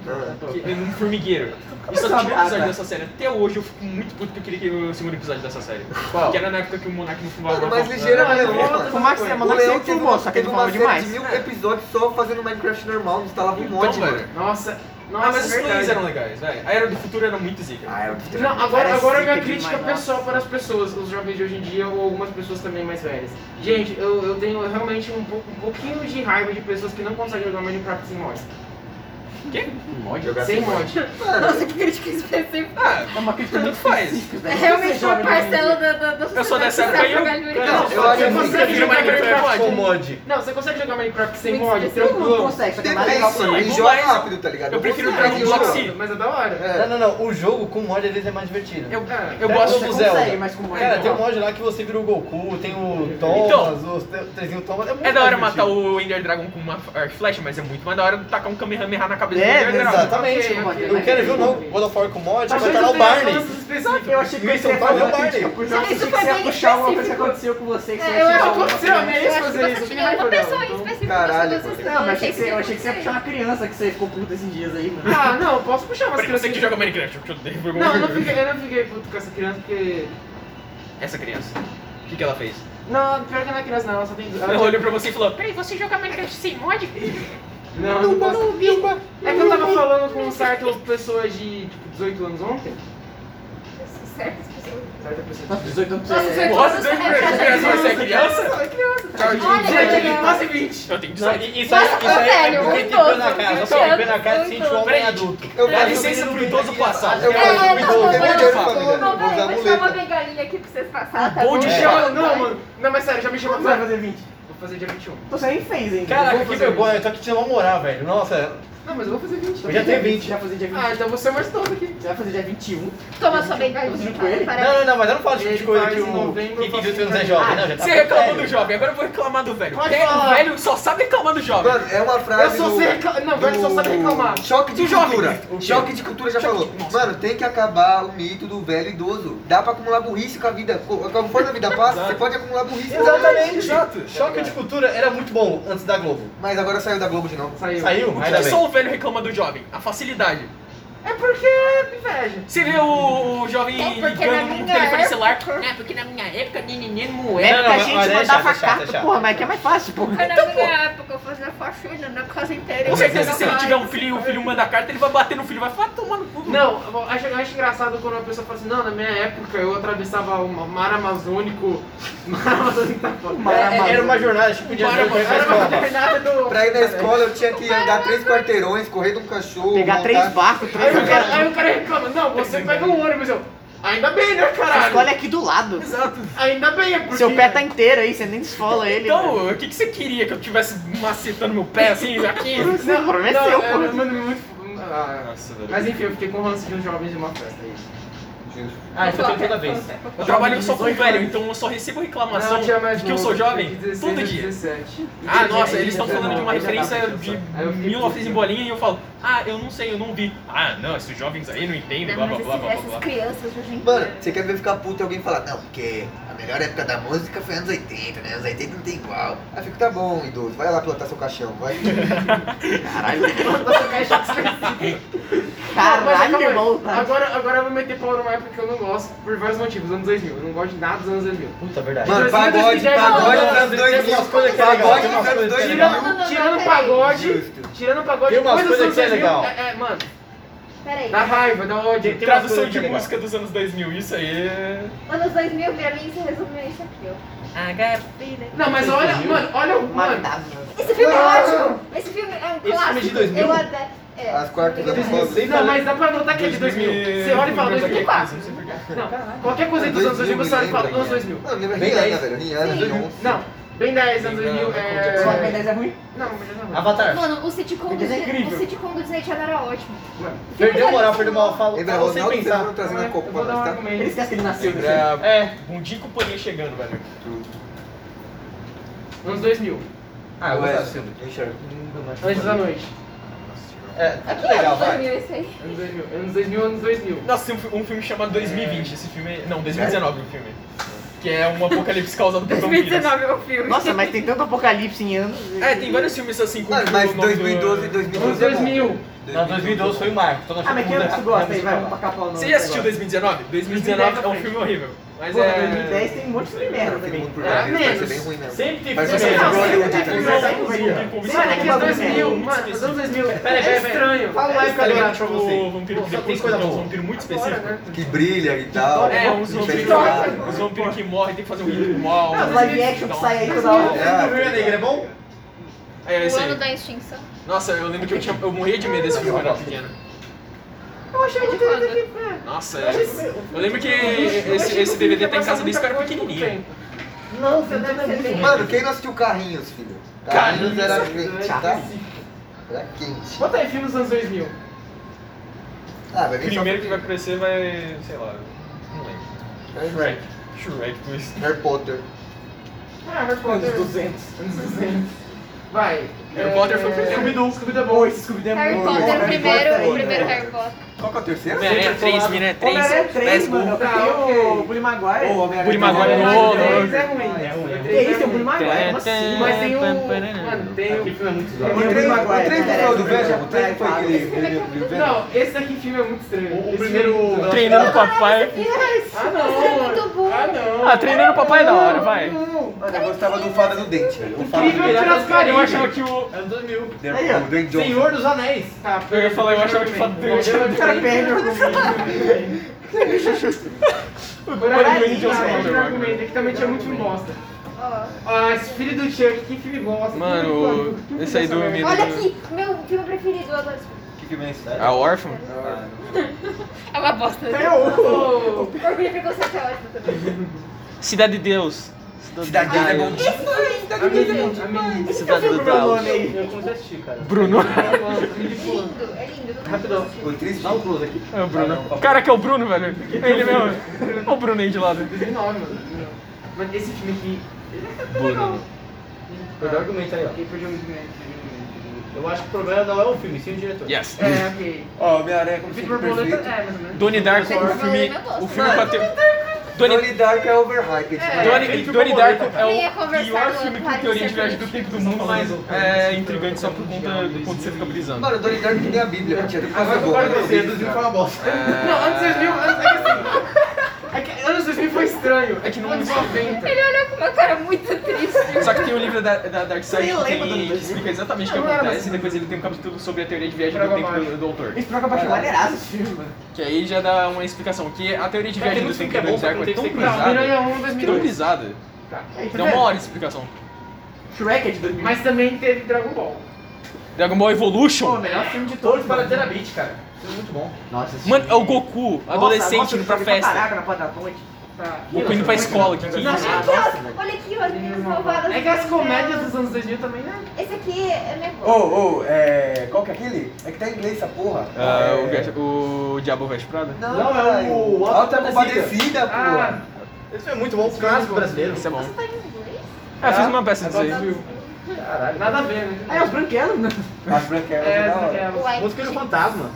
[SPEAKER 2] que- era um formigueiro. E só tinha um episódio dessa série. Até hoje eu fico muito puto que eu queria que o segundo episódio dessa série.
[SPEAKER 7] Qual?
[SPEAKER 2] Que era na época que o Monark não fumava
[SPEAKER 4] Mano,
[SPEAKER 2] maconha.
[SPEAKER 4] mais ligeiro era o
[SPEAKER 1] Não,
[SPEAKER 4] Leão,
[SPEAKER 1] eu-
[SPEAKER 4] mano.
[SPEAKER 7] O Max é
[SPEAKER 4] O
[SPEAKER 7] mano,
[SPEAKER 4] Leão
[SPEAKER 7] sempre
[SPEAKER 4] teve,
[SPEAKER 7] fumou, só que ele
[SPEAKER 4] teve uma
[SPEAKER 7] fumava
[SPEAKER 4] série
[SPEAKER 7] demais.
[SPEAKER 4] de mil episódios só fazendo Minecraft normal, não instalava um
[SPEAKER 2] É. Então,
[SPEAKER 4] monte,
[SPEAKER 2] velho.
[SPEAKER 4] mano.
[SPEAKER 1] Nossa,
[SPEAKER 2] Ah,
[SPEAKER 1] nossa, é
[SPEAKER 2] mas os
[SPEAKER 1] verdade.
[SPEAKER 2] planos eram legais, velho. A Era do Futuro era muito zica.
[SPEAKER 4] Ah, eu
[SPEAKER 1] Não, agora, agora é minha
[SPEAKER 7] Parece que
[SPEAKER 1] crítica
[SPEAKER 7] demais,
[SPEAKER 1] pessoal para as pessoas, os jovens de hoje em dia ou algumas pessoas também mais velhas. Gente, eu, eu tenho realmente um, pouco, um pouquinho de raiva de pessoas que não conseguem jogar Minecraft sem mod.
[SPEAKER 4] Jogar
[SPEAKER 1] Sem
[SPEAKER 4] sem
[SPEAKER 1] mod.
[SPEAKER 5] Nossa, que crítica específica.
[SPEAKER 2] Ah, é uma crítica tanto faz.
[SPEAKER 5] É realmente uma parcela da, da, da
[SPEAKER 2] Eu sou
[SPEAKER 5] sociedade
[SPEAKER 2] dessa
[SPEAKER 5] que
[SPEAKER 2] época e
[SPEAKER 5] sabe jogar
[SPEAKER 2] eu.
[SPEAKER 5] Minecraft.
[SPEAKER 4] eu
[SPEAKER 1] você consegue
[SPEAKER 2] prefiro
[SPEAKER 1] jogar
[SPEAKER 2] Minecraft
[SPEAKER 1] Minecraft
[SPEAKER 2] com
[SPEAKER 1] com
[SPEAKER 3] mod.
[SPEAKER 1] Não, você consegue jogar Minecraft sem
[SPEAKER 9] Muito
[SPEAKER 1] mod,
[SPEAKER 9] difícil. Todo mundo
[SPEAKER 1] tranquilo.
[SPEAKER 9] consegue, só que é mais legal
[SPEAKER 4] Depende,
[SPEAKER 9] que
[SPEAKER 4] mano. Ele
[SPEAKER 2] Google
[SPEAKER 4] joga
[SPEAKER 2] é-
[SPEAKER 4] rápido, tá ligado?
[SPEAKER 2] Eu prefiro o
[SPEAKER 4] Consegue,
[SPEAKER 2] Dragon
[SPEAKER 4] ele joga.
[SPEAKER 2] Block City, mas é da hora.
[SPEAKER 4] É.
[SPEAKER 3] Não, não, não. O jogo com mod às vezes é mais divertido.
[SPEAKER 1] Eu, é,
[SPEAKER 3] Eu
[SPEAKER 1] eu
[SPEAKER 3] gosto
[SPEAKER 9] Você
[SPEAKER 3] do
[SPEAKER 9] consegue,
[SPEAKER 3] Zelda.
[SPEAKER 9] mas com mod
[SPEAKER 3] Cara,
[SPEAKER 9] não.
[SPEAKER 3] tem um mod lá que você vira o Goku, tem o Thomas, o tem- tem o Thomas. É, muito
[SPEAKER 2] É da hora
[SPEAKER 3] mais
[SPEAKER 2] matar
[SPEAKER 3] divertido.
[SPEAKER 2] o Ender Dragon com uma arco e flecha, mas é muito mais da hora tacar um Kamehameha na cabeça
[SPEAKER 3] É,
[SPEAKER 2] do Ender Dragon.
[SPEAKER 3] exatamente.
[SPEAKER 1] Ok, ok.
[SPEAKER 3] Eu quero ver o novo God of War com mod,
[SPEAKER 1] Mas
[SPEAKER 3] vai
[SPEAKER 1] eu
[SPEAKER 3] estar lá o
[SPEAKER 1] tenho
[SPEAKER 3] Barney.
[SPEAKER 1] coisas específicas.
[SPEAKER 9] Eu achei que você
[SPEAKER 3] Wilson,
[SPEAKER 9] ia
[SPEAKER 3] faz
[SPEAKER 9] falar
[SPEAKER 3] o Barney.
[SPEAKER 9] tipo,
[SPEAKER 1] Não,
[SPEAKER 9] eu achei
[SPEAKER 5] isso
[SPEAKER 9] que
[SPEAKER 5] foi
[SPEAKER 9] você ia
[SPEAKER 5] bem
[SPEAKER 9] puxar alguma coisa que
[SPEAKER 5] específico.
[SPEAKER 9] aconteceu com você. Que você
[SPEAKER 5] É,
[SPEAKER 9] ia
[SPEAKER 5] eu
[SPEAKER 9] puxar
[SPEAKER 5] acho
[SPEAKER 9] alguma
[SPEAKER 5] que
[SPEAKER 1] aconteceu,
[SPEAKER 9] coisa.
[SPEAKER 1] né? Isso, fazer
[SPEAKER 5] Você
[SPEAKER 1] isso.
[SPEAKER 5] tinha uma pessoa em específico.
[SPEAKER 4] Caralho,
[SPEAKER 5] você- você-
[SPEAKER 9] Não, mas achei que você, eu achei que você ia
[SPEAKER 5] você-
[SPEAKER 9] puxar uma criança que você ficou puto esses dias aí, mano.
[SPEAKER 1] Ah, não, eu posso puxar umas
[SPEAKER 2] Peraí, Você
[SPEAKER 1] crianças.
[SPEAKER 2] que joga Minecraft, eu te odeio por algum
[SPEAKER 1] Não, eu não
[SPEAKER 2] motivo.
[SPEAKER 1] fiquei, eu não fiquei puto com essa criança porque.
[SPEAKER 2] Essa criança. O que, que ela fez?
[SPEAKER 1] Não, pior que não é criança, não, ela só tem.
[SPEAKER 2] Ela
[SPEAKER 1] Ela...
[SPEAKER 2] olhou pra você e falou: Peraí,
[SPEAKER 5] Você joga Minecraft sem mod?
[SPEAKER 1] Não, eu não posso. É que eu tava falando com certas pessoas de tipo, 18 anos ontem.
[SPEAKER 5] Certo, pessoas.
[SPEAKER 1] Certa pessoa.
[SPEAKER 9] Nossa, 18 anos pra
[SPEAKER 5] Nossa,
[SPEAKER 9] você.
[SPEAKER 5] você-
[SPEAKER 2] Nossa, você é criança?
[SPEAKER 1] É criança.
[SPEAKER 5] Olha,
[SPEAKER 1] Gente,
[SPEAKER 5] olha. tá
[SPEAKER 1] quase 20.
[SPEAKER 2] Eu tenho
[SPEAKER 3] Não,
[SPEAKER 2] 18.
[SPEAKER 3] e- isso aí,
[SPEAKER 5] Nossa,
[SPEAKER 3] isso aí é
[SPEAKER 5] velho,
[SPEAKER 3] porque tem
[SPEAKER 5] muito
[SPEAKER 3] pé na
[SPEAKER 5] idoso,
[SPEAKER 3] cara.
[SPEAKER 5] muito
[SPEAKER 3] Só tem pé na
[SPEAKER 5] idoso,
[SPEAKER 3] cara
[SPEAKER 5] muito
[SPEAKER 3] sente o homem
[SPEAKER 2] Peraí.
[SPEAKER 3] adulto.
[SPEAKER 4] Eu
[SPEAKER 2] Dá
[SPEAKER 4] faço
[SPEAKER 2] É, licença
[SPEAKER 4] isso
[SPEAKER 2] pro
[SPEAKER 4] no
[SPEAKER 2] idoso
[SPEAKER 4] brinquedo.
[SPEAKER 2] passar.
[SPEAKER 4] Eu
[SPEAKER 5] É,
[SPEAKER 4] faço
[SPEAKER 5] não,
[SPEAKER 4] um idoso, é
[SPEAKER 5] não,
[SPEAKER 4] maneiro pra
[SPEAKER 5] não,
[SPEAKER 4] vida.
[SPEAKER 5] não,
[SPEAKER 4] Vou usar
[SPEAKER 5] peraí, vou chamar uma
[SPEAKER 4] muleta.
[SPEAKER 5] bengalinha aqui pra vocês passarem, tá
[SPEAKER 2] Bom de
[SPEAKER 5] bom?
[SPEAKER 1] Não, não, mano. Não, mas sério, já me chamou.
[SPEAKER 9] Quantos vai fazer 20?
[SPEAKER 1] Vou fazer dia 21.
[SPEAKER 9] Então você nem fez ainda.
[SPEAKER 3] Caraca,
[SPEAKER 1] vou
[SPEAKER 3] que
[SPEAKER 1] fazer
[SPEAKER 3] vergonha, eu tô aqui te dando uma moral, velho. Nossa,
[SPEAKER 1] Não, mas eu vou fazer 20.
[SPEAKER 3] eu já tenho 20.
[SPEAKER 9] Você vai fazer dia 20.
[SPEAKER 1] Ah, então você é mais todo aqui.
[SPEAKER 9] Você vai fazer dia 21.
[SPEAKER 5] Toma sua bengalinha,
[SPEAKER 9] Junto com ele?
[SPEAKER 3] Não,
[SPEAKER 5] parabéns.
[SPEAKER 3] não, não, mas eu não falo de tipo de
[SPEAKER 1] Ele
[SPEAKER 3] coisa
[SPEAKER 1] faz
[SPEAKER 3] que
[SPEAKER 1] em
[SPEAKER 3] o
[SPEAKER 1] novembro,
[SPEAKER 3] que
[SPEAKER 1] eu faço
[SPEAKER 3] diz que
[SPEAKER 1] em
[SPEAKER 3] não é
[SPEAKER 1] novembro.
[SPEAKER 3] jovem, não, já tá
[SPEAKER 2] Você
[SPEAKER 3] ficando
[SPEAKER 2] reclamou
[SPEAKER 3] velho.
[SPEAKER 2] do jovem, agora eu vou reclamar do velho.
[SPEAKER 1] Pode
[SPEAKER 2] Quem é
[SPEAKER 1] falar.
[SPEAKER 2] velho só sabe reclamar do jovem.
[SPEAKER 4] Mano, é uma
[SPEAKER 1] Eu
[SPEAKER 4] frase
[SPEAKER 1] só
[SPEAKER 4] do-
[SPEAKER 1] sei reclamar. Não, velho, só sabe
[SPEAKER 4] do
[SPEAKER 1] reclamar.
[SPEAKER 4] Choque de
[SPEAKER 2] Do jovem.
[SPEAKER 4] cultura.
[SPEAKER 2] O quê?
[SPEAKER 4] Choque de cultura já falou. Mano, tem que acabar o mito do velho idoso. Dá pra acumular burrice com a vida. Co- Conforme a vida passa, você pode acumular burrice.
[SPEAKER 3] Exatamente.
[SPEAKER 4] Exato.
[SPEAKER 3] Choque de cultura era muito bom antes da Globo.
[SPEAKER 4] Mas agora saiu da Globo de novo.
[SPEAKER 1] Saiu.
[SPEAKER 3] Saiu?
[SPEAKER 2] Por
[SPEAKER 3] Ainda
[SPEAKER 2] que
[SPEAKER 3] bem.
[SPEAKER 2] só o velho reclama do jovem? A facilidade.
[SPEAKER 1] É porque é inveja.
[SPEAKER 2] Você vê o, o jovem
[SPEAKER 5] É porque na
[SPEAKER 2] ligando no
[SPEAKER 5] minha
[SPEAKER 2] telefone celular.
[SPEAKER 5] época-
[SPEAKER 2] É, porque na minha época, neném,
[SPEAKER 3] Não,
[SPEAKER 2] moeda.
[SPEAKER 9] É porque
[SPEAKER 3] não,
[SPEAKER 9] a
[SPEAKER 3] mas-
[SPEAKER 9] gente
[SPEAKER 3] mas é chato,
[SPEAKER 9] mandava
[SPEAKER 3] é chato, é
[SPEAKER 9] carta,
[SPEAKER 3] chato.
[SPEAKER 9] porra, mas que é mais fácil, porra.
[SPEAKER 5] Foi na minha época, eu fazia faxina na casa inteira.
[SPEAKER 2] Com certeza,
[SPEAKER 5] Eu
[SPEAKER 2] se ele
[SPEAKER 5] jogava
[SPEAKER 2] tiver um
[SPEAKER 5] isso.
[SPEAKER 2] filho e o filho manda carta, ele vai bater no filho e vai falar, toma no cu.
[SPEAKER 1] Não, eu acho, eu acho engraçado quando uma pessoa fala assim, não, na minha época eu atravessava o mar amazônico. (laughs) Mar amazônico tá foda.
[SPEAKER 9] Mar Amazônico.
[SPEAKER 3] Era uma jornada, tipo, de
[SPEAKER 1] Mar
[SPEAKER 3] andar pra ir pra
[SPEAKER 1] amazônico.
[SPEAKER 3] escola.
[SPEAKER 1] Era do...
[SPEAKER 4] Pra ir na escola eu tinha que andar três quarteirões, correr de um cachorro.
[SPEAKER 9] Pegar
[SPEAKER 4] montar-
[SPEAKER 9] três barcos,
[SPEAKER 1] Aí
[SPEAKER 9] três
[SPEAKER 1] o cara,
[SPEAKER 9] lugares.
[SPEAKER 1] aí o cara reclama, não, você pega um ônibus, eu. Ainda bem, né,
[SPEAKER 9] A escola
[SPEAKER 1] caralho?
[SPEAKER 9] é aqui do lado.
[SPEAKER 1] Ainda bem, é porque.
[SPEAKER 9] Seu pé tá inteiro aí, você nem desfola ele. mano.
[SPEAKER 2] Então, o que, que você queria? Que eu tivesse macetando meu pé assim, aqui?
[SPEAKER 9] Não, o problema é
[SPEAKER 1] Não,
[SPEAKER 9] seu,
[SPEAKER 1] é,
[SPEAKER 9] pô.
[SPEAKER 1] mano, muito. ah, mas enfim, eu fiquei com ranço de um jovem de uma festa, é isso.
[SPEAKER 3] Ah, isso eu tenho toda vez.
[SPEAKER 2] Eu trabalho só com velho, então eu só recebo reclamação
[SPEAKER 1] Não, tinha mais um,
[SPEAKER 2] de que eu
[SPEAKER 1] novo,
[SPEAKER 2] sou jovem
[SPEAKER 1] tinha 16,
[SPEAKER 2] todo dia.
[SPEAKER 1] 17.
[SPEAKER 2] Ah, nossa, eles estão
[SPEAKER 1] Tinha
[SPEAKER 2] falando de uma
[SPEAKER 1] 19,
[SPEAKER 2] referência
[SPEAKER 1] eu já
[SPEAKER 2] de
[SPEAKER 1] tava, Aí eu fiquei
[SPEAKER 2] 1900 em
[SPEAKER 1] puto.
[SPEAKER 2] bolinha e eu falo, ah, eu não sei, eu não vi. Ah, não, esses jovens aí não entendem, blá
[SPEAKER 5] Não,
[SPEAKER 2] blá blá
[SPEAKER 5] mas esses-
[SPEAKER 2] blá
[SPEAKER 5] essas
[SPEAKER 2] blá.
[SPEAKER 5] crianças hoje em
[SPEAKER 4] Mano,
[SPEAKER 5] dia.
[SPEAKER 4] você quer ver ficar puto e alguém falar, não, porque a melhor época da música foi anos 80, né? Anos 80 não tem igual. Aí fica, tá bom, idoso, vai lá plantar seu caixão, vai.
[SPEAKER 9] Caralho.
[SPEAKER 1] Nossa, caixa de Não, mas
[SPEAKER 9] Caralho,
[SPEAKER 1] calma aí.
[SPEAKER 9] irmão. tá?
[SPEAKER 1] Agora, agora eu vou meter pau numa época que eu não gosto, por vários motivos. Anos 2000. Eu não gosto de nada dos anos 2000.
[SPEAKER 3] Puta, verdade.
[SPEAKER 4] Mano, pagode, pagode dos anos 2000.
[SPEAKER 3] Tem umas coisas que é legal,
[SPEAKER 4] Pagode
[SPEAKER 3] tem
[SPEAKER 4] dos
[SPEAKER 3] umas
[SPEAKER 4] anos
[SPEAKER 3] coisas que é
[SPEAKER 4] 2000.
[SPEAKER 3] legal.
[SPEAKER 5] Não, não, não,
[SPEAKER 1] Tirando
[SPEAKER 5] não,
[SPEAKER 1] o pagode,
[SPEAKER 4] Justo.
[SPEAKER 1] tirando o pagode,
[SPEAKER 3] Tem umas
[SPEAKER 1] coisas dos anos
[SPEAKER 3] coisas que é
[SPEAKER 1] 2000.
[SPEAKER 3] legal.
[SPEAKER 1] É, é, mano,
[SPEAKER 5] Peraí.
[SPEAKER 1] dá raiva, dá ódio.
[SPEAKER 3] Tem- tem umas
[SPEAKER 2] Tradução de
[SPEAKER 3] coisas que é legal.
[SPEAKER 2] música dos anos 2000, isso aí é...
[SPEAKER 5] Anos 2000, pra mim, se resume a isso aqui, ó.
[SPEAKER 1] Não, mas olha, mano, olha o. Mano,
[SPEAKER 6] tá.
[SPEAKER 9] Maravilhoso.
[SPEAKER 5] Esse filme é
[SPEAKER 1] Ah!
[SPEAKER 5] ótimo! Esse filme é um
[SPEAKER 3] filme é
[SPEAKER 5] clássico.
[SPEAKER 3] de 2000?
[SPEAKER 5] Eu adoro. É.
[SPEAKER 4] As quartas da
[SPEAKER 5] Não,
[SPEAKER 4] Globo.
[SPEAKER 1] não, mas dá pra notar que é de 2000. Você olha e fala 2004. Não, qualquer coisa aí dos anos 2000 você olha e fala anos 2000.
[SPEAKER 4] Mano, lembra é.
[SPEAKER 3] Bem
[SPEAKER 4] Rihanna,
[SPEAKER 3] dez.
[SPEAKER 4] velho. Rihanna,
[SPEAKER 5] Sim.
[SPEAKER 4] Beyoncé.
[SPEAKER 1] Não, bem 10 anos 2000
[SPEAKER 9] Só que a
[SPEAKER 1] é.
[SPEAKER 9] ideia é ruim?
[SPEAKER 1] Não, mas não.
[SPEAKER 3] Avatar.
[SPEAKER 5] Mano, o sitcom do
[SPEAKER 9] Mas é
[SPEAKER 5] Disney-
[SPEAKER 9] incrível.
[SPEAKER 5] o sitcom do Disney Channel era ótimo. O filme
[SPEAKER 3] Perdeu
[SPEAKER 5] era
[SPEAKER 3] moral,
[SPEAKER 5] muito
[SPEAKER 3] perdeu
[SPEAKER 5] bom.
[SPEAKER 3] moral. Falou,
[SPEAKER 4] Lembra
[SPEAKER 3] falou sem
[SPEAKER 4] Ronaldo, vocês
[SPEAKER 3] pensar.
[SPEAKER 4] não trazendo a Copa
[SPEAKER 1] Eu vou
[SPEAKER 4] pra
[SPEAKER 1] dar um
[SPEAKER 4] nós, tá?
[SPEAKER 1] argumento.
[SPEAKER 9] Ele esquece que ele nasceu. né?
[SPEAKER 4] Lembra...
[SPEAKER 2] É, um dia companhia chegando, velho.
[SPEAKER 1] Anos 2000,
[SPEAKER 3] Ah, eu
[SPEAKER 4] Ué,
[SPEAKER 3] gosto desse filme.
[SPEAKER 1] antes da noite.
[SPEAKER 3] É, é tudo legal,
[SPEAKER 5] Anos
[SPEAKER 3] vai.
[SPEAKER 5] 2000, esse aí.
[SPEAKER 1] Anos 2000, anos 2000, anos 2000.
[SPEAKER 2] Nossa, tem um, fi- um filme chamado 2020, esse filme... é, Não, 2019 o filme. Que é um apocalipse causado por vampiros.
[SPEAKER 5] 2019 é o filme.
[SPEAKER 9] Nossa, mas tem tanto apocalipse em anos.
[SPEAKER 2] É, tem vários filmes assim com
[SPEAKER 4] Mano,
[SPEAKER 2] o
[SPEAKER 4] Ah, mas
[SPEAKER 2] nome do-
[SPEAKER 4] 2012 e
[SPEAKER 1] Anos
[SPEAKER 4] 2012 é bom.
[SPEAKER 1] 2000.
[SPEAKER 3] Não, 2012 foi o marco. Tô na
[SPEAKER 9] Ah, mas quem é que tu gosta aí? Vai, vamos tacar pau no
[SPEAKER 2] Você já assistiu
[SPEAKER 9] negócio.
[SPEAKER 2] 2019? 2019 é um filme horrível. Mas
[SPEAKER 9] Porra,
[SPEAKER 2] é...
[SPEAKER 9] 2010 tem um monte de merda
[SPEAKER 4] Tem
[SPEAKER 9] também.
[SPEAKER 4] muito por
[SPEAKER 1] É,
[SPEAKER 4] dentro, vai ser
[SPEAKER 1] menos.
[SPEAKER 4] bem ruim mesmo.
[SPEAKER 3] Sempre teve
[SPEAKER 4] Mas
[SPEAKER 3] filme
[SPEAKER 4] você
[SPEAKER 3] legal.
[SPEAKER 4] não, Hollywood, tá ligado?
[SPEAKER 1] Mano, é que os
[SPEAKER 9] Mano,
[SPEAKER 1] 2000,
[SPEAKER 9] muito
[SPEAKER 1] mano, os anos 2000
[SPEAKER 3] Peraí,
[SPEAKER 1] é
[SPEAKER 3] peraí, peraí.
[SPEAKER 1] estranho.
[SPEAKER 9] Fala
[SPEAKER 1] É
[SPEAKER 9] lá,
[SPEAKER 1] estranho.
[SPEAKER 9] Cadê?
[SPEAKER 2] Tipo, o vampiro que
[SPEAKER 3] Só tem
[SPEAKER 2] depois
[SPEAKER 3] coisa
[SPEAKER 2] quando é um
[SPEAKER 3] boa.
[SPEAKER 2] vampiro muito específico.
[SPEAKER 1] Agora, né?
[SPEAKER 4] Que brilha e tal.
[SPEAKER 2] É, uns
[SPEAKER 4] Não
[SPEAKER 2] vampiros,
[SPEAKER 4] sei
[SPEAKER 5] troca.
[SPEAKER 4] lá.
[SPEAKER 2] os vampiros que morrem tem que fazer um ritual.
[SPEAKER 9] Os live action que sai aí toda hora.
[SPEAKER 4] É.
[SPEAKER 3] O Viúva Negra é bom?
[SPEAKER 2] É, é
[SPEAKER 5] O
[SPEAKER 2] esse
[SPEAKER 5] ano
[SPEAKER 2] aí.
[SPEAKER 5] da extinção.
[SPEAKER 2] Nossa, eu lembro que eu, tinha, eu morria de medo desse filme quando eu era pequeno.
[SPEAKER 1] Eu achei muito
[SPEAKER 2] tá Nossa, é. Eu lembro que esse, esse DVD tá em casa dele, eu era pequenininho.
[SPEAKER 9] Não,
[SPEAKER 5] Você
[SPEAKER 9] você
[SPEAKER 5] deve
[SPEAKER 9] deve
[SPEAKER 5] ser bem-
[SPEAKER 9] muito.
[SPEAKER 4] Mano, quem não assistiu Carrinhos, filho? Carrinhos era quente, tá? Era quente.
[SPEAKER 1] Bota aí filme dos anos 2000.
[SPEAKER 4] Ah,
[SPEAKER 2] O
[SPEAKER 4] vai só-
[SPEAKER 2] primeiro que vai aparecer vai. sei lá. Não lembro. Shrek. Shrek twist.
[SPEAKER 4] Harry Potter.
[SPEAKER 1] Ah, Harry Potter. Anos 200. Anos 200. Vai.
[SPEAKER 2] Harry Potter foi o primeiro.
[SPEAKER 1] Scooby-Doo, Scooby-Doo é bom. Esse Scooby-Doo é
[SPEAKER 5] Harry
[SPEAKER 1] bom.
[SPEAKER 5] Potter, o
[SPEAKER 9] Harry
[SPEAKER 5] primeiro,
[SPEAKER 9] Potter,
[SPEAKER 5] o primeiro
[SPEAKER 9] né?
[SPEAKER 5] Harry Potter.
[SPEAKER 4] Qual que é o terceiro?
[SPEAKER 2] Homem-Aranha 3, Miranha 3.
[SPEAKER 9] Homem-Aranha 3,
[SPEAKER 2] Let's
[SPEAKER 9] mano. Eu
[SPEAKER 2] go.
[SPEAKER 9] peguei
[SPEAKER 1] Tá, ok.
[SPEAKER 9] o Bully Maguire.
[SPEAKER 2] Bully Maguire é
[SPEAKER 1] Homem-Aranha
[SPEAKER 2] novo.
[SPEAKER 1] três É
[SPEAKER 9] né?
[SPEAKER 1] ruim.
[SPEAKER 2] É ruim, é ruim.
[SPEAKER 9] Que isso, o Bully Maguire? Como assim?
[SPEAKER 1] Mas tem o. Mano, tem
[SPEAKER 9] Tem o
[SPEAKER 1] um- o.
[SPEAKER 4] O três-
[SPEAKER 9] Bully
[SPEAKER 4] o
[SPEAKER 9] Maguire,
[SPEAKER 4] três não
[SPEAKER 9] né?
[SPEAKER 4] foi o do Venom? O três não foi
[SPEAKER 9] Vai,
[SPEAKER 4] aquele.
[SPEAKER 9] fala.
[SPEAKER 4] aquele- aquele-
[SPEAKER 1] Não, esse daqui filme é muito estranho.
[SPEAKER 2] O- o
[SPEAKER 1] Esse
[SPEAKER 2] primeiro-
[SPEAKER 1] filme é muito estranho.
[SPEAKER 8] Treinando papai.
[SPEAKER 1] Ah,
[SPEAKER 5] Esse é muito
[SPEAKER 1] não.
[SPEAKER 5] bom.
[SPEAKER 1] Ah, não.
[SPEAKER 8] Ah, treinando papai é da hora, vai.
[SPEAKER 1] Não.
[SPEAKER 4] Mano, eu gostava do Fada do Dente, velho. O Fada do
[SPEAKER 1] Incrível
[SPEAKER 4] Dente.
[SPEAKER 1] tirar os
[SPEAKER 2] Eu
[SPEAKER 1] carinhos.
[SPEAKER 2] achava que o. É 2000.
[SPEAKER 9] Aí, ó.
[SPEAKER 4] O Dwayne Johnson.
[SPEAKER 9] Senhor dos Anéis.
[SPEAKER 1] Tá,
[SPEAKER 2] Eu ia falar, eu achava que Fada do Dente era
[SPEAKER 9] O
[SPEAKER 1] Eu
[SPEAKER 9] cara
[SPEAKER 1] achava
[SPEAKER 9] perde o argumento.
[SPEAKER 1] Brasil,
[SPEAKER 9] Brasil,
[SPEAKER 1] cara,
[SPEAKER 9] né?
[SPEAKER 1] de argumento, que também tinha muito filme bosta.
[SPEAKER 5] Ó.
[SPEAKER 1] Ah, esse filho do Chuck, que filme bosta. que
[SPEAKER 2] Mano,
[SPEAKER 1] filme cômico, que filme
[SPEAKER 2] esse aí do
[SPEAKER 1] dessa merda.
[SPEAKER 2] Menino-
[SPEAKER 5] Olha aqui, meu filme preferido agora.
[SPEAKER 4] Que filme é esse?
[SPEAKER 2] A órfã?
[SPEAKER 4] Ah, não.
[SPEAKER 5] É uma bosta.
[SPEAKER 9] É o...
[SPEAKER 1] Oh,
[SPEAKER 5] Orgulho e preconceito é ótimo também.
[SPEAKER 8] Cidade de Deus.
[SPEAKER 4] Cidade dele é bom
[SPEAKER 5] Esse foi
[SPEAKER 1] Cidade de Deus, amém.
[SPEAKER 8] Cidade de Deus.
[SPEAKER 9] aí.
[SPEAKER 2] Bruno.
[SPEAKER 5] lindo, é é lindo. todo mundo
[SPEAKER 1] Rapidão.
[SPEAKER 5] assistiu.
[SPEAKER 4] Ficou triste?
[SPEAKER 9] um
[SPEAKER 2] É o Bruno. O cara que é o Bruno, velho. Ele mesmo. Olha o Bruno aí de lado.
[SPEAKER 1] 2009, mano. Mano, esse filme aqui.
[SPEAKER 8] Bruno.
[SPEAKER 1] Eu
[SPEAKER 9] dou argumento aí, ó.
[SPEAKER 1] Ele perdeu muito bem, perdeu muito bem.
[SPEAKER 9] Eu acho que o problema não é o filme, sim o diretor.
[SPEAKER 2] Yes.
[SPEAKER 1] É, ok.
[SPEAKER 4] Ó, Homem-Aranha
[SPEAKER 1] O
[SPEAKER 4] como
[SPEAKER 1] Vítor
[SPEAKER 4] sempre
[SPEAKER 1] Borboleta
[SPEAKER 4] perfeito.
[SPEAKER 1] é, mais ou menos.
[SPEAKER 2] Donnie Darko,
[SPEAKER 5] Mas
[SPEAKER 2] o filme.
[SPEAKER 5] eu gosto.
[SPEAKER 2] O filme bateu. Donnie
[SPEAKER 4] Donnie Dark é overhyped.
[SPEAKER 5] É.
[SPEAKER 4] mano.
[SPEAKER 2] Donnie, Donnie Darko é
[SPEAKER 5] Eu ia
[SPEAKER 2] o
[SPEAKER 5] conversar
[SPEAKER 2] pior
[SPEAKER 5] com
[SPEAKER 2] filme
[SPEAKER 5] o
[SPEAKER 2] com
[SPEAKER 5] Clarice
[SPEAKER 2] teoria de
[SPEAKER 5] Starling.
[SPEAKER 2] viagem do tempo do mundo, mas é intrigante só por conta do quanto você fica brisando.
[SPEAKER 4] Mano, Donnie Dark que nem a Bíblia. Tinha tudo pra
[SPEAKER 9] Agora
[SPEAKER 4] ser
[SPEAKER 9] eu
[SPEAKER 4] bom.
[SPEAKER 9] concordo com você,
[SPEAKER 4] Donnie
[SPEAKER 9] do filme
[SPEAKER 4] Darko.
[SPEAKER 9] foi uma bosta.
[SPEAKER 1] (laughs) Não, anos 2000, anos- é que assim. É que anos 2000 foi estranho. É que não anos 90.
[SPEAKER 5] Ele olhou com uma cara muito triste.
[SPEAKER 2] Só que tem o livro da, da Dark Side
[SPEAKER 9] Eu
[SPEAKER 2] que,
[SPEAKER 9] lembro
[SPEAKER 2] tem-
[SPEAKER 9] do-
[SPEAKER 2] que explica exatamente o que
[SPEAKER 1] Não, não era
[SPEAKER 2] acontece
[SPEAKER 1] assim.
[SPEAKER 2] e depois ele tem um capítulo sobre a teoria de viagem do
[SPEAKER 1] Prova
[SPEAKER 2] tempo
[SPEAKER 1] mais.
[SPEAKER 2] do, do autor.
[SPEAKER 9] Esse programa baixou maneiraço esse filme, mano.
[SPEAKER 2] Que aí já dá uma explicação, que a teoria de
[SPEAKER 7] Cara,
[SPEAKER 2] viagem
[SPEAKER 7] tem
[SPEAKER 2] do tempo
[SPEAKER 7] muito filme que é
[SPEAKER 2] do
[SPEAKER 7] bom, só
[SPEAKER 2] Darko é
[SPEAKER 7] que
[SPEAKER 2] tão
[SPEAKER 7] tem que
[SPEAKER 1] Não,
[SPEAKER 9] né?
[SPEAKER 1] um,
[SPEAKER 2] brisada,
[SPEAKER 1] Miranha 1,
[SPEAKER 2] tão
[SPEAKER 1] 2002.
[SPEAKER 2] brisada,
[SPEAKER 9] Aí,
[SPEAKER 2] dá uma hora de explicação.
[SPEAKER 9] Shrek é de 2000.
[SPEAKER 1] Mas também teve Dragon Ball.
[SPEAKER 2] Dragon Ball Evolution,
[SPEAKER 9] melhor filme de todos para ter a Beat, cara.
[SPEAKER 7] Nossa, esse
[SPEAKER 2] mano, é o Goku, adolescente
[SPEAKER 9] nossa,
[SPEAKER 2] indo pra festa,
[SPEAKER 9] Caraca, na Patatonte.
[SPEAKER 1] Tá.
[SPEAKER 2] Goku indo pra escola, que que é
[SPEAKER 5] Nossa,
[SPEAKER 2] isso?
[SPEAKER 5] aqui, ó. Olha aqui, ó. As meninas malvadas.
[SPEAKER 1] É que as comédias dos anos 2000 também, né?
[SPEAKER 5] Esse aqui é nervoso.
[SPEAKER 4] Ô, ô, é. Qual que é aquele? É que tá em inglês essa porra.
[SPEAKER 2] Ah,
[SPEAKER 4] É-
[SPEAKER 2] o Veste- o Diabo Veste Prada?
[SPEAKER 4] Não,
[SPEAKER 9] Não, é
[SPEAKER 4] caralho.
[SPEAKER 9] o Auto
[SPEAKER 4] Auto
[SPEAKER 9] da
[SPEAKER 4] Compadecida,
[SPEAKER 1] Ah,
[SPEAKER 4] porra.
[SPEAKER 9] Esse é muito bom, clássico brasileiro.
[SPEAKER 2] Isso é bom.
[SPEAKER 5] Você tá em inglês?
[SPEAKER 2] Ah, fiz uma peça disso aí.
[SPEAKER 9] Caralho.
[SPEAKER 1] nada a ver, né?
[SPEAKER 9] Ah, é os branquelos, né?
[SPEAKER 4] As branquelas
[SPEAKER 1] É,
[SPEAKER 4] da
[SPEAKER 1] essa
[SPEAKER 4] hora.
[SPEAKER 1] que é a-
[SPEAKER 5] Uai.
[SPEAKER 9] Música do Fantasma.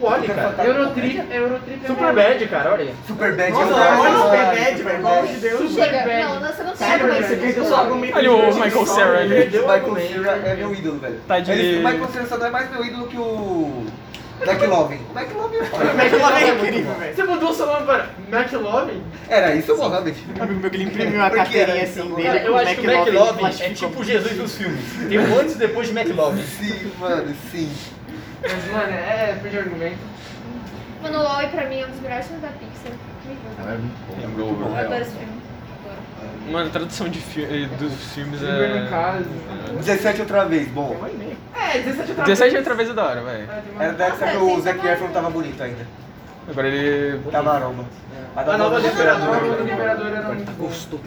[SPEAKER 9] O Oli, cara.
[SPEAKER 1] Eurotrip, Eurotrip é melhor.
[SPEAKER 9] Superbad, cara, olha aí.
[SPEAKER 4] Superbad é
[SPEAKER 9] Nossa,
[SPEAKER 4] eu
[SPEAKER 9] olha
[SPEAKER 4] gosto.
[SPEAKER 9] o Superbad, velho. Pelo amor de Deus.
[SPEAKER 5] Chega. Não, não, você não
[SPEAKER 9] Sério, velho, você
[SPEAKER 5] perdeu
[SPEAKER 9] perdeu seu argumento.
[SPEAKER 2] Olha o Michael Cera ali.
[SPEAKER 9] Perdeu o
[SPEAKER 4] Michael
[SPEAKER 9] argumento.
[SPEAKER 4] Cera é meu ídolo, velho.
[SPEAKER 2] Tá de-
[SPEAKER 4] Ele, o Michael Cera só não é mais meu ídolo que o. McLovin. O McLovin
[SPEAKER 9] (laughs)
[SPEAKER 4] é foda.
[SPEAKER 9] McLovin é incrível, velho.
[SPEAKER 1] Você mudou seu nome para McLovin?
[SPEAKER 4] Era isso, Mohamed?
[SPEAKER 7] Ele
[SPEAKER 9] imprimiu
[SPEAKER 4] a carteirinha assim dele,
[SPEAKER 9] Eu acho que o McLovin é tipo o Jesus dos filmes. Tem um antes e depois de McLovin.
[SPEAKER 4] Sim, mano, sim.
[SPEAKER 1] Mas, mano, é, perdi o argumento.
[SPEAKER 5] Mano, o LOL pra mim é um dos melhores filmes da Pixar. Incrível.
[SPEAKER 4] É um
[SPEAKER 5] Eu adoro esse filme. Adoro.
[SPEAKER 2] Mano, a tradução de fi- eh, dos filmes
[SPEAKER 1] Super no
[SPEAKER 2] é...
[SPEAKER 1] caso.
[SPEAKER 4] 17 outra vez, bom.
[SPEAKER 1] É, 17 outra
[SPEAKER 2] 17 outra vez é da hora, vai.
[SPEAKER 1] É, tem uma-
[SPEAKER 4] Era da época que o Zac Efron tava bonito ainda.
[SPEAKER 2] Agora ele...
[SPEAKER 4] Tava aroma.
[SPEAKER 9] A nova do
[SPEAKER 1] A
[SPEAKER 9] Imperador.
[SPEAKER 1] nova do Imperador era muito bom.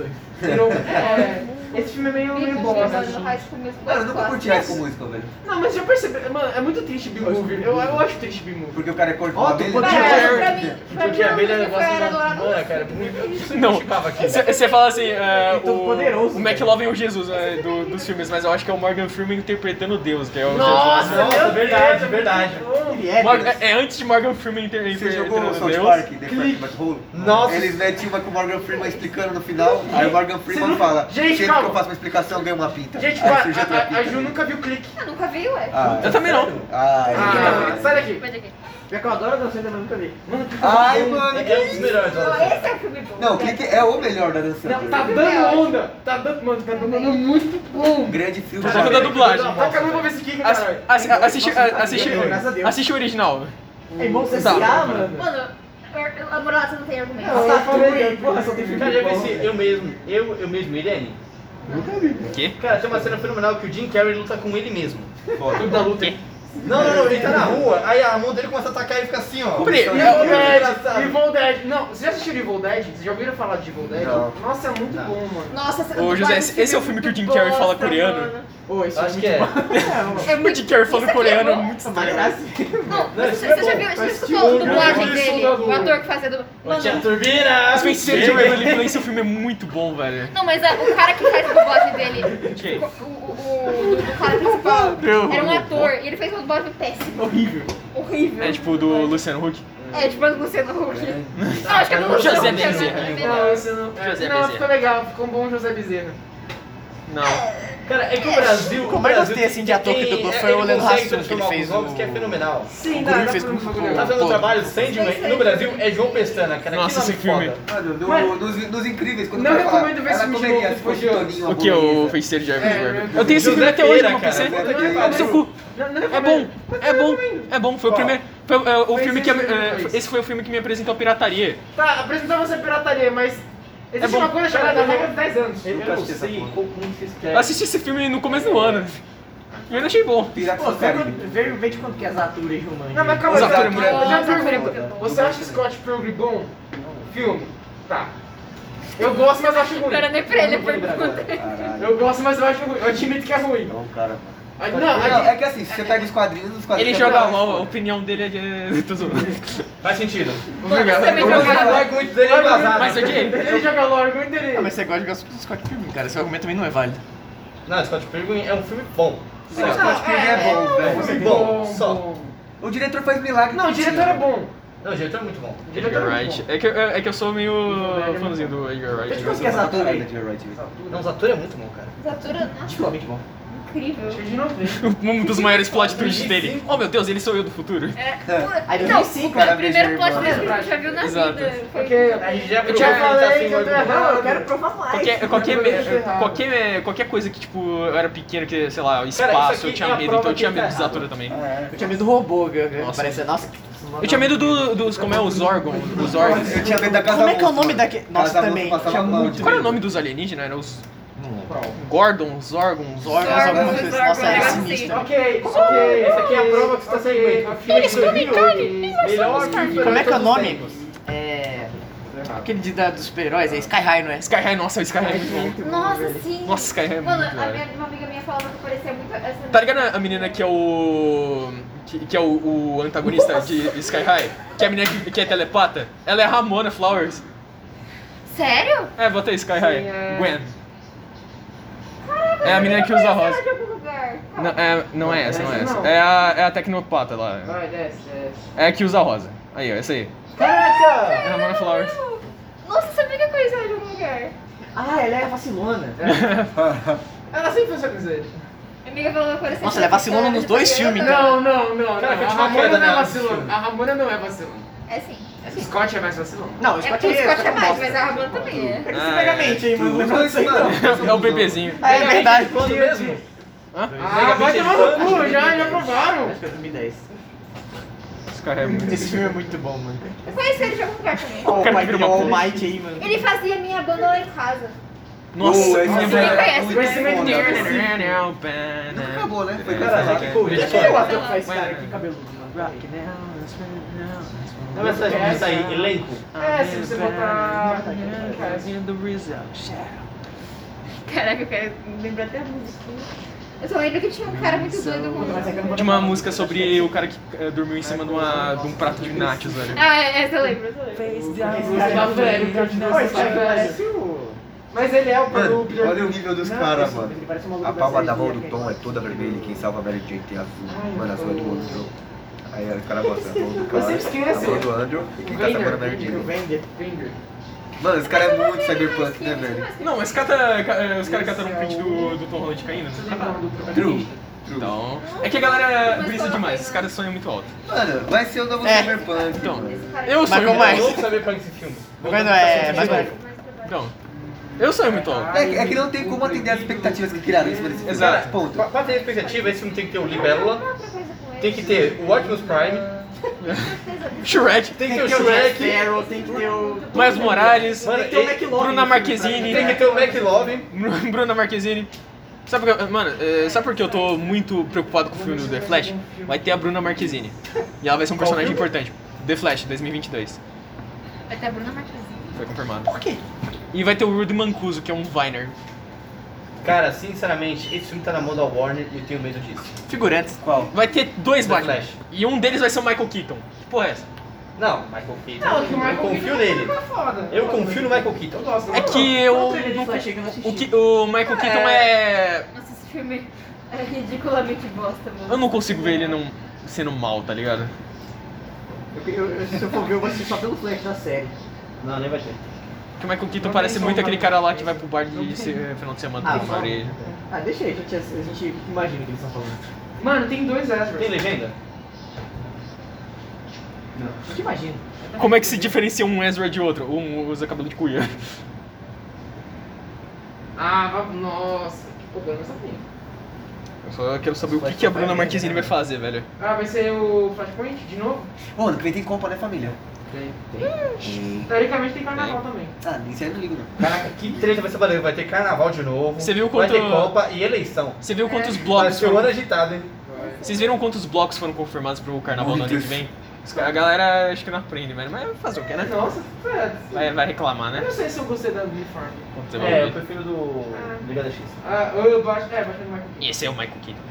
[SPEAKER 1] Virou- é, esse filme é meio, meio bosta.
[SPEAKER 5] Mano, High School Musical
[SPEAKER 4] Mano, eu nunca
[SPEAKER 5] clássico.
[SPEAKER 4] curti essa música, velho.
[SPEAKER 1] Não, mas já percebeu, mano, é muito triste B-Movie. Eu, eu acho triste B-Movie.
[SPEAKER 4] Porque o cara é corto
[SPEAKER 9] Ó, tu podia-
[SPEAKER 5] Cara, pra mim, pra mim,
[SPEAKER 9] Porque a
[SPEAKER 5] a
[SPEAKER 9] abelha é um
[SPEAKER 5] música foi
[SPEAKER 9] negócio
[SPEAKER 5] Era
[SPEAKER 9] da
[SPEAKER 5] Dourada.
[SPEAKER 9] Mano, cara, é muito.
[SPEAKER 2] Não, você fala assim, é,
[SPEAKER 9] Ele é todo
[SPEAKER 2] o,
[SPEAKER 9] poderoso,
[SPEAKER 2] o McLovin é o Jesus é, do- dos filmes, mas eu acho que é o Morgan Freeman interpretando Deus, que é o
[SPEAKER 1] Nossa,
[SPEAKER 2] Jesus.
[SPEAKER 9] Nossa,
[SPEAKER 1] meu
[SPEAKER 9] verdade,
[SPEAKER 1] Deus,
[SPEAKER 9] verdade.
[SPEAKER 1] é muito bom.
[SPEAKER 9] Ele é.
[SPEAKER 2] Mor- é, é antes de Morgan Freeman inter-
[SPEAKER 4] Você
[SPEAKER 2] interpretando
[SPEAKER 4] jogou o South
[SPEAKER 2] Deus.
[SPEAKER 4] Park, The Frank But Whole?
[SPEAKER 9] Nossa.
[SPEAKER 4] Eles metem uma com o Morgan Freeman explicando no final, aí o Morgan Freeman
[SPEAKER 1] nunca-
[SPEAKER 4] fala,
[SPEAKER 1] Gente,
[SPEAKER 4] sempre que
[SPEAKER 1] calma.
[SPEAKER 4] eu faço uma explicação, eu ganho uma pinta.
[SPEAKER 1] Gente,
[SPEAKER 9] Ah,
[SPEAKER 4] Aí
[SPEAKER 1] a,
[SPEAKER 4] surge
[SPEAKER 9] tá
[SPEAKER 4] outra
[SPEAKER 1] a, a,
[SPEAKER 4] pinta.
[SPEAKER 1] a Ju nunca viu clique.
[SPEAKER 5] Ah, nunca vi, ué.
[SPEAKER 4] Ah,
[SPEAKER 2] Eu também não.
[SPEAKER 4] Ai,
[SPEAKER 1] Ah,
[SPEAKER 4] ai.
[SPEAKER 1] sai daqui. É
[SPEAKER 5] Vai daqui.
[SPEAKER 9] Pior que eu adoro a dançante, mas nunca vi.
[SPEAKER 1] Tá
[SPEAKER 4] Ai, mano, que
[SPEAKER 9] É um dos melhores.
[SPEAKER 5] Não, esse é o filme bom.
[SPEAKER 4] Não, o que que é o melhor da dança?
[SPEAKER 1] Não, tá dando onda. Tá dando, mano, tá dando onda muito
[SPEAKER 4] Um
[SPEAKER 1] bom.
[SPEAKER 4] grande filme.
[SPEAKER 2] Por conta da dublagem.
[SPEAKER 1] Tá acabando pra ver esse clique,
[SPEAKER 2] Assi-
[SPEAKER 1] caralho.
[SPEAKER 2] assi- assiste, a- assiste,
[SPEAKER 9] graças a Deus.
[SPEAKER 2] assiste o original.
[SPEAKER 9] É irmão do
[SPEAKER 2] Tá.
[SPEAKER 9] CSA, mano.
[SPEAKER 5] Mano, eu- eu- a moral, você não tem argumento.
[SPEAKER 9] Não,
[SPEAKER 1] tá
[SPEAKER 9] eu falei, porra, só tem filme
[SPEAKER 10] Cara, já
[SPEAKER 9] bom,
[SPEAKER 10] vi esse
[SPEAKER 9] velho.
[SPEAKER 10] eu mesmo, eu, eu mesmo, Irene?
[SPEAKER 2] O quê?
[SPEAKER 10] Cara, tem uma cena fenomenal que o Jim Carrey luta com ele mesmo.
[SPEAKER 4] Foda.
[SPEAKER 10] O da luta.
[SPEAKER 3] Não, não, não, ele tá na rua, aí a mão dele começa a atacar e ele fica assim, ó.
[SPEAKER 1] Evil
[SPEAKER 3] Ele fica
[SPEAKER 1] Dead,
[SPEAKER 3] engraçado.
[SPEAKER 1] Evil Dead. Não, vocês já assistiram Evil Dead? Vocês já ouviram falar de Evil Dead?
[SPEAKER 4] Não.
[SPEAKER 1] Nossa, é muito bom, mano.
[SPEAKER 5] Nossa, essa-
[SPEAKER 2] Ô, José, esse- esse é o filme que o Jim Carrey fala
[SPEAKER 1] Nossa,
[SPEAKER 2] coreano?
[SPEAKER 1] mano. Ô, isso
[SPEAKER 3] Acho que é.
[SPEAKER 5] É
[SPEAKER 2] O Jim Carrey falando
[SPEAKER 5] Isso aqui
[SPEAKER 2] coreano é
[SPEAKER 5] bom.
[SPEAKER 2] muito
[SPEAKER 6] Mas
[SPEAKER 2] estranho.
[SPEAKER 6] assim.
[SPEAKER 5] Não,
[SPEAKER 3] Não,
[SPEAKER 5] mas
[SPEAKER 3] isso
[SPEAKER 5] você,
[SPEAKER 3] é
[SPEAKER 5] você já
[SPEAKER 3] bom.
[SPEAKER 5] viu, você já
[SPEAKER 1] Mas
[SPEAKER 5] escutou a
[SPEAKER 1] tio,
[SPEAKER 5] dublagem
[SPEAKER 1] cara,
[SPEAKER 5] dele?
[SPEAKER 1] isso é um
[SPEAKER 5] O ator que fazia a
[SPEAKER 3] Ô, tia
[SPEAKER 5] dublagem. Mano,
[SPEAKER 3] Turbina!
[SPEAKER 2] Mas vencer de Evelyn
[SPEAKER 6] (laughs)
[SPEAKER 2] Influência, o filme é muito bom, velho.
[SPEAKER 5] não, mas a- o cara que faz a dublagem dele,
[SPEAKER 2] Quem?
[SPEAKER 5] o, o, o, o- do cara principal,
[SPEAKER 2] (laughs)
[SPEAKER 5] era um ator e ele fez uma dublagem péssima.
[SPEAKER 2] Horrível.
[SPEAKER 5] Horrível.
[SPEAKER 2] É tipo do Luciano Huck.
[SPEAKER 5] É, tipo a do Luciano Huck. Não, acho
[SPEAKER 2] (laughs)
[SPEAKER 5] que é do
[SPEAKER 3] José
[SPEAKER 5] Luciano Huck.
[SPEAKER 2] Bezerra.
[SPEAKER 5] né? É
[SPEAKER 1] Não,
[SPEAKER 5] melhor.
[SPEAKER 1] esse não. é,
[SPEAKER 3] José
[SPEAKER 1] não,
[SPEAKER 3] Bezerra.
[SPEAKER 1] ficou legal, ficou um bom José Bezerra.
[SPEAKER 2] Não.
[SPEAKER 3] Cara, é que o Brasil.
[SPEAKER 6] Como
[SPEAKER 3] o
[SPEAKER 6] eu
[SPEAKER 3] Brasil
[SPEAKER 6] gostei, assim, de ator que
[SPEAKER 3] tem-
[SPEAKER 6] dublou
[SPEAKER 3] é-
[SPEAKER 6] foi o
[SPEAKER 3] ele
[SPEAKER 6] Leandro
[SPEAKER 3] consegue
[SPEAKER 6] Hassum, que ele
[SPEAKER 3] transformar
[SPEAKER 6] fez
[SPEAKER 3] alguns jogos
[SPEAKER 6] o-
[SPEAKER 3] que é fenomenal.
[SPEAKER 1] Sim,
[SPEAKER 6] O
[SPEAKER 1] dá,
[SPEAKER 6] Guri
[SPEAKER 1] dá
[SPEAKER 6] fez
[SPEAKER 1] pra um
[SPEAKER 6] com-
[SPEAKER 1] jogo
[SPEAKER 6] com-
[SPEAKER 1] legal.
[SPEAKER 3] Tá vendo o
[SPEAKER 6] Pô.
[SPEAKER 3] trabalho Sandman? E no Brasil é João Pestana, cara.
[SPEAKER 2] Nossa,
[SPEAKER 3] que nome
[SPEAKER 2] esse filme.
[SPEAKER 3] foda.
[SPEAKER 4] Mano, no-
[SPEAKER 1] Mas-
[SPEAKER 4] nos, nos incríveis, quando
[SPEAKER 1] Não
[SPEAKER 4] eu falo,
[SPEAKER 1] recomendo ver esse
[SPEAKER 4] ela
[SPEAKER 1] filme de
[SPEAKER 4] comeria
[SPEAKER 1] novo
[SPEAKER 4] depois de
[SPEAKER 1] depois de
[SPEAKER 4] Toninho,
[SPEAKER 2] O que? O
[SPEAKER 4] Bolonhesa.
[SPEAKER 2] feiticeiro de
[SPEAKER 1] É,
[SPEAKER 2] Evelyn
[SPEAKER 1] meu
[SPEAKER 2] Weber.
[SPEAKER 1] Deus.
[SPEAKER 2] Eu tenho esse filme
[SPEAKER 3] José
[SPEAKER 2] até hoje
[SPEAKER 3] Pera,
[SPEAKER 2] no meu
[SPEAKER 1] é
[SPEAKER 3] cara.
[SPEAKER 2] PC.
[SPEAKER 4] Puta que
[SPEAKER 2] Vai pro seu
[SPEAKER 4] um
[SPEAKER 2] cu.
[SPEAKER 1] Não, não
[SPEAKER 2] É
[SPEAKER 1] recomendo.
[SPEAKER 2] bom, é bom, é bom. Foi o primeiro. Foi, é, o
[SPEAKER 1] Foi
[SPEAKER 2] filme que.
[SPEAKER 1] esse filme que
[SPEAKER 2] é,
[SPEAKER 1] fez.
[SPEAKER 2] esse foi o filme que me apresentou a pirataria.
[SPEAKER 1] Tá, apresentar você pirataria, mas. Existe
[SPEAKER 2] bom.
[SPEAKER 1] uma coisa chamada regra de 10 anos.
[SPEAKER 3] Eu
[SPEAKER 4] nunca
[SPEAKER 3] não
[SPEAKER 4] assisti essa
[SPEAKER 3] sei
[SPEAKER 4] porra.
[SPEAKER 3] como como vocês
[SPEAKER 2] Eu
[SPEAKER 6] é?
[SPEAKER 3] querem.
[SPEAKER 2] assisti esse filme no começo do ano. E eu não achei bom.
[SPEAKER 4] Piratas
[SPEAKER 6] Pô,
[SPEAKER 4] do
[SPEAKER 1] é
[SPEAKER 6] vê
[SPEAKER 4] Caribe.
[SPEAKER 6] quanto- vê- vê de quanto que é as aturas romanas.
[SPEAKER 1] Não, mas calma,
[SPEAKER 2] Os
[SPEAKER 1] eu já-
[SPEAKER 2] atores
[SPEAKER 1] eu já
[SPEAKER 5] muito-
[SPEAKER 1] tenho uma pergunta. Você acha Scott Pilgrim bom? Filme? Tá. Eu gosto, mas eu acho
[SPEAKER 5] Não
[SPEAKER 1] ruim.
[SPEAKER 5] era nem pra ele a pergunta.
[SPEAKER 4] Caralho.
[SPEAKER 1] Eu gosto, mas eu acho ruim. Eu admito que é ruim.
[SPEAKER 6] um
[SPEAKER 4] Não, cara.
[SPEAKER 1] Ah, Não,
[SPEAKER 4] Não, é
[SPEAKER 1] aqui-
[SPEAKER 4] que assim, se você pega os quadrinhos, os quadrinhos...
[SPEAKER 2] Ele
[SPEAKER 4] é
[SPEAKER 6] é
[SPEAKER 2] joga LOL, a opinião dele é de. (laughs) Tô zoando.
[SPEAKER 3] Faz sentido.
[SPEAKER 1] obrigado.
[SPEAKER 5] Você me
[SPEAKER 1] Eu
[SPEAKER 5] jogou-
[SPEAKER 1] gosto-
[SPEAKER 3] Vai com muito dele é vazado.
[SPEAKER 2] Mas aqui.
[SPEAKER 1] Ele joga LOL, eu entendi.
[SPEAKER 6] Ah, mas você gosta de Gospel do Scott Pilgrim, cara. Seu argumento também não é válido.
[SPEAKER 3] Não, Scott Pilgrim é um filme bom.
[SPEAKER 4] Não, Scott Pilgrim é
[SPEAKER 1] Ah,
[SPEAKER 4] bom, velho.
[SPEAKER 3] Filme bom, só.
[SPEAKER 4] O diretor faz milagre.
[SPEAKER 1] Não, o diretor é bom.
[SPEAKER 3] Não, o diretor é muito bom.
[SPEAKER 1] O
[SPEAKER 2] Edgar
[SPEAKER 1] diretor é muito
[SPEAKER 2] Wright.
[SPEAKER 1] bom.
[SPEAKER 2] É que, eu- é que eu sou meio fãzinho do Edgar
[SPEAKER 6] Vê de
[SPEAKER 2] Wright. né?
[SPEAKER 6] quanto que é as aturas aí.
[SPEAKER 3] Não, os atores é muito bom, cara.
[SPEAKER 5] Satura, nossa,
[SPEAKER 6] Particularmente bom.
[SPEAKER 5] incrível.
[SPEAKER 1] Acho que de 90.
[SPEAKER 2] Um dos maiores plot twists dele. Oh meu Deus, ele sou eu do futuro.
[SPEAKER 5] É,
[SPEAKER 6] Aí
[SPEAKER 5] não,
[SPEAKER 6] 2005
[SPEAKER 5] foi
[SPEAKER 4] era
[SPEAKER 5] o primeiro
[SPEAKER 4] mesmo,
[SPEAKER 5] plot
[SPEAKER 4] irmão.
[SPEAKER 5] twist que você já viu na
[SPEAKER 2] Exato.
[SPEAKER 5] vida. Foi
[SPEAKER 1] Porque
[SPEAKER 5] muito bom.
[SPEAKER 1] a gente já
[SPEAKER 2] Eu já
[SPEAKER 1] falei que tá eu tô
[SPEAKER 6] Não, eu
[SPEAKER 1] errado.
[SPEAKER 6] quero provar mais.
[SPEAKER 2] Qualquer, qualquer,
[SPEAKER 1] Eu tô errado.
[SPEAKER 2] qualquer, qualquer coisa que, tipo, eu era pequeno, que, sei lá,
[SPEAKER 3] isso
[SPEAKER 2] espaço, eu
[SPEAKER 3] aqui
[SPEAKER 2] tinha
[SPEAKER 3] é a
[SPEAKER 2] medo,
[SPEAKER 3] prova
[SPEAKER 2] então eu
[SPEAKER 3] que
[SPEAKER 2] tinha
[SPEAKER 3] ele
[SPEAKER 2] medo
[SPEAKER 3] tá
[SPEAKER 2] dos
[SPEAKER 3] errado.
[SPEAKER 2] atores também.
[SPEAKER 6] Eu tinha medo do robô, cara.
[SPEAKER 2] Nossa.
[SPEAKER 6] Parece, nossa, que-
[SPEAKER 2] Eu tinha medo do- dos, como é, os Zorgon, os Zorgs.
[SPEAKER 4] Eu tinha medo da Casa
[SPEAKER 6] Como é que é o
[SPEAKER 4] Monstro,
[SPEAKER 6] nome
[SPEAKER 4] mano.
[SPEAKER 6] daquele- Nossa,
[SPEAKER 4] Casa
[SPEAKER 6] também,
[SPEAKER 4] Monstro
[SPEAKER 6] tinha
[SPEAKER 4] passava tipo, uh, mal
[SPEAKER 6] muito
[SPEAKER 4] de
[SPEAKER 2] Qual era o
[SPEAKER 4] medo.
[SPEAKER 2] nome dos alienígenas? Era os Gordon, Zorgon, Zorgon.
[SPEAKER 6] Zorgon,
[SPEAKER 5] Zorgo,
[SPEAKER 6] alguma
[SPEAKER 5] Zorgo,
[SPEAKER 6] coisa- nossa,
[SPEAKER 1] é
[SPEAKER 6] era
[SPEAKER 5] era
[SPEAKER 6] sinistro.
[SPEAKER 5] assim.
[SPEAKER 1] Ok, ok. Essa aqui é a prova que você tá sem
[SPEAKER 5] Eles comem carne, eles não
[SPEAKER 1] um
[SPEAKER 5] são os carne.
[SPEAKER 6] Como é que é o nome? É. Aquele de, da, dos super-heróis é Sky High, não é?
[SPEAKER 2] Sky High, nossa, o Sky High é muito bom.
[SPEAKER 5] Nossa, sim.
[SPEAKER 2] Nossa, Sky High é
[SPEAKER 5] Mano,
[SPEAKER 2] muito
[SPEAKER 5] a
[SPEAKER 2] bom.
[SPEAKER 5] minha, uma amiga minha falava que parecia muito essa...
[SPEAKER 2] Tá ligado a menina que é o. que, que é o, o antagonista de Sky High? Que é a menina que, que é telepata? Ela é a Ramona Flowers.
[SPEAKER 5] Sério?
[SPEAKER 2] É, bota aí Sky High.
[SPEAKER 1] é.
[SPEAKER 2] Gwen. É a menina que usa rosa.
[SPEAKER 5] De algum lugar.
[SPEAKER 2] Não é, não é essa, não
[SPEAKER 1] Essa
[SPEAKER 2] é essa.
[SPEAKER 1] não.
[SPEAKER 2] É a, é a tecnopata lá.
[SPEAKER 1] Vai, desce, desce.
[SPEAKER 2] É a que usa rosa. Aí, ó, essa aí. É
[SPEAKER 4] Caraca!
[SPEAKER 2] a Ramona Flowers.
[SPEAKER 5] Nossa, sabia que eu conhecia ela de algum lugar.
[SPEAKER 6] Ah, ela é vacilona.
[SPEAKER 1] Ela sempre foi sorriseira.
[SPEAKER 5] Minha amiga falou que parecia...
[SPEAKER 6] Nossa, ela é vacilona nos dois filmes, então.
[SPEAKER 1] Não, não, não. não.
[SPEAKER 3] Cara,
[SPEAKER 1] A
[SPEAKER 3] continua
[SPEAKER 1] Ramona não
[SPEAKER 3] querendo,
[SPEAKER 1] é
[SPEAKER 3] né?
[SPEAKER 1] vacilona. A Ramona não é vacilona.
[SPEAKER 5] É sim, é sim.
[SPEAKER 1] Scott é mais vacilão.
[SPEAKER 6] Não, o
[SPEAKER 5] É porque
[SPEAKER 6] Scott
[SPEAKER 5] o Scott é mais,
[SPEAKER 6] bosta.
[SPEAKER 5] mas a Ramona também é.
[SPEAKER 6] Isso pega a mente, hein, mano? Lembra disso aí, não.
[SPEAKER 2] É o bebezinho.
[SPEAKER 6] Ah, é verdade.
[SPEAKER 3] Quando mesmo?
[SPEAKER 1] Ah, vai tomar no cu, já, já provaram.
[SPEAKER 6] Acho que é 2010.
[SPEAKER 2] Sky High é muito.
[SPEAKER 6] Esse filme é muito bom, mano.
[SPEAKER 5] Eu conheci ele de algum lugar também.
[SPEAKER 6] Ó, o
[SPEAKER 2] cara
[SPEAKER 6] pai
[SPEAKER 2] vira
[SPEAKER 6] do
[SPEAKER 2] uma
[SPEAKER 6] All
[SPEAKER 2] ponte.
[SPEAKER 6] Might aí, mano.
[SPEAKER 5] Ele fazia minha banda lá em casa.
[SPEAKER 2] Nossa,
[SPEAKER 4] esse
[SPEAKER 2] minha
[SPEAKER 5] Você nem
[SPEAKER 4] é-
[SPEAKER 2] mulher.
[SPEAKER 5] conhece,
[SPEAKER 4] Esse
[SPEAKER 5] né?
[SPEAKER 4] é- Nunca
[SPEAKER 2] Nunca
[SPEAKER 4] acabou, né? Foi
[SPEAKER 3] Cara,
[SPEAKER 4] cancelado.
[SPEAKER 3] que coisa.
[SPEAKER 6] Deixa eu ver o ator que faz esse
[SPEAKER 2] Mano.
[SPEAKER 6] cara aqui, cabeludo, mano.
[SPEAKER 3] Não é essa gente aí, elenco.
[SPEAKER 1] É, se você botar.
[SPEAKER 2] é
[SPEAKER 5] Caraca, eu quero lembrar até a musiquinha. Eu só lembro que tinha um cara muito doido com
[SPEAKER 2] De uma música sobre o cara que eh, dormiu em cima de, uma- de um prato de nachos, velho.
[SPEAKER 5] Ah, é, essa eu lembro, essa eu lembro.
[SPEAKER 1] é tá Mas ele é o
[SPEAKER 4] Mano,
[SPEAKER 1] produto.
[SPEAKER 4] olha o nível dos caras, mano.
[SPEAKER 6] parece um maluco
[SPEAKER 4] A
[SPEAKER 6] da
[SPEAKER 4] palma
[SPEAKER 6] série
[SPEAKER 4] da
[SPEAKER 6] B,
[SPEAKER 4] mão do
[SPEAKER 6] aquele.
[SPEAKER 4] Tom é toda vermelha e quem salva a Mary Jane tem azul. Mano, azul é do Andrew. Aí o cara bota a mão do cara,
[SPEAKER 1] sempre esqueço.
[SPEAKER 4] a mão do Andrew e quem tá salvando a Mary Jane.
[SPEAKER 6] Vender.
[SPEAKER 4] Mano, esse cara é muito cyberpunk, né,
[SPEAKER 5] é
[SPEAKER 4] velho?
[SPEAKER 2] Não, mas cata, ca- eh, os caras cataram um print do, do Tom Holland caindo. né? não cataram?
[SPEAKER 4] True.
[SPEAKER 2] Então. É que a galera brisa demais, esses caras sonham muito alto.
[SPEAKER 4] Mano, vai ser o novo
[SPEAKER 6] É.
[SPEAKER 4] cyberpunk,
[SPEAKER 2] Então.
[SPEAKER 4] mano.
[SPEAKER 2] Eu
[SPEAKER 6] Mas
[SPEAKER 2] sonho
[SPEAKER 6] como
[SPEAKER 2] muito
[SPEAKER 3] Eu
[SPEAKER 6] é?
[SPEAKER 2] alto.
[SPEAKER 3] louco saber pra esse filme.
[SPEAKER 6] Mas não é, mas não é.
[SPEAKER 2] Então. Eu sonho muito alto.
[SPEAKER 4] É, que- é que não tem como atender as expectativas que criaram em cima desse filme.
[SPEAKER 2] Exato.
[SPEAKER 4] Ponto.
[SPEAKER 3] Pra pra ter expectativa, esse filme tem que ter o Libélula, tem que ter o Optimus Prime,
[SPEAKER 2] Shrek.
[SPEAKER 3] tem que
[SPEAKER 6] Tem
[SPEAKER 3] ter o
[SPEAKER 6] que ter o Jack
[SPEAKER 3] Shrek,
[SPEAKER 6] Sparrow, tem que ter o...
[SPEAKER 2] Miles Morales.
[SPEAKER 3] Mano,
[SPEAKER 6] Tem que ter o
[SPEAKER 3] ele-
[SPEAKER 6] McLovin.
[SPEAKER 2] Bruna Marquezine.
[SPEAKER 3] tem que ter o McLovin.
[SPEAKER 2] Bruna Marquezine. Sabe, por que- mano, é, sabe por que eu tô muito preocupado com o filme do The Flash? Vai ter a Bruna Marquezine. E ela vai ser um personagem importante. The Flash, 2022.
[SPEAKER 5] Vai ter a Bruna Marquezine.
[SPEAKER 2] Foi confirmado. Por quê? E vai ter o Rudy Mancuso, que é um Viner.
[SPEAKER 3] Cara, sinceramente, esse filme tá na mão da Warner e eu tenho medo disso.
[SPEAKER 2] Figurante. Qual? Vai ter dois
[SPEAKER 3] The
[SPEAKER 2] Batman.
[SPEAKER 3] Flash.
[SPEAKER 2] E um deles vai ser o Michael Keaton. Que porra é essa?
[SPEAKER 3] Não, Michael Keaton.
[SPEAKER 1] Não, é que o Michael
[SPEAKER 3] eu confio
[SPEAKER 1] Keaton
[SPEAKER 3] nele.
[SPEAKER 1] tá foda.
[SPEAKER 3] Eu confio no Michael Keaton.
[SPEAKER 1] gosto.
[SPEAKER 2] É que eu.
[SPEAKER 6] trailer
[SPEAKER 2] não-
[SPEAKER 6] de Flash aí que eu não assisti.
[SPEAKER 2] O, que- o Michael Keaton é.
[SPEAKER 6] Nossa, esse filme é ridiculamente bosta, mano.
[SPEAKER 2] Eu não consigo ver ele não sendo mal, tá ligado?
[SPEAKER 6] Eu- eu-
[SPEAKER 7] Se eu for ver, eu vou assistir só pelo flash da série.
[SPEAKER 3] Não, nem vai ter.
[SPEAKER 2] Porque o Michael Keaton parece muito aquele cara lá que vai pro bar de se- final de semana
[SPEAKER 7] Ah,
[SPEAKER 2] tomar
[SPEAKER 7] só-
[SPEAKER 2] breja.
[SPEAKER 7] Ah, deixa aí, a gente, a gente imagina o que eles estão falando.
[SPEAKER 1] Mano, tem dois Ezra.
[SPEAKER 3] Tem legenda?
[SPEAKER 7] A gente imagina.
[SPEAKER 2] Como é que se diferencia um Ezra de outro? Um usa cabelo de cuia.
[SPEAKER 1] Ah, va- nossa, que problema essa porra.
[SPEAKER 2] Eu só quero saber o que, que a Bruna Marquezine vai fazer, velho.
[SPEAKER 1] Ah, vai ser o Flashpoint de novo?
[SPEAKER 4] Ô, ano que vem tem Copa, né, família?
[SPEAKER 1] Tem. Teoricamente tem carnaval também.
[SPEAKER 4] Ah, nisso aí eu não ligo, não.
[SPEAKER 3] Caraca, que treta vai ser maneiro. Vai ter carnaval de novo.
[SPEAKER 2] Você viu
[SPEAKER 3] Vai
[SPEAKER 2] quanto-
[SPEAKER 3] ter Copa e eleição.
[SPEAKER 2] Você viu
[SPEAKER 6] É.
[SPEAKER 2] quantos
[SPEAKER 3] Parece
[SPEAKER 2] blocos
[SPEAKER 3] que o ano
[SPEAKER 2] foram...
[SPEAKER 3] agitado, hein?
[SPEAKER 2] Vocês viram quantos blocos foram confirmados pro carnaval do ano que vem? Os ca- A galera acho que não aprende, velho. Mas fazer o que, né?
[SPEAKER 1] Nossa,
[SPEAKER 2] Vai,
[SPEAKER 1] Fred.
[SPEAKER 2] vai reclamar, né?
[SPEAKER 1] Eu não sei se eu gostei da uniforme.
[SPEAKER 2] Você vai
[SPEAKER 3] É, eu
[SPEAKER 2] ver.
[SPEAKER 3] prefiro do Liga da X.
[SPEAKER 1] Ah, eu baixo. É, baixo do Michael Keaton.
[SPEAKER 2] E esse é o Michael Keaton.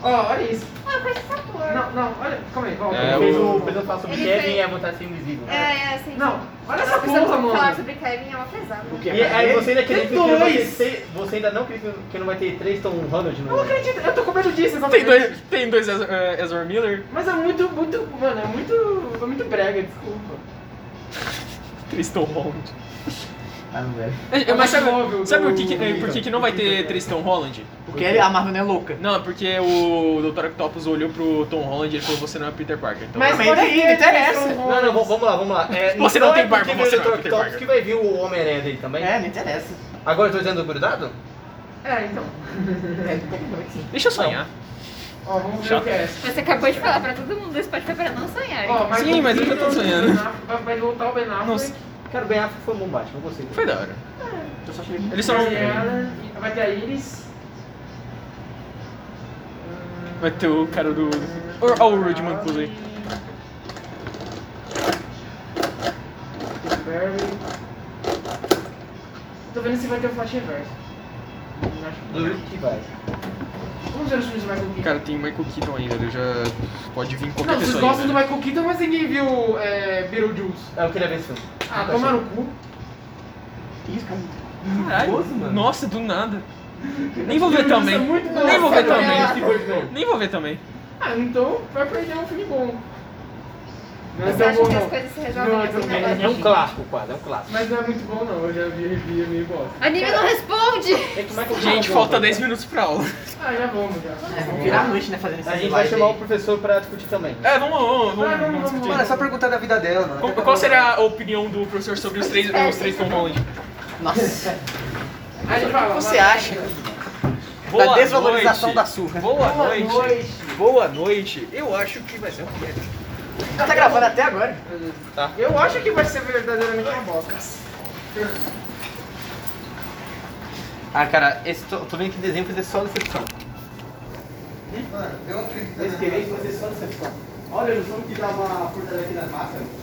[SPEAKER 1] Ó, olha isso.
[SPEAKER 5] Ah, eu conheço essa cor.
[SPEAKER 1] Não, não, olha. Calma aí, volta.
[SPEAKER 2] É,
[SPEAKER 3] Fez
[SPEAKER 2] o-
[SPEAKER 3] o Pedro falar sobre
[SPEAKER 5] Ele
[SPEAKER 3] Kevin
[SPEAKER 5] fez-
[SPEAKER 3] e a votação invisível. né?
[SPEAKER 5] É, é, sim.
[SPEAKER 1] Não, olha essa
[SPEAKER 5] Precisamos
[SPEAKER 1] porra,
[SPEAKER 5] Falar
[SPEAKER 1] mano.
[SPEAKER 5] sobre Kevin é uma pesada.
[SPEAKER 7] O quê?
[SPEAKER 3] E aí você ainda
[SPEAKER 1] Tem
[SPEAKER 3] acredita que não vai
[SPEAKER 1] dois.
[SPEAKER 3] ter três- Você ainda não acredita que não vai ter três Tom Ronald no.
[SPEAKER 1] Eu não acredito, eu tô com medo disso,
[SPEAKER 2] Tem
[SPEAKER 1] exatamente.
[SPEAKER 2] dois, tem dois Ezra, eh, Ezra Miller.
[SPEAKER 1] Mas é muito, muito. Mano, é muito. Foi muito brega, desculpa.
[SPEAKER 2] Tristan Holland.
[SPEAKER 6] Ah, não é.
[SPEAKER 2] É, é, Mas sabe,
[SPEAKER 1] móvel
[SPEAKER 2] sabe
[SPEAKER 1] do-
[SPEAKER 2] o que, que- eh, por que, que não vai ter Tristan Holland?
[SPEAKER 6] Porque ele, a Marvel não é louca.
[SPEAKER 2] Não, é porque o Dr. Octopus olhou pro Tom Holland e ele falou, você não é Peter Parker. Então,
[SPEAKER 1] Mas
[SPEAKER 6] Mas né?
[SPEAKER 1] pode
[SPEAKER 6] daí,
[SPEAKER 1] ter
[SPEAKER 6] não interessa.
[SPEAKER 1] Jason
[SPEAKER 3] Não, não, vamos lá, vamos lá. É,
[SPEAKER 2] Você não tem
[SPEAKER 3] é
[SPEAKER 2] barba,
[SPEAKER 3] porque
[SPEAKER 2] você
[SPEAKER 3] veio
[SPEAKER 2] não é
[SPEAKER 3] o
[SPEAKER 2] Peter
[SPEAKER 3] Dr. Octopus
[SPEAKER 2] Parker.
[SPEAKER 3] que vai vir o Homem-Aranha dele também.
[SPEAKER 6] É, não interessa.
[SPEAKER 3] Agora eu tô dizendo grudado?
[SPEAKER 1] É, então.
[SPEAKER 2] Deixa eu sonhar.
[SPEAKER 1] Ó, vamos ver
[SPEAKER 2] Chato.
[SPEAKER 1] o que é essa.
[SPEAKER 5] Você acabou de falar pra todo mundo do Spotify pra não sonhar.
[SPEAKER 1] Ó, mas
[SPEAKER 2] Sim, mas eu já tô
[SPEAKER 1] o Ben
[SPEAKER 2] sonhando.
[SPEAKER 1] Affleck- vai- Vai voltar o Ben Affleck.
[SPEAKER 2] Nossa.
[SPEAKER 3] Quero ganhar porque foi um bom Batman, eu gostei.
[SPEAKER 2] Foi da hora.
[SPEAKER 7] Eu só achei
[SPEAKER 2] Ele só
[SPEAKER 1] Vai
[SPEAKER 2] não...
[SPEAKER 1] ter ela, Vai ter a Iris.
[SPEAKER 2] Vai ter o cara do... Olha o Rude Mancuso aí.
[SPEAKER 1] Barry. Tô vendo se vai ter o Flash Reverso. Não acho que-
[SPEAKER 3] Duvido que vai.
[SPEAKER 1] Vamos ver os filmes do Michael Keaton.
[SPEAKER 2] um Cara, tem o Michael Keaton ainda, ele já pode vir qualquer
[SPEAKER 1] Não, vocês
[SPEAKER 2] pessoa
[SPEAKER 1] gostam
[SPEAKER 2] aí,
[SPEAKER 1] do
[SPEAKER 2] velho.
[SPEAKER 1] Michael Keaton, mas ninguém viu é, Beetlejuice.
[SPEAKER 3] Ah, Eu queria ver esse filme.
[SPEAKER 1] Ah,
[SPEAKER 2] tá
[SPEAKER 1] toma no cu.
[SPEAKER 7] isso, cara.
[SPEAKER 2] Caralho,
[SPEAKER 7] Nervoso, mano.
[SPEAKER 2] nossa, do nada. Nem vou ver
[SPEAKER 1] Beetlejuice
[SPEAKER 2] também.
[SPEAKER 1] é muito bom.
[SPEAKER 2] Nem vou ver
[SPEAKER 1] Nossa,
[SPEAKER 2] também.
[SPEAKER 1] olha
[SPEAKER 2] Nem vou ver também.
[SPEAKER 1] Ah, então vai perder um filme bom. Mas
[SPEAKER 5] Você
[SPEAKER 1] não é
[SPEAKER 5] acha
[SPEAKER 1] bom
[SPEAKER 5] que as
[SPEAKER 1] não.
[SPEAKER 5] coisas se
[SPEAKER 1] Não,
[SPEAKER 5] resolvem
[SPEAKER 1] eu
[SPEAKER 5] assim,
[SPEAKER 1] também.
[SPEAKER 5] negócio?
[SPEAKER 3] É um clássico quase, é um clássico.
[SPEAKER 1] Mas não é muito bom não, eu já vi review meio bosta.
[SPEAKER 5] Anime não responde!
[SPEAKER 3] É que o Michael
[SPEAKER 2] Gente,
[SPEAKER 3] Keaton-
[SPEAKER 2] falta 10 minutos pra aula.
[SPEAKER 1] Ah, já vamos já.
[SPEAKER 5] É.
[SPEAKER 7] Vamos virar a noite, né, fazendo esse
[SPEAKER 3] A gente vai chamar o professor pra discutir também.
[SPEAKER 2] É, vamos, vamos,
[SPEAKER 1] Ah,
[SPEAKER 2] vamos,
[SPEAKER 1] vamos,
[SPEAKER 2] vamos discutir.
[SPEAKER 4] Mano, é só perguntar da vida dela, mano.
[SPEAKER 2] Qual, qual será a opinião do professor sobre os três, os três Tom Holland?
[SPEAKER 7] Nossa,
[SPEAKER 1] Aí ele fala,
[SPEAKER 7] o que você
[SPEAKER 1] mas-
[SPEAKER 7] acha da desvalorização da surra?
[SPEAKER 2] Boa,
[SPEAKER 7] Boa
[SPEAKER 2] noite.
[SPEAKER 7] noite.
[SPEAKER 2] Boa noite. Eu acho que vai ser um filme.
[SPEAKER 7] Ela tá gravando até agora.
[SPEAKER 1] Eu acho que vai ser verdadeiramente uma bosta.
[SPEAKER 3] Ah, cara, esse, tô, tô vendo que desenho vai ser só decepção.
[SPEAKER 4] Mano, eu não acredito.
[SPEAKER 3] Esse desenho vai ser só decepção.
[SPEAKER 6] Olha, eles vão que dar uma furtada aqui na massa.